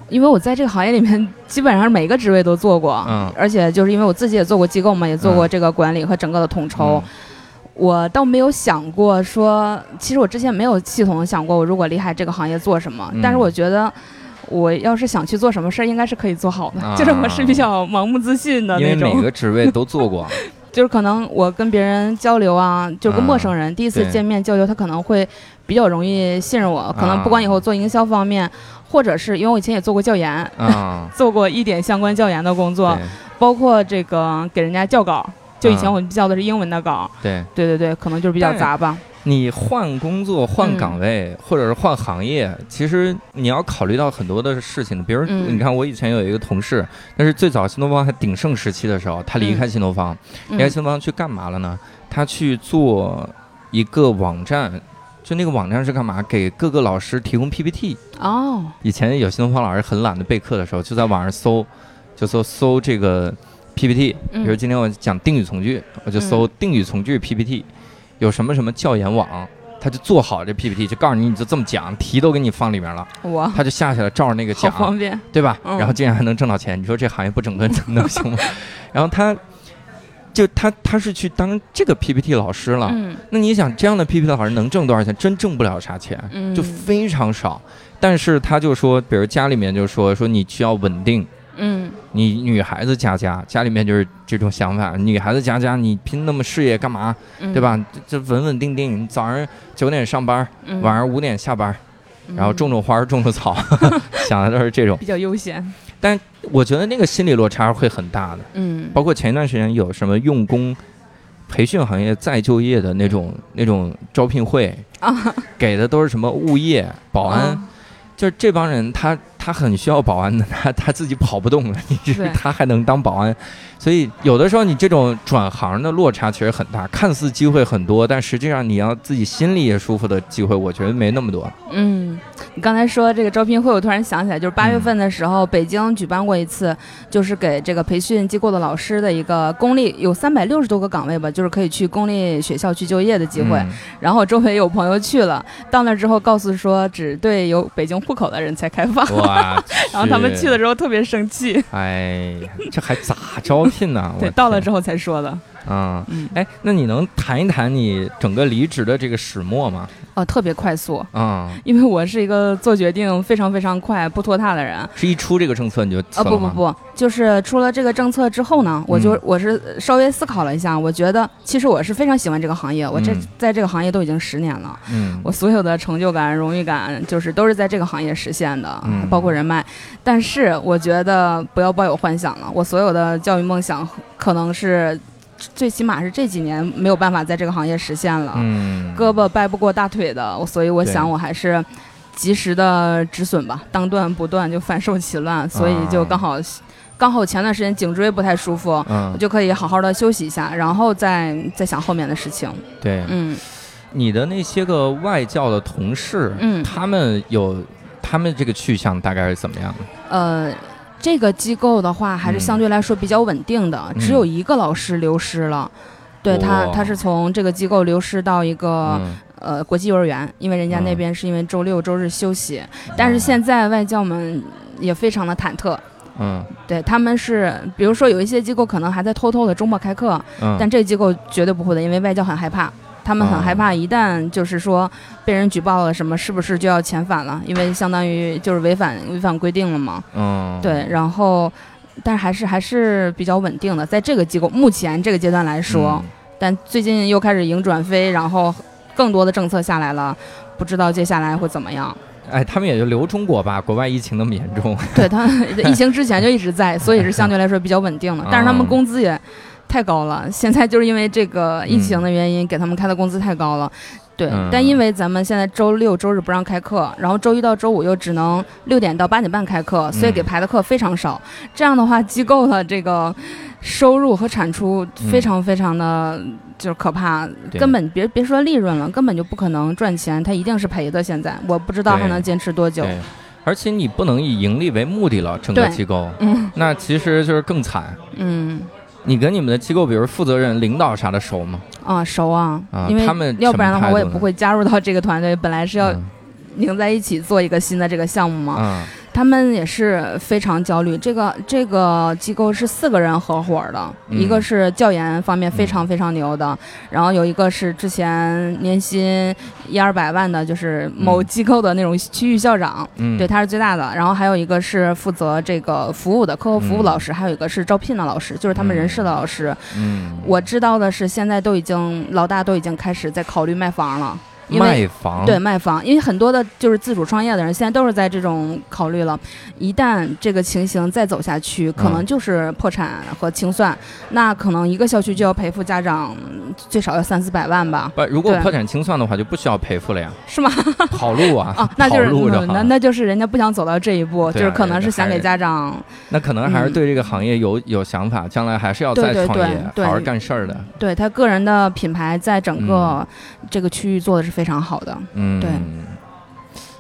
E: 因为我在这个行业里面基本上每个职位都做过，
C: 嗯
E: 而且就是因为我自己也做过机构嘛，也做过
C: 嗯
E: 这个管理和整个的统筹
C: 嗯，
E: 我倒没有想过说，其实我之前没有系统的想过我如果离开这个行业做什么，
C: 嗯
E: 但是我觉得。我要是想去做什么事儿，应该是可以做好的。
C: 啊
E: 就是我是比较盲目自信的
C: 因为
E: 嗯那
C: 每
E: 种，
C: 个职位都做 过，
E: 就是可能我跟别人交流啊，就是跟
C: 啊
E: 陌生人、第一次
C: 对
E: 见面交流，他可能会比较容易信任我。可
C: 啊
E: 能不管以后做营销方面，或者是因为我以前也做过教研，
C: 啊，
E: 做过一点相关教研的工作，
C: 对啊
E: 包括这个给人家校稿。就以前我们教的是英文的稿，
C: 对，
E: 对对对，可能就是比较杂吧。
C: 你换工作、换岗
E: 嗯
C: 位，或者是换行业，其实你要考虑到很多的事情。比如，
E: 嗯
C: 你看我以前有一个同事，那是最早新东方还鼎盛时期的时候，他离开新东方，
E: 嗯
C: 离开新东方去干嘛了呢？他去做一个网站，就那个网站是干嘛？给各个老师提供 PPT。
E: 哦，
C: 以前有新东方老师很懒得备课的时候，就在网上搜，就搜搜这个 PPT，比
E: 嗯
C: 如今天我讲定语从句，我就搜定语从句 PPT，有什么什么教研网。他就做好这 PPT，就告诉你你就这么讲，题都给你放里面了，
E: 我
C: 他就下去了，照着那个
E: 哦好
C: 讲，
E: 方便。
C: 对吧？
E: 嗯
C: 然后竟然还能挣到钱，你说这行业不整顿能 行吗？然后他就他他是去当这个 PPT 老师了，
E: 嗯
C: 那你想这样的 PPT 老师能挣多少钱？真挣不了啥钱，
E: 嗯，
C: 就非常少。但是他就说，比如家里面就说说你需要稳定，
E: 嗯
C: 你女孩子家家家里面就是这种想法，女孩子家家你拼那么事业干嘛，
E: 嗯，
C: 对吧？这这稳稳定定，你早上九点上班，
E: 嗯？
C: 晚上五点下班，
E: 嗯
C: 然后种种花儿种种 草，想的都是这种。
E: 比较悠闲。
C: 我觉得那个心理落差会很大的。
E: 嗯，
C: 包括前一段时间有什么用工培训行业再就业的那种那种招聘会
E: 啊，
C: 给的都是什么物业、保安，
E: 哦
C: 就是这帮人他他很需要保安的，他 他自己跑不动了，你这
E: 对
C: 他还能当保安，所以有的时候你这种转行的落差其实很大，看似机会很多，但实际上你要自己心里也舒服的机会，我觉得没那么多。
E: 嗯，你刚才说这个招聘会，我突然想起来，就是八
C: 嗯
E: 月份的时候，北京举办过一次，就是给这个培训机构的老师的一个公立有三百六十多个岗位吧，就是可以去公立学校去就业的机会。
C: 嗯
E: 然后周围有朋友去了，到那之后告诉说只对有北京户口的人才开放，，
C: 哇
E: 然后他们去了
C: 是，
E: 之后特别生气，
C: 哎呀，这还咋招聘 呢？
E: 对，
C: 我
E: 到了
C: 天
E: 之后才说的，
C: 啊，
E: 嗯，
C: 哎，那你能谈一谈你整个离职的这个始末吗？
E: 哦，特别快速，
C: 啊、
E: 因为我是一个做决定非常非常快、不拖沓的人。
C: 是一出这个政策你就辞
E: 啊
C: 了
E: 不不
C: 吗？
E: 不，就是出了这个政策之后呢，我就、
C: 嗯
E: 我是稍微思考了一下，我觉得其实我是非常喜欢这个行业，我这、
C: 嗯
E: 在这个行业都已经十年了，
C: 嗯，
E: 我所有的成就感、荣誉感，就是都是在这个行业实现的，
C: 嗯
E: 包括人脉。但是我觉得不要抱有幻想了，我所有的教育梦想可能是最起码是这几年没有办法在这个行业实现了，
C: 嗯，
E: 啊胳膊掰不过大腿的，我所以我
C: 对
E: 想我还是。及时的止损吧，当断不断就反受其乱，所以
C: 啊
E: 就刚好，刚好前段时间颈椎不太舒服，我
C: 嗯，
E: 就可以好好的休息一下，然后再再想后面的事情。
C: 对，
E: 嗯
C: 你的那些个外教的同事，
E: 嗯，
C: 他们有他们这个去向大概是怎么样的？
E: 呃，这个机构的话，还是相对来说比较稳定的，
C: 嗯
E: 只有一个老师流失了。对他，
C: 哇
E: 他是从这个机构流失到一个、
C: 嗯
E: 呃国际幼儿园，因为人家那
C: 嗯
E: 边是因为周六周日休息。但是现在外教们也非常的忐忑，
C: 嗯
E: 对他们是，比如说有一些机构可能还在偷偷的周末开课，
C: 嗯，
E: 但这个机构绝对不会的，因为外教很害怕，他们很害怕，
C: 嗯
E: 一旦就是说被人举报了什么，是不是就要遣返了？因为相当于就是违反违反规定了嘛。
C: 嗯
E: 对，然后，但是还是还是比较稳定的，在这个机构目前这个阶段来
C: 嗯
E: 说，但最近又开始迎转非，然后更多的政策下来了。不知道接下来会怎么样？
C: 嗯哎，他们也就留中国吧，国外疫情那么严 重，
E: 对他疫情之前就一直在，所以是相对来说比较稳定的。但是他们工资也太高了，现在就是因为这个疫情的原因，给他们开的工资太高了。对，
C: 嗯
E: 但因为咱们现在周六周日不让开课，然后周一到周五又只能六点到八点半开课，所以给排的课非常少。这样的话，机构的这个收入和产出非常非常的就是可怕，
C: 对
E: 根本别别说利润了，根本就不可能赚钱，它一定是赔的。现在我不知道还
C: 对
E: 能坚持多久。
C: 对，而且你不能以盈利为目的了，整个
E: 对
C: 机构，
E: 嗯
C: 那其实就是更惨。
E: 嗯。
C: 你跟你们的机构，比如负责人、领导啥的熟吗？
E: 啊，熟啊，
C: 啊
E: 因为
C: 他们
E: 要
C: 什
E: 不
C: 么
E: 然的
C: 态
E: 话，我也
C: 度呢
E: 不会加入到这个团队。本来是要啊
C: 嗯
E: 拧在一起做一个新的这个项目嘛，
C: 嗯
E: 他们也是非常焦虑。这个这个机构是四个人合伙的，一个
C: 嗯
E: 是教研方面非常非常牛的，然后有一个是之前年薪一二百万的，就是某
C: 嗯
E: 机构的那种区域校长，
C: 嗯，
E: 对，他是最大的。然后还有一个是负责这个服务的课后服务
C: 嗯
E: 老师，还有一个是招聘的老师，就是他们人事的老师。
C: 嗯，
E: 我知道的是，现在都已经老大都已经开始在考虑卖房了，因为
C: 卖房
E: 对卖房，因为很多的就是自主创业的人，现在都是在这种考虑了。一旦这个情形再走下去，可能就是破产和清算，那可能一个校区就要赔付家长最少要三四百万吧？
C: 不，如果
E: 对
C: 破产清算的话，就不需要赔付了呀，
E: 是吗？
C: 跑路 啊，
E: 啊，那就是
C: 跑路着
E: 嗯那
C: 哈。
E: 那就是人家不想走到这一步，
C: 对
E: 就
C: 啊
E: 是可能是想给家长
C: 那可能还是
E: 嗯
C: 对这个行业有有想法，将来还是要
E: 对
C: 再
E: 对
C: 创
E: 对
C: 业，
E: 对
C: 好好干事儿的。
E: 对他个人的品牌在整个这个区域做的是非常好的。
C: 嗯，
E: 对。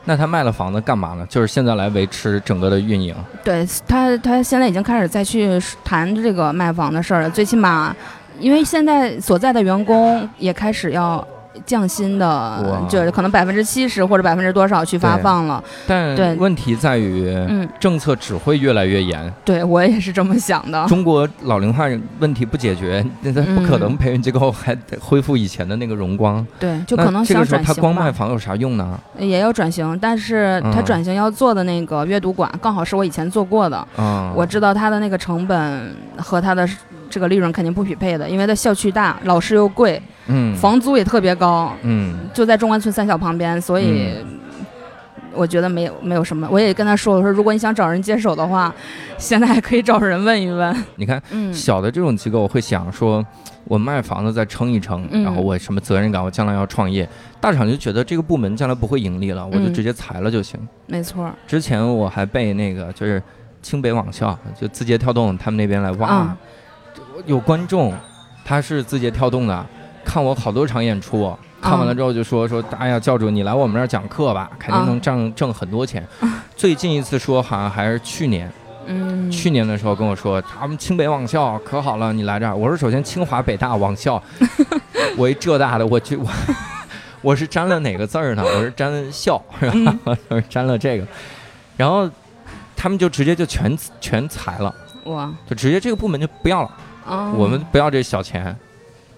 C: 那他卖了房子干嘛呢？就是现在来维持整个的运营。
E: 对他，他现在已经开始再去谈这个卖房的事儿了。最起码，因为现在所在的员工也开始要降薪的
C: 哇，
E: 就是可能百分之七十或者百分之多少去发
C: 对
E: 放了。对
C: 但问题在于，
E: 嗯，
C: 政策只会越来越严。
E: 对我也是这么想的。
C: 中国老龄化问题不解决，那他不可能
E: 嗯
C: 培训机构还得恢复以前的那个荣光。
E: 对，就可能
C: 那这
E: 想
C: 个时候
E: 转
C: 他光
E: 型
C: 卖
E: 吧，
C: 房有啥用呢？
E: 也要转型，但是他
C: 嗯
E: 转型要做的那个阅读馆，刚好是我以前做过的。
C: 啊，
E: 我知道它的那个成本和它的这个利润肯定不匹配的，因为它校区大，老师又贵，
C: 嗯
E: 房租也特别高，
C: 嗯
E: 就在中关村三小旁边，所以我觉得没有没有什么。我也跟他说了，我说如果你想找人接手的话，现在还可以找人问一问。
C: 你看
E: 嗯
C: 小的这种机构会想说，我卖房子再撑一撑，
E: 嗯
C: 然后我什么责任感，我将来要创业。大厂就觉得这个部门将来不会盈利了，我就
E: 嗯
C: 直接裁了就行。
E: 没错儿，
C: 之前我还被那个就是清北网校就字节跳动他们那边来挖
E: 嗯，
C: 这我有观众他是字节跳动的，看我好多场演出。看完了之后就说说，哎呀，教主你来我们这儿讲课吧，肯定
E: 啊
C: 能挣挣很多 钱。最近一次说好像还是去年，
E: 嗯，
C: 去年的时候跟我说，他们清北网校可好了，你来这儿。我说首先清华北大网 校，我一浙大的，我去我我是沾了哪个字儿呢？我是沾校，然
E: 嗯
C: 后就是沾了这个，然后他们就直接就全全裁了，
E: 我
C: 就直接这个部门就不要了，
E: 啊，
C: 我们不要这小钱。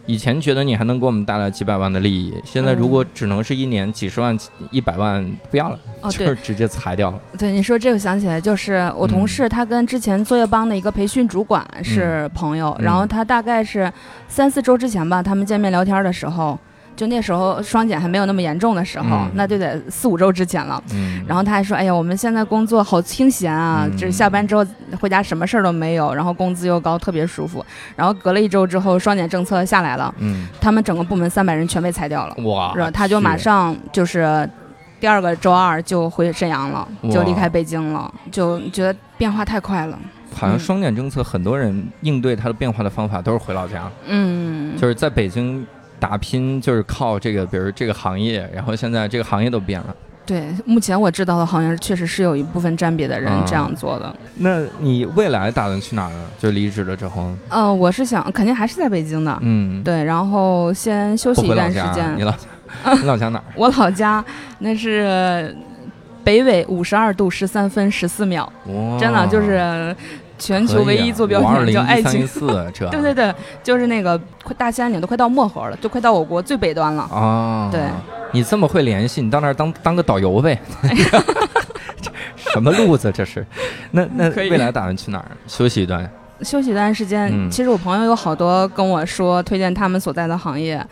C: 以前觉得你还能给我们带来几百万的利益，现
E: 嗯
C: 在如果只能是一年几十万、一百万，不要了，
E: 哦
C: 就
E: 对
C: 是直接裁掉了。
E: 对你说这个想起来，就是我
C: 嗯
E: 同事他跟之前作业帮的一个培训主管是朋友，
C: 嗯
E: 然后他大概是三四周之前吧，他们见面聊天的时候。就那时候双减还没有那么严重的时候，
C: 嗯
E: 那就得四五周之前了。
C: 嗯，
E: 然后他还说：“哎呀，我们现在工作好清闲啊，
C: 嗯
E: 就是下班之后回家什么事儿都没有，然后工资又高，特别舒服。”然后隔了一周之后，双减政策下来了，
C: 嗯，
E: 他们整个部门三百人全被裁掉了，
C: 哇，
E: 然后他就马上就是第二个周二就回沈阳了，就离开北京了，就觉得变化太快了。
C: 好像
E: 嗯
C: 双减政策，很多人应对它的变化的方法都是回老家，
E: 嗯，
C: 就是在北京打拼，就是靠这个，比如这个行业，然后现在这个行业都变了，
E: 对，目前我知道的好像确实是有一部分占比的人
C: 啊
E: 这样做的。
C: 那你未来打算去哪儿呢？就离职了之后，
E: 嗯、我是想肯定还是在北京的，
C: 嗯，
E: 对，然后先休息
C: 不
E: 一
C: 回老
E: 段时
C: 家啊，
E: 间
C: 你。老家， 你老家哪儿？
E: 我老家那是北纬五十二度十三分十四秒，
C: 哇
E: 真的就是全球唯一坐标
C: 啊五二
E: 点
C: 零
E: 叫爱
C: 一三一
E: 情。
C: 四，这
E: 对对对，就是那个快大兴安岭都快到漠河了，就快到我国最北端了。
C: 啊，
E: 对，
C: 你这么会联系，你到那儿当当个导游 呗。什么路子这是？那那
E: 可以
C: 未来打算去哪儿休息一段？
E: 休息一段时间，
C: 嗯
E: 其实我朋友有好多跟我说推荐他们所在的行业。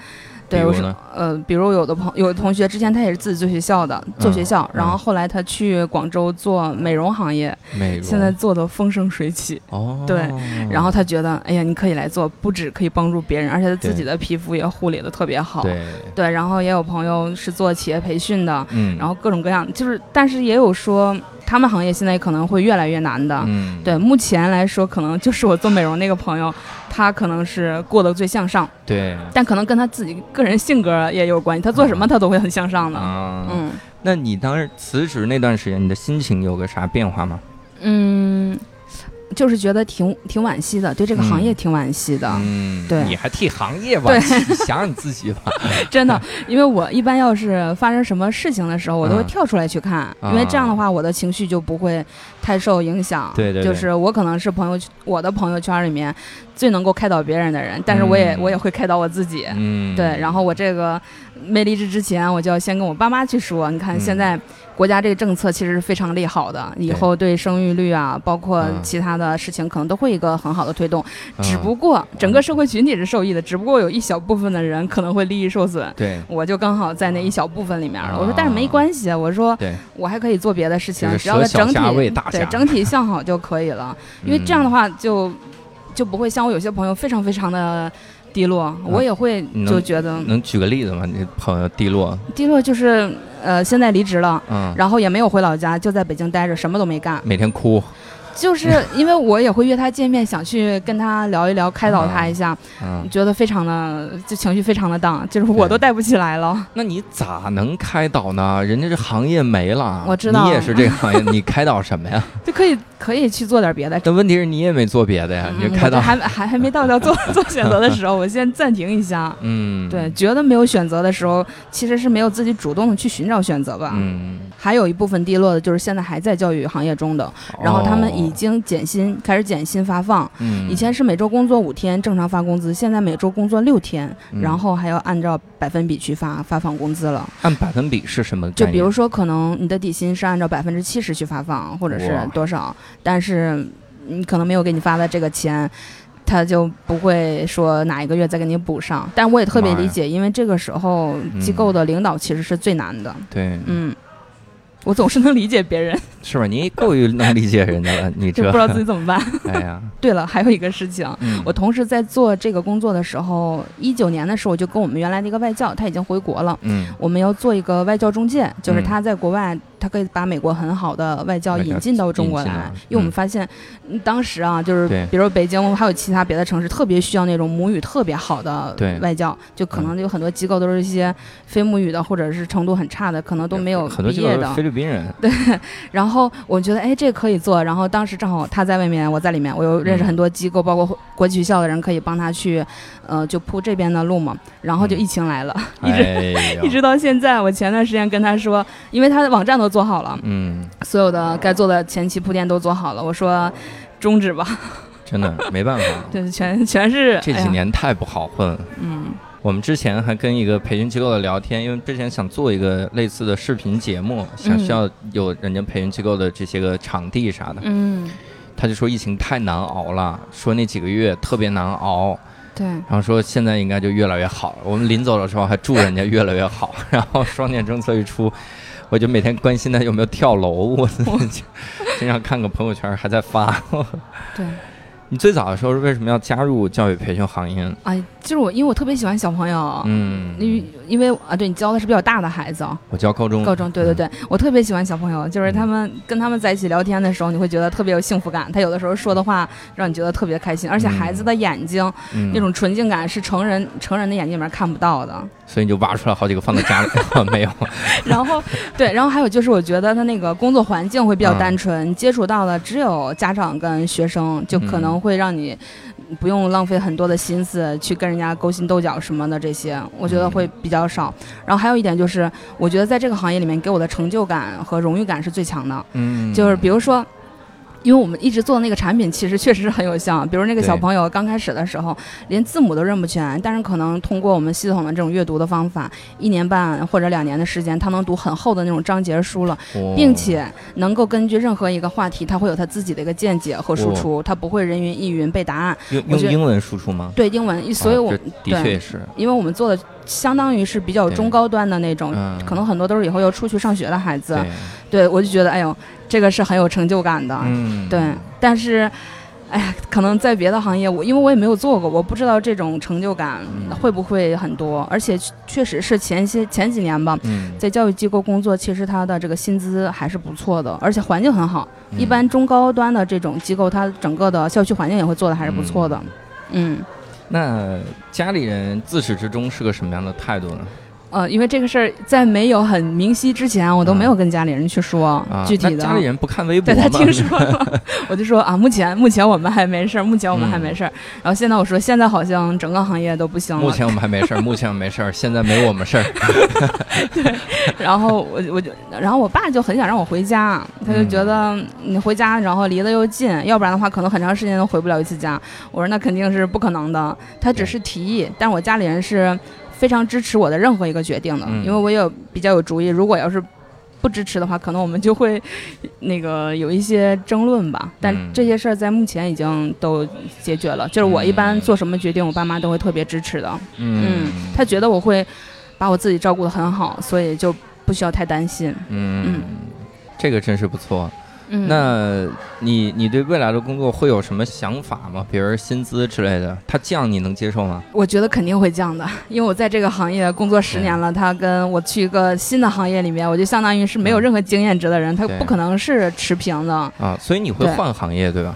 E: 对，
C: 比如
E: 我说
C: 呢，
E: 呃，比如有的朋有的同学之前他也是自己做学校的，做学校，
C: 嗯
E: 然后后来他去广州做美容行业，
C: 美容
E: 现在做的风生水起。
C: 哦，
E: 对，然后他觉得，哎呀，你可以来做，不止可以帮助别人，而且他自己
C: 对
E: 的皮肤也护理的特别好。
C: 对，
E: 对，然后也有朋友是做企业培训的，
C: 嗯，
E: 然后各种各样，就是但是也有说他们行业现在可能会越来越难的。
C: 嗯，
E: 啊对，目前来说，可能就是我做美容那个朋友，他可能是过得最向上，
C: 对
E: 但可能跟他自己个人性格也有关系。他做什
C: 嗯
E: 么他都会很向上的。
C: 啊，
E: 嗯
C: 那你当时辞职那段时间，你的心情有个啥变化吗？
E: 嗯，就是觉得挺挺惋惜的，对这个行业挺惋惜的。
C: 嗯，
E: 啊对
C: 你还替行业吧，你想你自己 吧，
E: 真的，因为我一般要是发生什么事情的时候，我都会
C: 嗯
E: 跳出来去看，
C: 啊
E: 因为这样的话，我的情绪就不会太受影响。
C: 对对对
E: 就是我可能是朋友圈我的朋友圈里面最能够开导别人的人，但是我也、
C: 嗯
E: 我也会开导我自己。
C: 嗯，
E: 对，然后我这个没离职之前，我就要先跟我爸妈去说，你看
C: 嗯
E: 现在国家这个政策其实是非常利好的，以
C: 对
E: 后对生育率啊，包括
C: 嗯
E: 其他的事情，可能都会一个很好的推动。只
C: 嗯
E: 不过整个社会群体是受益的，只不过有一小部分的人可能会利益受损。
C: 对
E: 我就刚好在那一小部分里面了。
C: 啊
E: 我说，但是没关系，我说
C: 对，
E: 我还可以做别的事情
C: 就，是
E: 只要它
C: 舍小
E: 整体
C: 家为大嗯
E: 对
C: 家
E: 整体向好就可以了。因为这样的
C: 话，
E: 话就就不会像我有些朋友非常非常的低落，我也会
C: 你能
E: 就觉得
C: 啊嗯能举个例子吗？你朋友低落，
E: 低落就是呃现在离职了。
C: 嗯，
E: 然后也没有回老家，就在北京待着，什么都没干。
C: 每天哭，
E: 就是因为我也会约他见面，想去跟他聊一聊，开导他 一下，
C: 嗯，
E: 觉得非常的就情绪非常的荡，就是我
C: 对
E: 都带不起来了。
C: 那你咋能开导呢？人家这行业没了，
E: 我知道
C: 你也是这个 行业，你开导什么呀？
E: 就可以可以去做点别的，
C: 但问题是你也没做别的呀，啊你
E: 嗯
C: 就
E: 我
C: 开
E: 这
C: 导，
E: 还 还还没到要 做做选择的时候，我先暂停一下。
C: 嗯，
E: 对，，觉得没有选择的时候，其实是没有自己主动的去寻找选择吧。
C: 嗯，
E: 还有一部分低落的就是现在还在教育行业中的，然后他们已
C: 哦，
E: 经减薪，开始减薪发放。
C: 嗯
E: 以前是每周工作五天正常发工资，现在每周工作六天，
C: 嗯
E: 然后还要按照百分比去发发放工资了。
C: 按百分比是什么概
E: 就
C: 念？
E: 比如说，可能你的底薪是按照百分之七十去发放，或者是
C: 哇
E: 多少，但是你可能没有给你发的这个钱，他就不会说哪一个月再给你补上。但我也特别
C: 妈呀嗯
E: 理解，因为这个时候机构的领导其实是最难的。
C: 对，
E: 嗯，我总是能理解 别人，
C: 是吧？你够于能理解人家了，你
E: 就
C: 这
E: 不知道自己怎 么办。
C: 哎 呀，
E: 对了，还有一个事情。
C: 嗯
E: 我同时在做这个工作的时候，一九年的时候就跟我们原来的一个外教，他已经回国了，
C: 嗯
E: 我们要做一个外教中介，就是
C: 嗯
E: 他在国外，他可以把美国很好的外教
C: 外教
E: 引进到中国
C: 引进来
E: 来，因为我
C: 嗯
E: 们发现，嗯当时啊，就是
C: 对
E: 比如北京还有其他别的城市，特别需要那种母语特别好的
C: 对
E: 外教，就可能有很多机构都是一些非母语的，或者是程度很差的，可能都没有
C: 很多
E: 毕
C: 这
E: 业
C: 个
E: 的
C: 菲。律宾 人，
E: 然后我觉得，哎，这可以做。然后当时正好他在外面，我在里面，我又认识
C: 嗯
E: 很多机构，包括国际学校的人，可以帮他去，呃，就铺这边的路嘛。然后就
C: 嗯
E: 疫情来了，一直
C: 哎呀
E: 一直到现在，我前段时间跟他说，因为他的网站都做好了，
C: 嗯，
E: 所有的该做的前期铺垫都做好了，我说终止吧，，
C: 真的没办法
E: 就是全全是
C: 这
E: 哎
C: 几
E: 呀
C: 年太不好混了。
E: 嗯
C: 我们之前还跟一个培训机构的聊天，因为之前想做一个类似的视频节目，
E: 嗯
C: 想需要有人家培训机构的这些个场地啥的，
E: 嗯，
C: 他就说疫情太难熬了，说那几个月特别难熬，
E: 对，
C: 然后说现在应该就越来越好了。我们临走的时候还祝人家越来越好， 然后双减政策一出，我就每天关心他有 没有跳楼，我经常看个朋友圈还在发，
E: 对
C: 你最早的时候是为什么要加入教育培训行业呢？
E: 哎，就是我，因为我特别喜欢小朋友，
C: 嗯，
E: 因因为啊，对你教的是比较大的孩子啊，
C: 我教高中，
E: 高中，对对对，我特别喜欢小朋友，就是
C: 嗯
E: 他们跟他们在一起聊天的时候，你会觉得特别有幸福感。他有的时候说的话让你觉得特别开心，而且孩子的眼睛
C: 嗯
E: 那种纯净感是成人成人的眼睛里面看不到的。
C: 所以你就挖出来好几个放在 家里，没有，
E: 然后对，然后还有就是我觉得他那个工作环境会比较单纯，你接触到的只有家长跟学生，就可能会让你不用浪费很多的心思去跟人家勾心斗角什么的这些，我觉得会比较少。然后还有一点就是，我觉得在这个行业里面给我的成就感和荣誉感是最强的。
C: 嗯，
E: 就是比如说。因为我们一直做的那个产品，其实确实是很有效。比如那个小
C: 对
E: 朋友刚开始的时候，连字母都认不全，但是可能通过我们系统的这种阅读的方法，一年半或者两年的时间，他能读很厚的那种章节书了，
C: 哦
E: 并且能够根据任何一个话题，他会有他自己的一个见解和
C: 哦
E: 输出，他不会人云亦云背答案。
C: 用
E: 我
C: 用
E: 觉得
C: 英文输出吗？
E: 对英文，所以
C: 啊
E: 我
C: 这的确
E: 对
C: 也是，
E: 因为我们做的相当于是比较
C: 对
E: 中高端的那种，
C: 嗯，
E: 可能很多都是以后要出去上学的孩子。
C: 对，
E: 对我就觉得，哎呦，这个是很有成就感的。
C: 嗯，
E: 啊对，但是，哎呀，可能在别的行业，我因为我也没有做过，我不知道这种成就感
C: 嗯
E: 会不会很多。而且确确实是前些前几年吧，
C: 嗯，
E: 在教育机构工作，其实他的这个薪资还是不错的，而且环境很好。
C: 嗯
E: 一般中高端的这种机构，它整个的校区环境也会做的还是不错的。嗯。
C: 那家里人自始至终是个什么样的态度呢？
E: 呃，因为这个事儿在没有很明晰之前，我都没有跟家里人去说、
C: 啊，
E: 具体
C: 那
E: 的。
C: 家里人不看微博
E: 对
C: 吗？
E: 他听说 了，我就说啊，目前目前我们还没事儿，目前我们还没事儿。然后现在我说，现在好像整个行业都不行
C: 嗯目
E: 了。
C: 前我们还没事儿，目前我们没事儿，现在没我们事儿。
E: 然后我我就，然后我爸就很想让我回家，他就觉得
C: 嗯
E: 你回家，然后离得又近，要不然的话可能很长时间都回不了一次家。我说那肯定是不可能的，他只是提议，但是我家里人是非常支持我的任何一个决定的，
C: 嗯
E: 因为我有比较有主意，如果要是。不支持的话，可能我们就会那个有一些争论吧。但
C: 嗯
E: 这些事儿在目前已经都解决了，就是我一
C: 嗯
E: 般做什么决定，我爸妈都会特别支持的。嗯，他觉得我会把我自己照顾得很好，所以就不需要太担心。
C: 嗯，这个真是不错。
E: 嗯，
C: 那你你对未来的工作会有什么想法吗？比如薪资之类的，它降你能接受吗？
E: 我觉得肯定会降的，因为我在这个行业工作十年
C: 嗯
E: 了，他跟我去一个新的行业里面，我就相当于是没有
C: 嗯
E: 任何经验值的人，他
C: 对
E: 不可能是持平的。
C: 啊，所以你会
E: 对
C: 换行业对吧？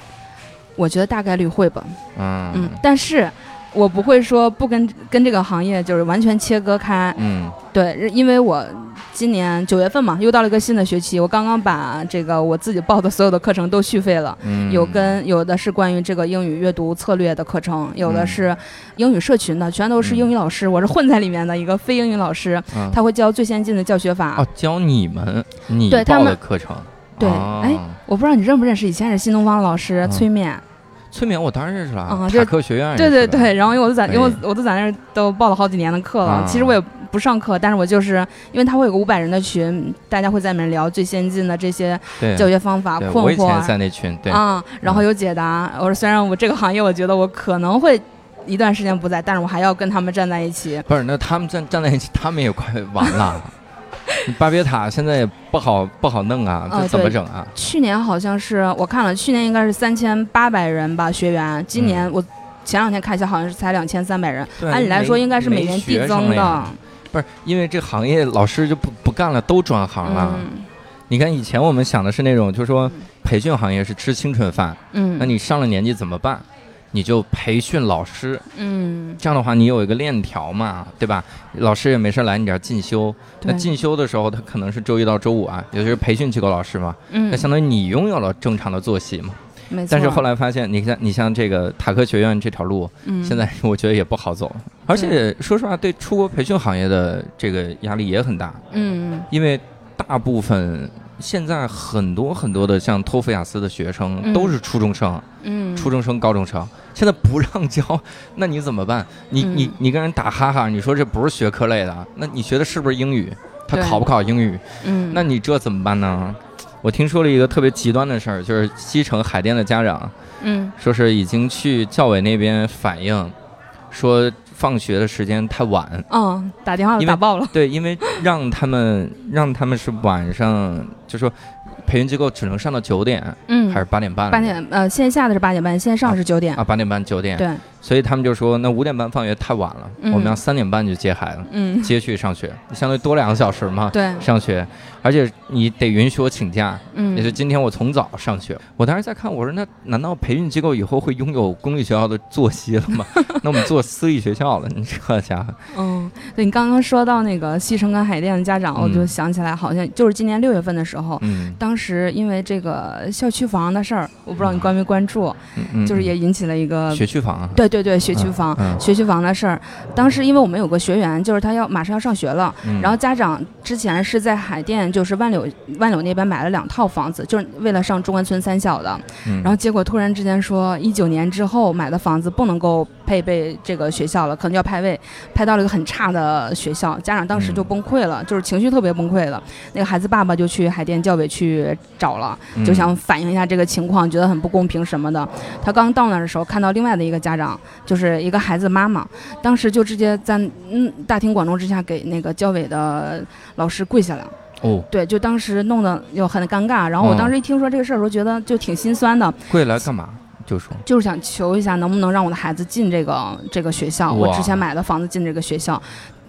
E: 我觉得大概率会吧，嗯
C: 嗯，
E: 但是。我不会说不跟跟这个行业就是完全切割开，
C: 嗯
E: 对，因为我今年九月份嘛，又到了一个新的学期，我刚刚把这个我自己报的所有的课程都续费了，
C: 嗯，
E: 有跟有的是关于这个英语阅读策略的课程，有的
C: 嗯
E: 是英语社群的，全都是英语老师，我是混在里面的一个非英语老师，
C: 嗯
E: 他会教最先进的教学法。
C: 哦，教你们你
E: 对
C: 报
E: 他
C: 的
E: 们
C: 课程。
E: 对
C: 哦
E: 哎我不知道你认不认识，以前是新东方老师、
C: 嗯
E: 崔勉，
C: 催眠我当然认识了，
E: 啊
C: 塔
E: 这
C: 克学院
E: 对
C: 认
E: 对
C: 识的
E: 对，然后因为我都在，因为我
C: 哎
E: 我都在那儿都报了好几年的课了，
C: 啊
E: 其实我也不上课，但是我就是因为他会有个五百人的群，大家会在里面聊最先进的这些
C: 对
E: 教学方法、
C: 对，
E: 困
C: 我以
E: 惑
C: 前
E: 啊
C: 在那群，对，嗯
E: 啊、然后有解答。我说虽然我这个行业，我觉得我可能会一段时间不在，但是我还要跟他们站在一起。
C: 不是，那他们站站在一起，他们也快完了。 巴别塔现在也不好不好弄啊，
E: 啊
C: 这怎么
E: 对
C: 整啊？
E: 去年好像是我看了，去年应该是三千八百人吧学员，今年我前两天看一下，好像是才两千三百人。
C: 嗯对
E: 按理来说应该是每年递增的。，
C: 不是因为这行业老师就不不干了，都转行了。
E: 嗯
C: 你看以前我们想的是那种，就是说培训行业是吃青春饭，
E: 嗯，
C: 那你上了年纪怎么办？你就培训老师，
E: 嗯，
C: 这样的话你有一个链条嘛，对吧？老师也没事来你这儿进修，那
E: 对
C: 进修的时候他可能是周一到周五啊，也就是培训机构老师嘛，那
E: 嗯，
C: 相当于你拥有了正常的作息嘛。
E: 没错。
C: 但是后来发现，你像你像这个塔科学院这条路，
E: 嗯，
C: 现在 我觉得也不好走，而且说实话，对出国培训行业的这个压力也很大，
E: 嗯
C: 因为大部分现在很多很多的像托福、雅思的学生
E: 嗯
C: 都是初中生、
E: 嗯，
C: 初中生、高中生，现在不让教， 那你怎么办？你
E: 嗯
C: 你你跟人打哈哈，你说这不是学科类的，那你学的是不是英语？他
E: 对
C: 考不考英语？
E: 嗯，
C: 那你这怎么办呢？我听说了一个特别极端的事儿，就是西城海淀的家长。
E: 嗯
C: 说是已经去教委那边反映，说放学的时间太晚。
E: 嗯，打电话
C: 因为
E: 打爆了。
C: 对，因为让他们让他们是晚上，就说培培训机构只能上到九点
E: 嗯
C: 还是八点半来着？
E: 八点呃线下的是八点半，线上是九点
C: 啊，。八点半九点。
E: 对，
C: 所以他们就说，那五点半放学太晚了，
E: 嗯
C: 我们要三点半就接孩子，
E: 嗯，
C: 接去上学，相对多两个小时嘛。
E: 对，
C: 上学，而且你得允许我请假，也是
E: 嗯，
C: 今天我从早上学。我当时在看，我说那难道培训机构以后会拥有公立学校的作息了吗？ 那我们做私立学校了，你这家伙，
E: 嗯，对你刚刚说到那个西城跟海淀的家长，我就
C: 嗯
E: 想起来，好像就是今年六月份的时候。
C: 嗯，
E: 当时因为这个校区房的事儿，我不知道你关没关注，
C: 嗯嗯
E: 就是也引起了一个
C: 学区房啊，
E: 对对对学区
C: 嗯
E: 房、
C: 嗯
E: 学区房的事儿。当时因为我们有个学员，就是他要马上要上学了，
C: 嗯
E: 然后家长之前是在海淀，就是万柳万柳那边买了两套房子，就是为了上中关村三小的。
C: 嗯
E: 然后结果突然之间说，一九年之后买的房子不能够配备这个学校了，可能就要派位，派到了一个很差的学校，家长当时就崩溃了，就是情绪特别崩溃了。那个孩子爸爸就去海淀教委去找了，
C: 嗯
E: 就想反映一下这个情况，觉得很不公平什么的。他刚到那儿的时候，看到另外的一个家长，就是一个孩子妈妈，当时就直接在嗯大庭广众之下给那个教委的老师跪下了。
C: 哦，
E: 对，就当时弄得又很尴尬。然后我
C: 嗯
E: 当时一听说这个事儿的时候，觉得就挺心酸的，
C: 跪来干嘛？就说
E: 就是想求一下能不能让我的孩子进这个这个学校，我
C: 哇哎
E: 之前买的房子进这个学校。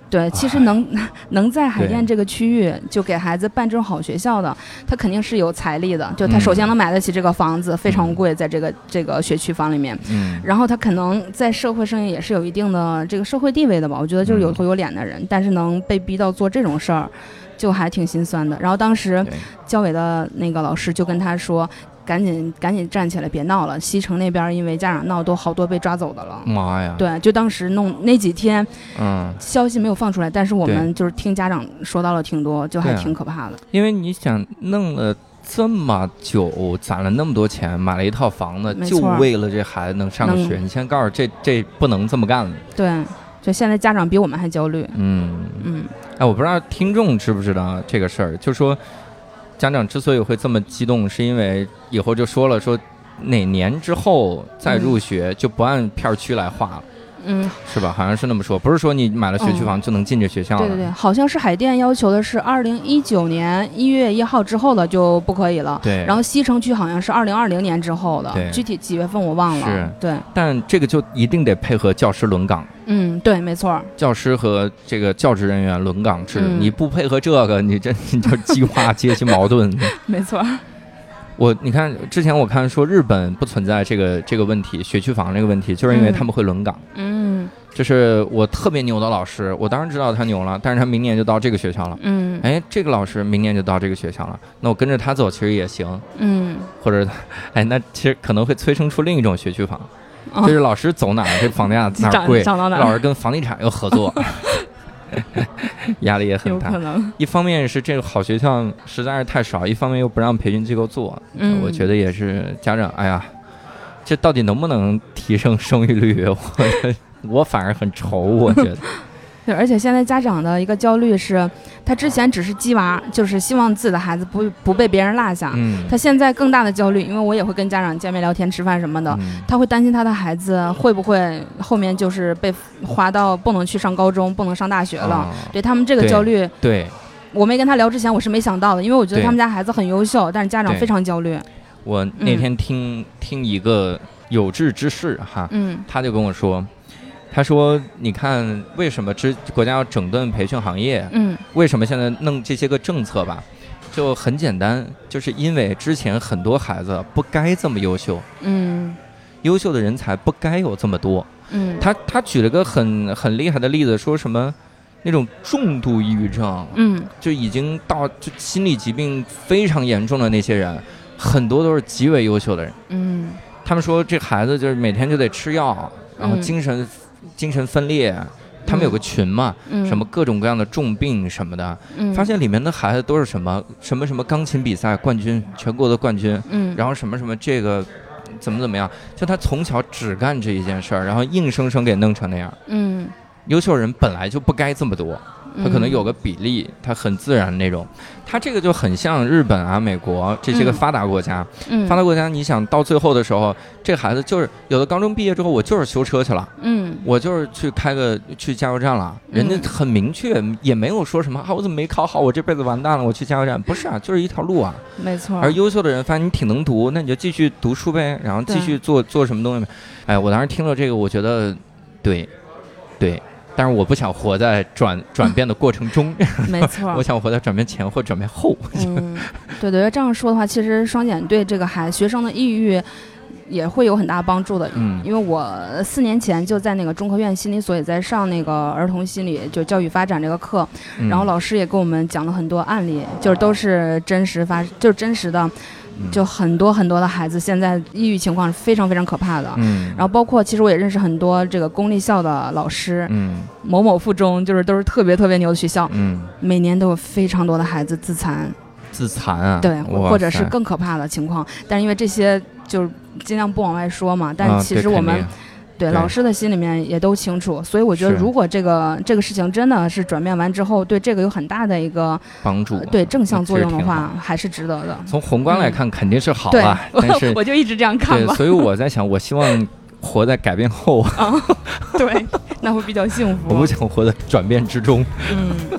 E: 对，其实能 能在海淀
C: 对
E: 这个区域就给孩子办这种好学校的，他肯定是有财力的。就他首先
C: 嗯
E: 能买得起这个房子，非常
C: 嗯
E: 贵，在这个这个学区房里面。
C: 嗯，
E: 然后他可能在社会上也是有一定的这个社会地位的吧，我觉得就是有
C: 嗯
E: 头有脸的人，但是能被逼到做这种事儿，就还挺心酸的。然后当时
C: 对
E: 教委的那个老师就跟他说。赶紧赶紧站起来，别闹了！西城那边因为家长闹，都好多被抓走的了。
C: 妈呀，，
E: 对，就当时弄那几天
C: 嗯，
E: 消息没有放出来，但是我
C: 对
E: 们就是听家长说到了挺多，就还
C: 对啊
E: 挺可怕的。
C: 因为你想弄了。这么久攒了那么多钱，买了一套房子，
E: 没
C: 就
E: 错
C: 为了这孩子能上个
E: 能
C: 学。你现在告诉我这这不能这么干了，
E: 对，就现在家长比我们还焦虑。
C: 嗯，
E: 嗯
C: 哎，我不知道听众知不知道这个事儿，就说家长之所以会这么激动，是因为以后就说了说。哪年之后再入学就不按片儿区来划了，
E: 嗯，
C: 是吧？好像是那么说，不是说你买了学区房就能进这学校了。
E: 对对对，好像是海淀要求的是二零一九年一月一号之后的就不可以了。
C: 对
E: 然后西城区好像是二零二零年之后的
C: 对，
E: 具体几月份我忘了。
C: 是
E: 对，
C: 但这个就一定得配合教师轮岗，
E: 嗯，对，没错儿。
C: 教师和这个教职人员轮岗制。
E: 嗯
C: 你不配合这个，你这你就激化阶级矛 盾。
E: 没错儿。
C: 我你看之前我看说日本不存在这个这个问题，学区房这个问题，就是因为
E: 嗯
C: 他们会轮岗。
E: 嗯
C: 就是我特别牛的老师，我当然知道他牛了，但是他明年就到这个学校了。
E: 嗯
C: 哎，这个老师明年就到这个学校了，那我跟着他走其实也行，
E: 嗯，
C: 或者， 哎，那其实可能会催生出另一种学区房，
E: 哦
C: 就是老师走哪儿，这房 价哪儿
E: 涨
C: 贵，
E: 涨到哪
C: 老
E: 儿
C: 师跟房地产又合 作，压力也很
E: 有
C: 大
E: 可。能。
C: 一方面是这个好学校实在是太少，一方面又不让培训机构做，
E: 嗯
C: 我觉得也是家长，哎呀，这到底能不能提升生育率？ 我我反而很愁，我觉得，
E: 对，而且现在家长的一个焦虑是，他之前只是鸡娃，就是希望自己的孩子不不被别人落下。
C: 嗯，
E: 他现在更大的焦虑，因为我也会跟家长见面聊天、吃饭什么的。
C: 嗯
E: 他会担心他的孩子会不会后面就是被划到不能去上高中、不能上大学了。
C: 啊
E: 对他们这个
C: 对
E: 焦虑，
C: 对
E: 我没跟他聊之前，我是没想到的，因为我觉得
C: 对
E: 他们家孩子很优秀，但是家长
C: 对
E: 非常焦虑。
C: 我
E: 嗯
C: 那天听、听一个有志之士哈，
E: 嗯
C: 他就跟我说，他说你看为什么之国家要整顿培训行业，
E: 嗯
C: 为什么现在弄这些个政策吧？就很简单，就是因为之前很多孩子不该这么优秀，
E: 嗯
C: 优秀的人才不该有这么多。
E: 嗯，
C: 他他举了个很很厉害的例子，说什么那种重度抑郁症，
E: 嗯
C: 就已经到就心理疾病非常严重的那些人，很多都是极为优秀的人。
E: 嗯
C: 他们说这孩子就是每天就得吃药，然后
E: 嗯
C: 精神、精神分裂，他们有个群嘛，
E: 嗯，
C: 什么各种各样的重病什么的，
E: 嗯
C: 发现里面的孩子都是什么什么什么钢琴比赛冠军，全国的冠军，
E: 嗯，
C: 然后什么什么这个怎么怎么样，就他从小只干这一件事儿，然后硬生生给弄成那样。
E: 嗯
C: 优秀人本来就不该这么多，
E: 嗯
C: 它可能有个比例，它很自然那种。它这个就很像日本啊、美国这些个
E: 嗯
C: 发达国家。
E: 嗯
C: 发达国家，你想到最后的时候，这孩子就是有的高中毕业之后，我就是修车去了，
E: 嗯
C: 我就是去开个去加油站了。人家
E: 嗯
C: 很明确，也没有说什么啊，我怎么没考好，我这辈子完蛋了，我去加油站。不是啊，就是一条路啊。
E: 没错
C: 而优秀的人发现你挺能读，那你就继续读书呗，然后继
E: 对
C: 续做做什么东西呗。哎，我当时听了这个，我觉得对，对，但是我不想活在 转转变的过程中，
E: 没 错
C: 我想活在转变前或转变后。
E: 嗯，对对，这样说的话，其实双减对这个孩学生的抑郁也会有很大帮助的。
C: 嗯
E: 因为我四年前就在那个中科院心理所也在上那个儿童心理就教育发展这个课，
C: 嗯
E: 然后老师也给我们讲了很多案例，就是都是真实发，就是真实的，
C: 嗯
E: 就很多很多的孩子现在抑郁情况是非常非常可怕的。
C: 嗯，
E: 然后包括，其实我也认识很多这个公立校的老师，
C: 嗯
E: 某某附中就是都是特别特别牛的学校，
C: 嗯，
E: 每年都有非常多的孩子自残，
C: 自残啊，
E: 对，
C: 哇
E: 或或者是
C: 塞
E: 更可怕的情况。但是因为这些就是尽量不往外说嘛，
C: 啊
E: 但其
C: 对
E: 实我
C: 肯
E: 们、
C: 定
E: 对
C: 对
E: 老师的心里面也都清楚，所以我觉得
C: 是
E: 如果这个这个事情真的是转变完之后，对这个有很大的一个、
C: 帮助
E: 呃对正向作用
C: 其
E: 的
C: 实挺
E: 话
C: 好，
E: 还是值得的。
C: 从宏观来看肯定是好
E: 对
C: 啊，，但是
E: 我我就一直这样看
C: 对，
E: 吧。
C: 所以我在想，我希望活在改变后，
E: 哦对，那会比较幸
C: 我不
E: 福。
C: 想活在转变之中。
E: 嗯，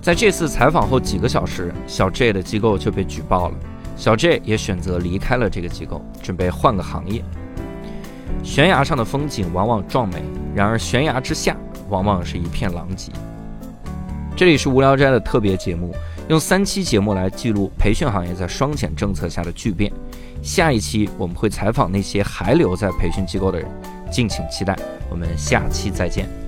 A: 在这次采访后几个小时，小 J 的机构就被举报了，小 J 也选择离开了这个机构，准备换个行业。悬崖上的风景往往壮美，然而悬崖之下往往是一片狼藉。这里是无聊斋的特别节目，用三期节目来记录培训行业在双减政策下的巨变。下一期我们会采访那些还留在培训机构的人，敬请期待。我们下期再见。